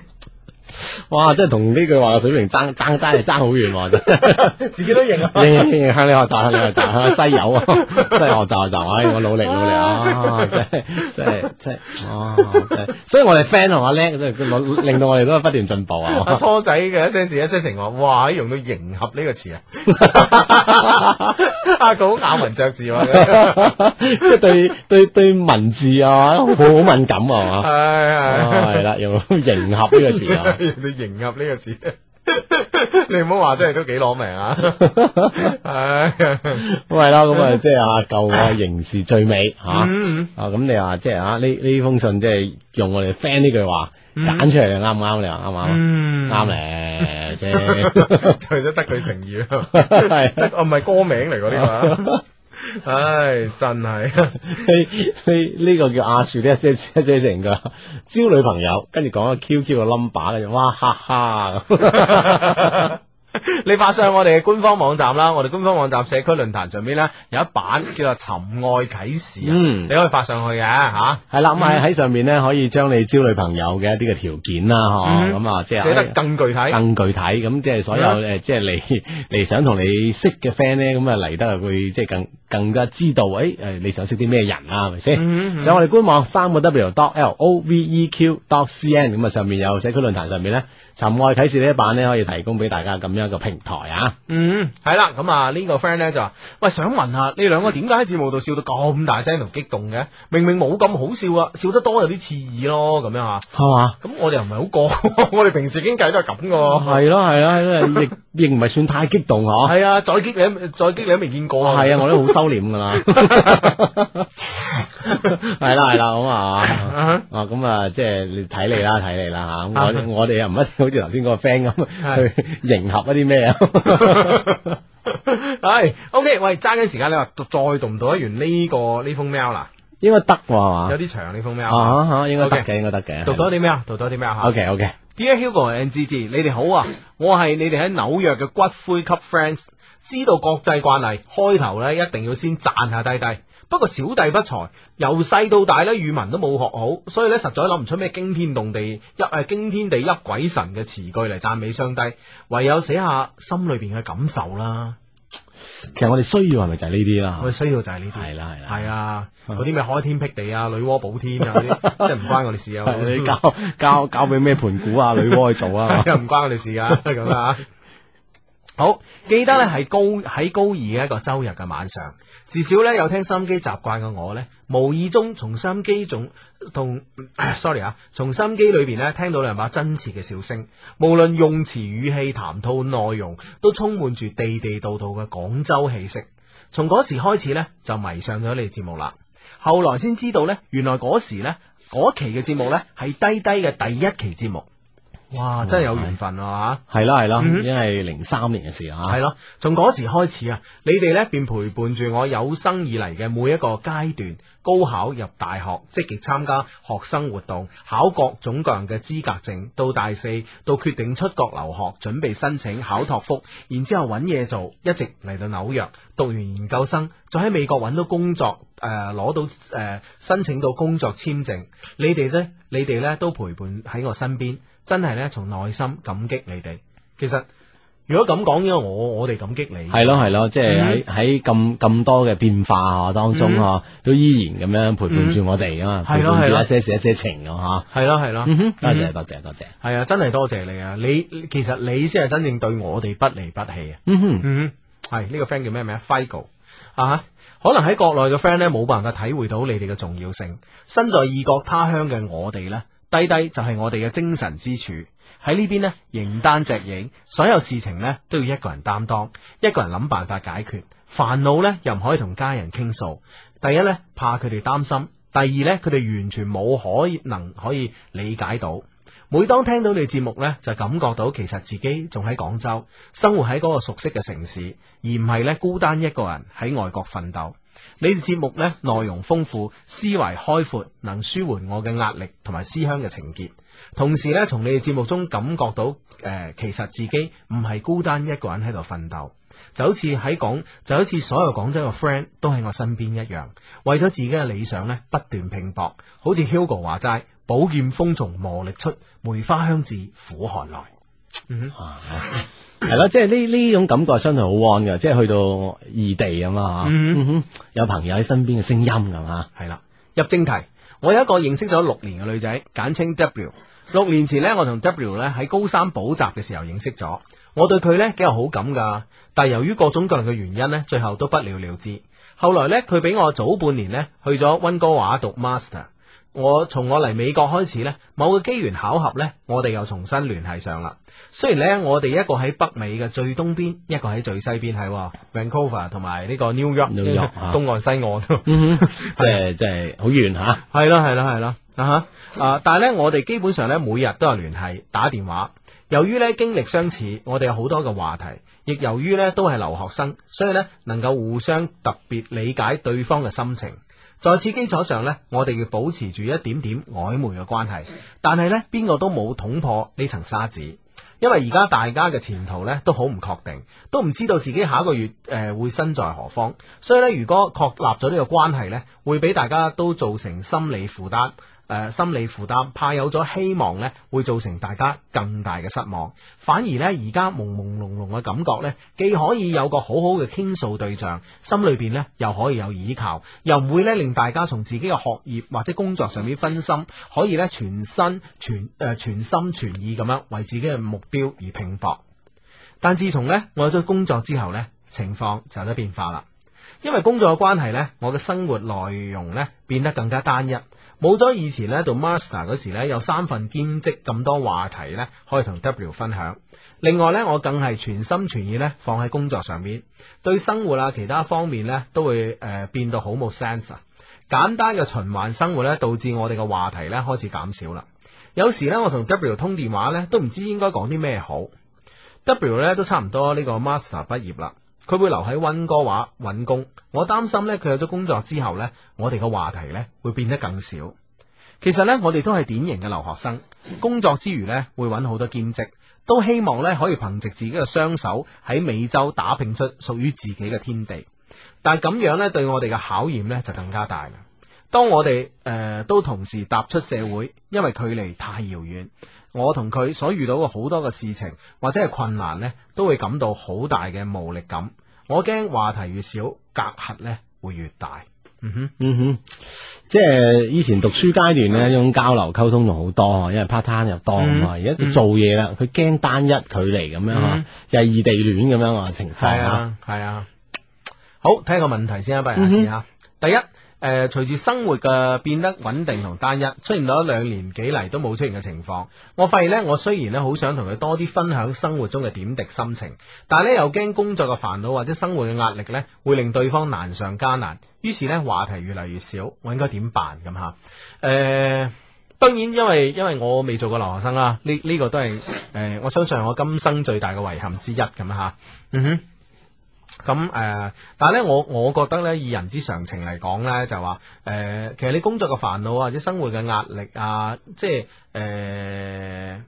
哇！真係同呢句話嘅水平爭爭爭係爭好遠喎，真係。
自己都認啊。
認認向你學習，向你學習，向西友啊，西學習學習，唉，我努力努力啊，真係真係真係，哇！真係所以我哋 friend 同阿叻，真係令到我哋都不斷進步
阿
啊。
初仔嘅一些事一些情話，哇！用到迎合呢個詞啊， 阿佢好咬文嚼字 喎。
即係對對對文字啊，好好敏感啊係嘛。哦
係
係啦，用迎合呢個字啊。
你迎合呢個字， 你唔好話真係都幾攞命啊！ 唉，
咁係啦，咁啊，即係啊，舊嘅刑事最尾吓，啊
嗯
咁你話即係啊，呢呢封信即係用我哋 friend 呢句話
嗯
揀出嚟嘅，啱唔啱？你話啱唔啱？
嗯
啱咧，即係
就係得佢成語啊，
係
得哦唔係歌名嚟嗰啲 嘛？啊唉，真係。
呢呢呢個叫阿樹呢一些事一些情噶，招女朋友，跟住講個 QQ 嘅 number 跟住哇哈哈
你發上我哋嘅官方網站啦，我哋官方網站社區論壇上邊咧有一版叫做《尋愛啟示》啊，
嗯
你可以發上去嘅吓，
係啦，咁喺喺上面咧可以將你招女朋友嘅一啲嘅條件啦，
嗯
嗬，咁啊即係
寫得嗯更具體。
更具體，咁即係所有
係
誒，即係嚟嚟想同你 識嘅 friend 咧，咁啊嚟得會即係更更加知道，誒誒你想識啲咩人啊，係咪
嗯嗯
先？上我哋官網三個 W dot L O V E Q dot C N，咁啊上面有社區論壇上面咧，尋愛啟示呢一版咧可以提供俾大家咁樣一個平台啊。
嗯，係啦，咁啊呢個 friend 咧就話，喂，想問下你兩個點解喺節目度笑到咁大聲同激動嘅？明明冇咁好笑啊，笑得多有啲刺耳咯，咁樣啊。
係嘛？
咁我哋又唔係好過，我哋平時傾偈都係咁噶。
係咯係咯係咯，亦亦唔係算太激動嗬。
係啊，再激你，再激你都未見過
哦係啊，我都好收斂 噶啦。係啦係啦，咁啊，
Uh-huh。
啊咁啊，即係你睇你啦，睇你啦吓。咁我
Uh-huh。
我哋又唔一定好似頭先嗰個 friend 咁去迎合一啲咩啊。
係，OK，喂，揸緊時間，你話再讀唔讀得完呢個呢封 mail 啦？
應該得喎係
有
嘛？
啲長呢封
啊
mail。
啊啊應該得
OK
嘅，應該得嘅。
讀多啲 mail，讀多啲 mail 吓。
OK OK，
Dear Hugo and Gigi，你哋好啊！我係你哋喺紐約嘅骨灰級 friends，知道國際慣例，開頭咧一定要先讚下弟弟。不過小弟不才，由細到大咧語文都冇學好，所以咧實在諗唔出咩驚天動地一誒驚天地泣鬼神嘅詞句嚟讚美上帝，唯有寫下心裏邊嘅感受啦。
其實我哋需要係咪就係呢啲啦？
我哋需要就係呢啲，
係啦係 啦，
係啊，嗰啲咩開天闢地啊、女媧補天啊，嗰啲 真係唔關我哋事啊。
係你交交交俾咩盤古啊、女媧去 做啊？
係啊，唔關我哋事噶，咁啊。好，記得咧係高喺高二嘅一個周日嘅晚上，至少咧有聽收音機習慣嘅我咧，無意中從收音機中同 sorry 啊，從收音機裏邊咧聽到兩把真切嘅笑聲，無論用詞語氣、談吐內容，都充滿住地地道道嘅廣州氣息。從嗰時開始咧，就迷上咗你節目啦。後來先知道咧，原來嗰時咧嗰期嘅節目咧係低低嘅第一期節目。哇！真係有緣分啊
係啦係啦，
嗯
因為零三年嘅事啊
吓，。係咯，從嗰時開始啊，你哋呢便陪伴住我有生以嚟嘅每一個階段，高考入大學，積極參加學生活動，考各種各樣嘅資格證，到大四，到決定出國留學，準備申請考托福，然之後揾嘢做，一直嚟到紐約讀完研究生，再喺美國揾到工作，誒、攞到誒、申請到工作簽證，你哋呢，你哋呢都陪伴喺我身邊，真係呢，從內心感激你哋。其實如果咁講，因為我我哋感激你，
係咯係咯，即係喺喺咁咁多嘅變化啊當中
嗯
啊，都依然咁樣陪伴住我哋啊嘛，
係
陪
咯
伴
係
住
咯
一些事一些情啊
係咯係咯，
吓。多謝
嗯
多謝多謝。
係啊，真係多謝你啊！你其實你先係真正對我哋不離不棄啊！
嗯哼，
嗯，係呢、個 friend 叫咩名？Figo 啊，可能喺國內嘅 friend 咧冇辦法體會到你哋嘅重要性。身在異國他鄉嘅我哋呢，低低就係我哋嘅精神支柱。喺呢邊呢，形單隻影，所有事情呢都要一個人擔當，一個人諗辦法解決。煩惱呢又唔可以同家人傾訴。第一呢，怕佢哋擔心；第二呢，佢哋完全冇可能可以理解到。每當聽到你節目呢，就感覺到其實自己仲喺廣州，生活喺嗰個熟悉嘅城市，而唔係呢孤單一個人喺外國奮鬥。你哋節目呢內容豐富，思維開闊，能舒緩我嘅壓力同埋思鄉嘅情結。同時呢，從你哋節目中感覺到，誒、呃其實自己唔係孤單一個人喺度奮鬥。就好似喺廣，就好似所有廣州嘅 friend 都喺我身邊一樣，為咗自己嘅理想呢，不斷拼搏。好似 Hugo 話齋，寶劍鋒從磨礪出，梅花香自苦寒來。
嗯
系啊咯，即系呢呢种感覺相對好 warm 嘅，即係去到異地咁啊，嗯哼，有朋友喺身邊嘅聲音咁啊，
系啦，入正題，我有一個認識咗六年嘅女仔，簡稱 W。六年前呢，我同 W 呢喺高三補習嘅時候認識咗，我對佢呢幾有好感噶，但由於各種各樣嘅原因呢，最後都不了了之。後來呢，佢比我早半年呢去咗温哥華讀 master。我從我嚟美國開始呢，某個機緣巧合呢，我哋又重新聯繫上啦。雖然呢，我哋一個喺北美嘅最東邊，一個喺最西邊，係喎 Vancouver 同埋呢個 New York，
New York，啊
東岸西岸。
即係即係好遠吓，
系啦系啦系啦啊哈啊！但系咧，我哋基本上咧每日都有聯繫，打電話。由於咧經歷相似，我哋有好多嘅話題，亦由於咧都係留學生，所以咧能夠互相特別理解對方嘅心情。在此基礎上咧，我哋要保持住一點點曖昧嘅關係，但係咧邊個都冇捅破呢層沙子。因為而家大家嘅前途咧都好唔確定，都唔知道自己下一個月誒、呃、會身在何方，所以咧如果確立咗呢個關係咧，會俾大家都造成心理負擔。誒、心理負擔，怕有咗希望咧，會造成大家更大嘅失望。反而咧，而家朦朦朧朧嘅感覺咧，既可以有個好好嘅傾訴對象，心裏邊咧又可以有依靠，又唔會咧令大家從自己嘅學業或者工作上面分心，可以咧全身全誒、呃全心全意咁樣為自己嘅目標而拼搏。但自從咧我有咗工作之後咧，情況就有咗變化啦。因為工作嘅關係呢，我嘅生活內容呢變得更加單一，冇咗以前呢讀 master 嗰時呢，有三份兼職咁多話題呢可以同 W 分享。另外呢，我更係全心全意呢放喺工作上面，對生活啊其他方面呢都會誒、呃、變到好冇 sense 啊。簡單嘅循環生活呢，導致我哋嘅話題呢開始減少啦。有時呢，我同 W 通電話呢，都唔知應該講啲咩好。W 咧都差唔多呢個 master 畢業啦，佢會留喺温哥華揾工。我擔心呢，佢有咗工作之後呢，我哋嘅話題呢會變得更少。其實呢，我哋都係典型嘅留學生，工作之餘呢會揾好多兼職，都希望呢可以憑藉自己嘅雙手喺美洲打拼出屬於自己嘅天地。但係咁樣呢，對我哋嘅考驗呢就更加大啦。當我哋誒、呃都同時踏出社會，因為距離太遙遠，我同佢所遇到嘅好多嘅事情或者係困難呢，都會感到好大嘅無力感。我驚話題越少，隔閡呢會越大。嗯哼，
嗯哼，即係以前讀書階段呢，呢種交流溝通仲好多，因為 part time 又多啊嘛，而
嗯
家做嘢啦，佢驚單一距離咁樣啊
嗯，
就係異地戀咁樣啊情況
係
啊，
啊，系啊。好，睇下個問題先啊，不如下次
嗯
啊。第一，誒、呃，隨住生活嘅變得穩定同單一，出現咗兩年幾嚟都冇出現嘅情況，我發現呢，我雖然呢好想同佢多啲分享生活中嘅點滴心情，但係呢又驚工作嘅煩惱或者生活嘅壓力呢會令對方難上加難，於是呢話題越嚟越少，我應該點辦咁嚇？誒、呃當然，因為因為我未做過留學生啦，呢呢、個都係誒、呃我相信係我今生最大嘅遺憾之一咁嚇。嗯哼。咁誒、呃但係咧，我我覺得咧，以人之常情嚟講咧，就話誒、呃其實你工作嘅煩惱啊或者生活嘅壓力啊，即係誒、呃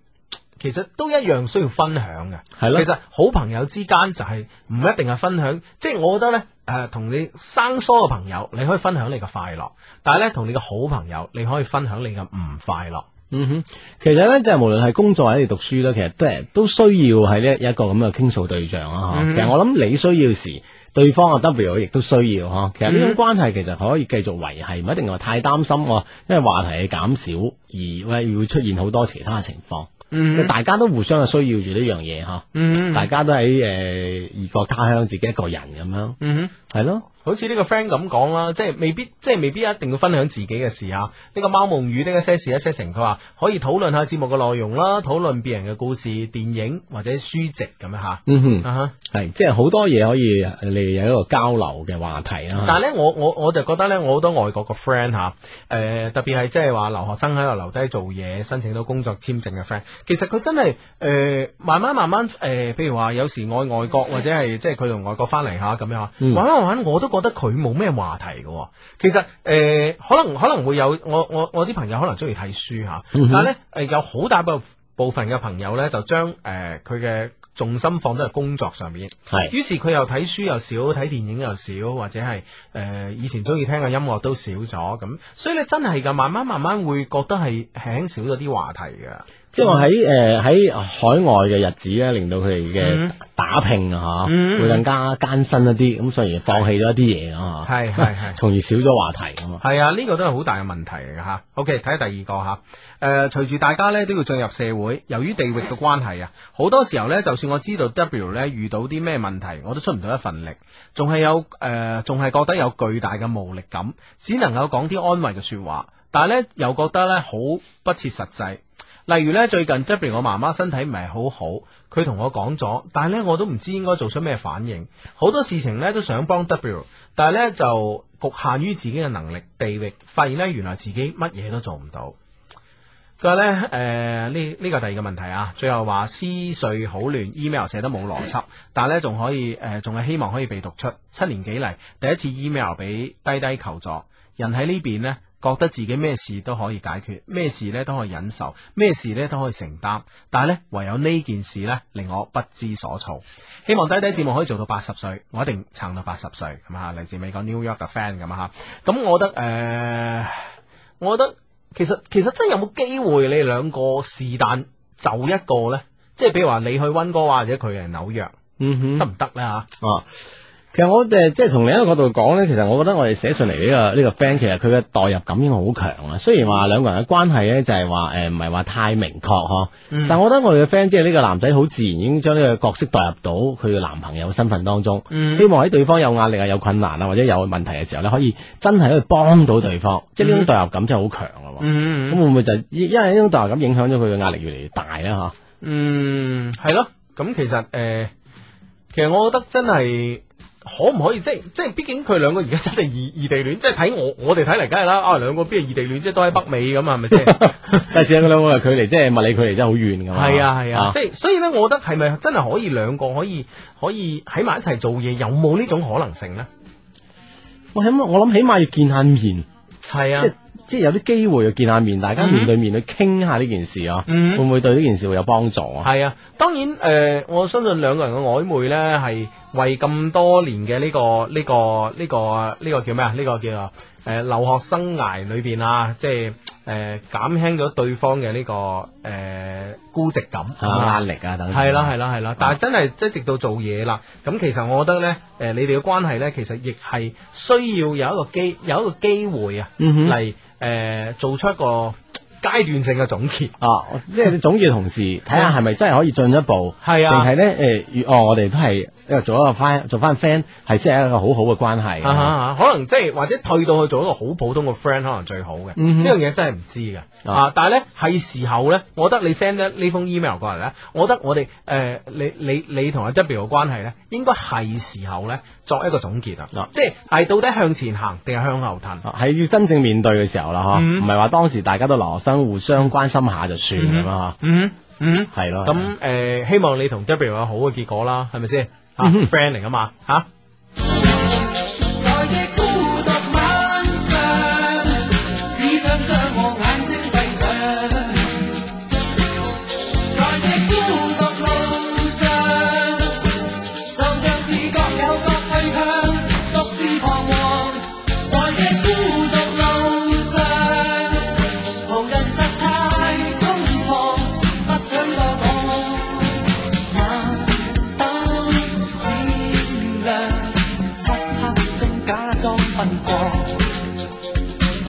其實都一樣需要分享嘅。
係咯
其實好朋友之間就係唔一定係分享，即係我覺得咧，誒、同你生疏嘅朋友，你可以分享你嘅快樂，但係咧，同你嘅好朋友，你可以分享你嘅唔快樂。
嗯哼，其實咧，就係無論係工作或者你讀書咧，其實都係都需要係呢一個咁嘅傾訴對象啊。嚇
嗯
其實我諗你需要時，對方啊 W 亦都需要嗬。其實呢種關係其實可以繼續維係，唔一定話太擔心喎，因為話題嘅減少而喂會出現好多其他嘅情況。
嗯
即係大家都互相係需要住呢樣嘢嚇。
嗯
大家都喺誒異國他鄉，自己一個人咁樣。
嗯哼。
係咯。
好似呢個 friend 咁講啦，即係未必，即係未必一定要分享自己嘅事啊。呢個貓夢語呢一些事一些情，佢話可以討論下節目嘅內容啦，討論別人嘅故事、電影或者書籍咁樣吓。啊
嗯
哈
哼，係即係好多嘢可以呃你有一個交流嘅話題啊啦。
但係咧，我我我就覺得咧，我好多外國嘅 friend 吓，誒、特別係即係話留學生喺度留低做嘢，申請到工作簽證嘅 friend，其實佢真係誒、呃慢慢慢慢誒、呃譬如話有時我喺外國或者係即係佢從外國翻嚟下咁樣啊，
嗯
慢慢慢慢我都覺得佢冇咩話題嘅喎、其實誒、呃可能可能會有我我我啲朋友可能中意睇書吓，
嗯哼
但係咧誒有好大部部分嘅朋友咧就將誒佢嘅重心放咗喺工作上面。
係
於是佢又睇書又少，睇電影又少，或者係誒、呃以前中意聽嘅音樂都少咗咁，所以咧真係噶，慢慢慢慢會覺得係輕少咗啲話題嘅。
即係話喺誒喺海外嘅日子咧，令到佢哋
嗯
嘅打拼啊嚇，
嗯
會更加艱辛一啲，咁所以放棄咗一啲嘢啊嚇，
係係係
從而少咗話題咁啊。
系啊，呢、個都係好大嘅問題嚟嘅吓。OK，睇下第二個吓。诶、隨住大家咧都要進入社會，由於地域嘅關係啊，好多時候咧，就算我知道 W 咧遇到啲咩問題，我都出唔到一份力，仲係有诶，仲、係覺得有巨大嘅無力感，只能夠講啲安慰嘅说話，但係咧又覺得咧好不切實際。例如咧，最近 W 我媽媽身體唔係好好，佢同我講咗，但係咧我都唔知應該做出咩反應。好多事情咧都想幫 W，但係咧就局限於自己嘅能力、地域，發現咧原來自己乜嘢都做唔到。佢話咧，誒呢呢個第二個問題啊，最後話思緒好亂，email ，E 寫得冇邏輯，但係咧仲可以誒，仲、係希望可以被讀出。七年幾嚟第一次 E email 俾低低求助，人喺呢邊呢，覺得自己咩事都可以解決，咩事咧都可以忍受，咩事咧都可以承擔，但係咧唯有呢件事咧令我不知所措。希望低低節目可以做到八十歲，我一定撐到八十歲咁啊！嚟自美國 New York 嘅 fan 咁啊嚇，咁我覺得誒、呃我覺得。其實其實真係有冇機會你哋兩個是但就一個咧？即係比如話你去温哥華或者佢係紐約，
嗯哼，
得唔得咧吓？
啊。其實我誒即係從另一個角度講咧，其實我覺得我哋寫上嚟呢、個呢、個 friend 其實佢嘅代入感已經好強啦。雖然話兩個人嘅關係咧就係話呃誒唔係話太明確呵，
嗯
但我覺得我哋嘅 friend 即係呢個男仔好自然已經將呢個角色代入到佢嘅男朋友身份當中，
嗯
希望喺對方有壓力啊、有困難啊或者有問題嘅時候咧，可以真係去幫到對方，即係呢種代入感真係好強啊！
嗯
咁會唔會就因為呢種代入感影響咗佢嘅壓力越嚟越大咧嚇？
嗯，係咯。咁其實诶、呃其實我覺得真係可唔可以即係即係，畢竟佢兩個而家真係異異地戀，即係睇我我哋睇嚟，梗係啦。啊，兩個邊係異地戀，即係都喺北美咁啊，係咪先？
但係事實佢兩個嘅距離即係物理距離真係好遠㗎嘛。
係啊係啊，即係所以咧，我覺得係咪真係可以兩個可以可以喺埋一齊做嘢，有冇呢種可能性咧？
我諗我諗起碼要見下面，
係啊
即係即係有啲機會要見下面，大家
嗯
面對面去傾下呢件事啊，
嗯
會唔會對呢件事會有幫助啊？
系啊，當然诶、呃我相信兩個人嘅曖昧咧，係為咁多年嘅呢、個呢、個呢、個呢、個叫咩啊？呢、個叫啊诶、呃留學生涯裏边啊，即係诶減輕咗對方嘅呢、個诶、呃孤寂感
啊壓力啊等等
係啦啊係啦係啦，但係真係即係直到做嘢啦，咁其實我覺得咧，诶、你哋嘅關係咧，其實亦係需要有一個機有一個機會啊，
嗯哼
嚟诶、呃做出一個階段性嘅總結。
啊，即係你總結同時睇
嗯
下係咪真係可以進一步，
係啊
定係咧誒？哦，我哋都係呃做一個 friend，做翻 friend 係先係一個好好嘅關係
啊哈可能即係或者退到去做一個好普通嘅 friend，可能最好嘅。
嗯哼
呢樣嘢真係唔知嘅。啊，但係咧係時候咧，我覺得你 send 咧呢封 email 過嚟咧，我覺得我哋誒、呃你你你同阿 W 嘅關係咧，應該係時候咧作一個總結啊。即係係到底向前行定係向後騰？
啊係要真正面對嘅時候啦，嚇，
嗯
唔係話當時大家都留學生互相關心下就算咁啊，
嗯嗯，
係咯。
咁誒、呃希望你同 W 有好嘅結果啦，係咪先？嚇、
嗯哼
friend 嚟噶嘛啊嚇。
來夜孤獨晚上，只想將我眼睛閉上。在這孤獨路上，就像是各有各去向，獨自彷徨。在這孤獨路上，無人實太匆忙，不想多講。那等善良。漆黑中假裝奔過，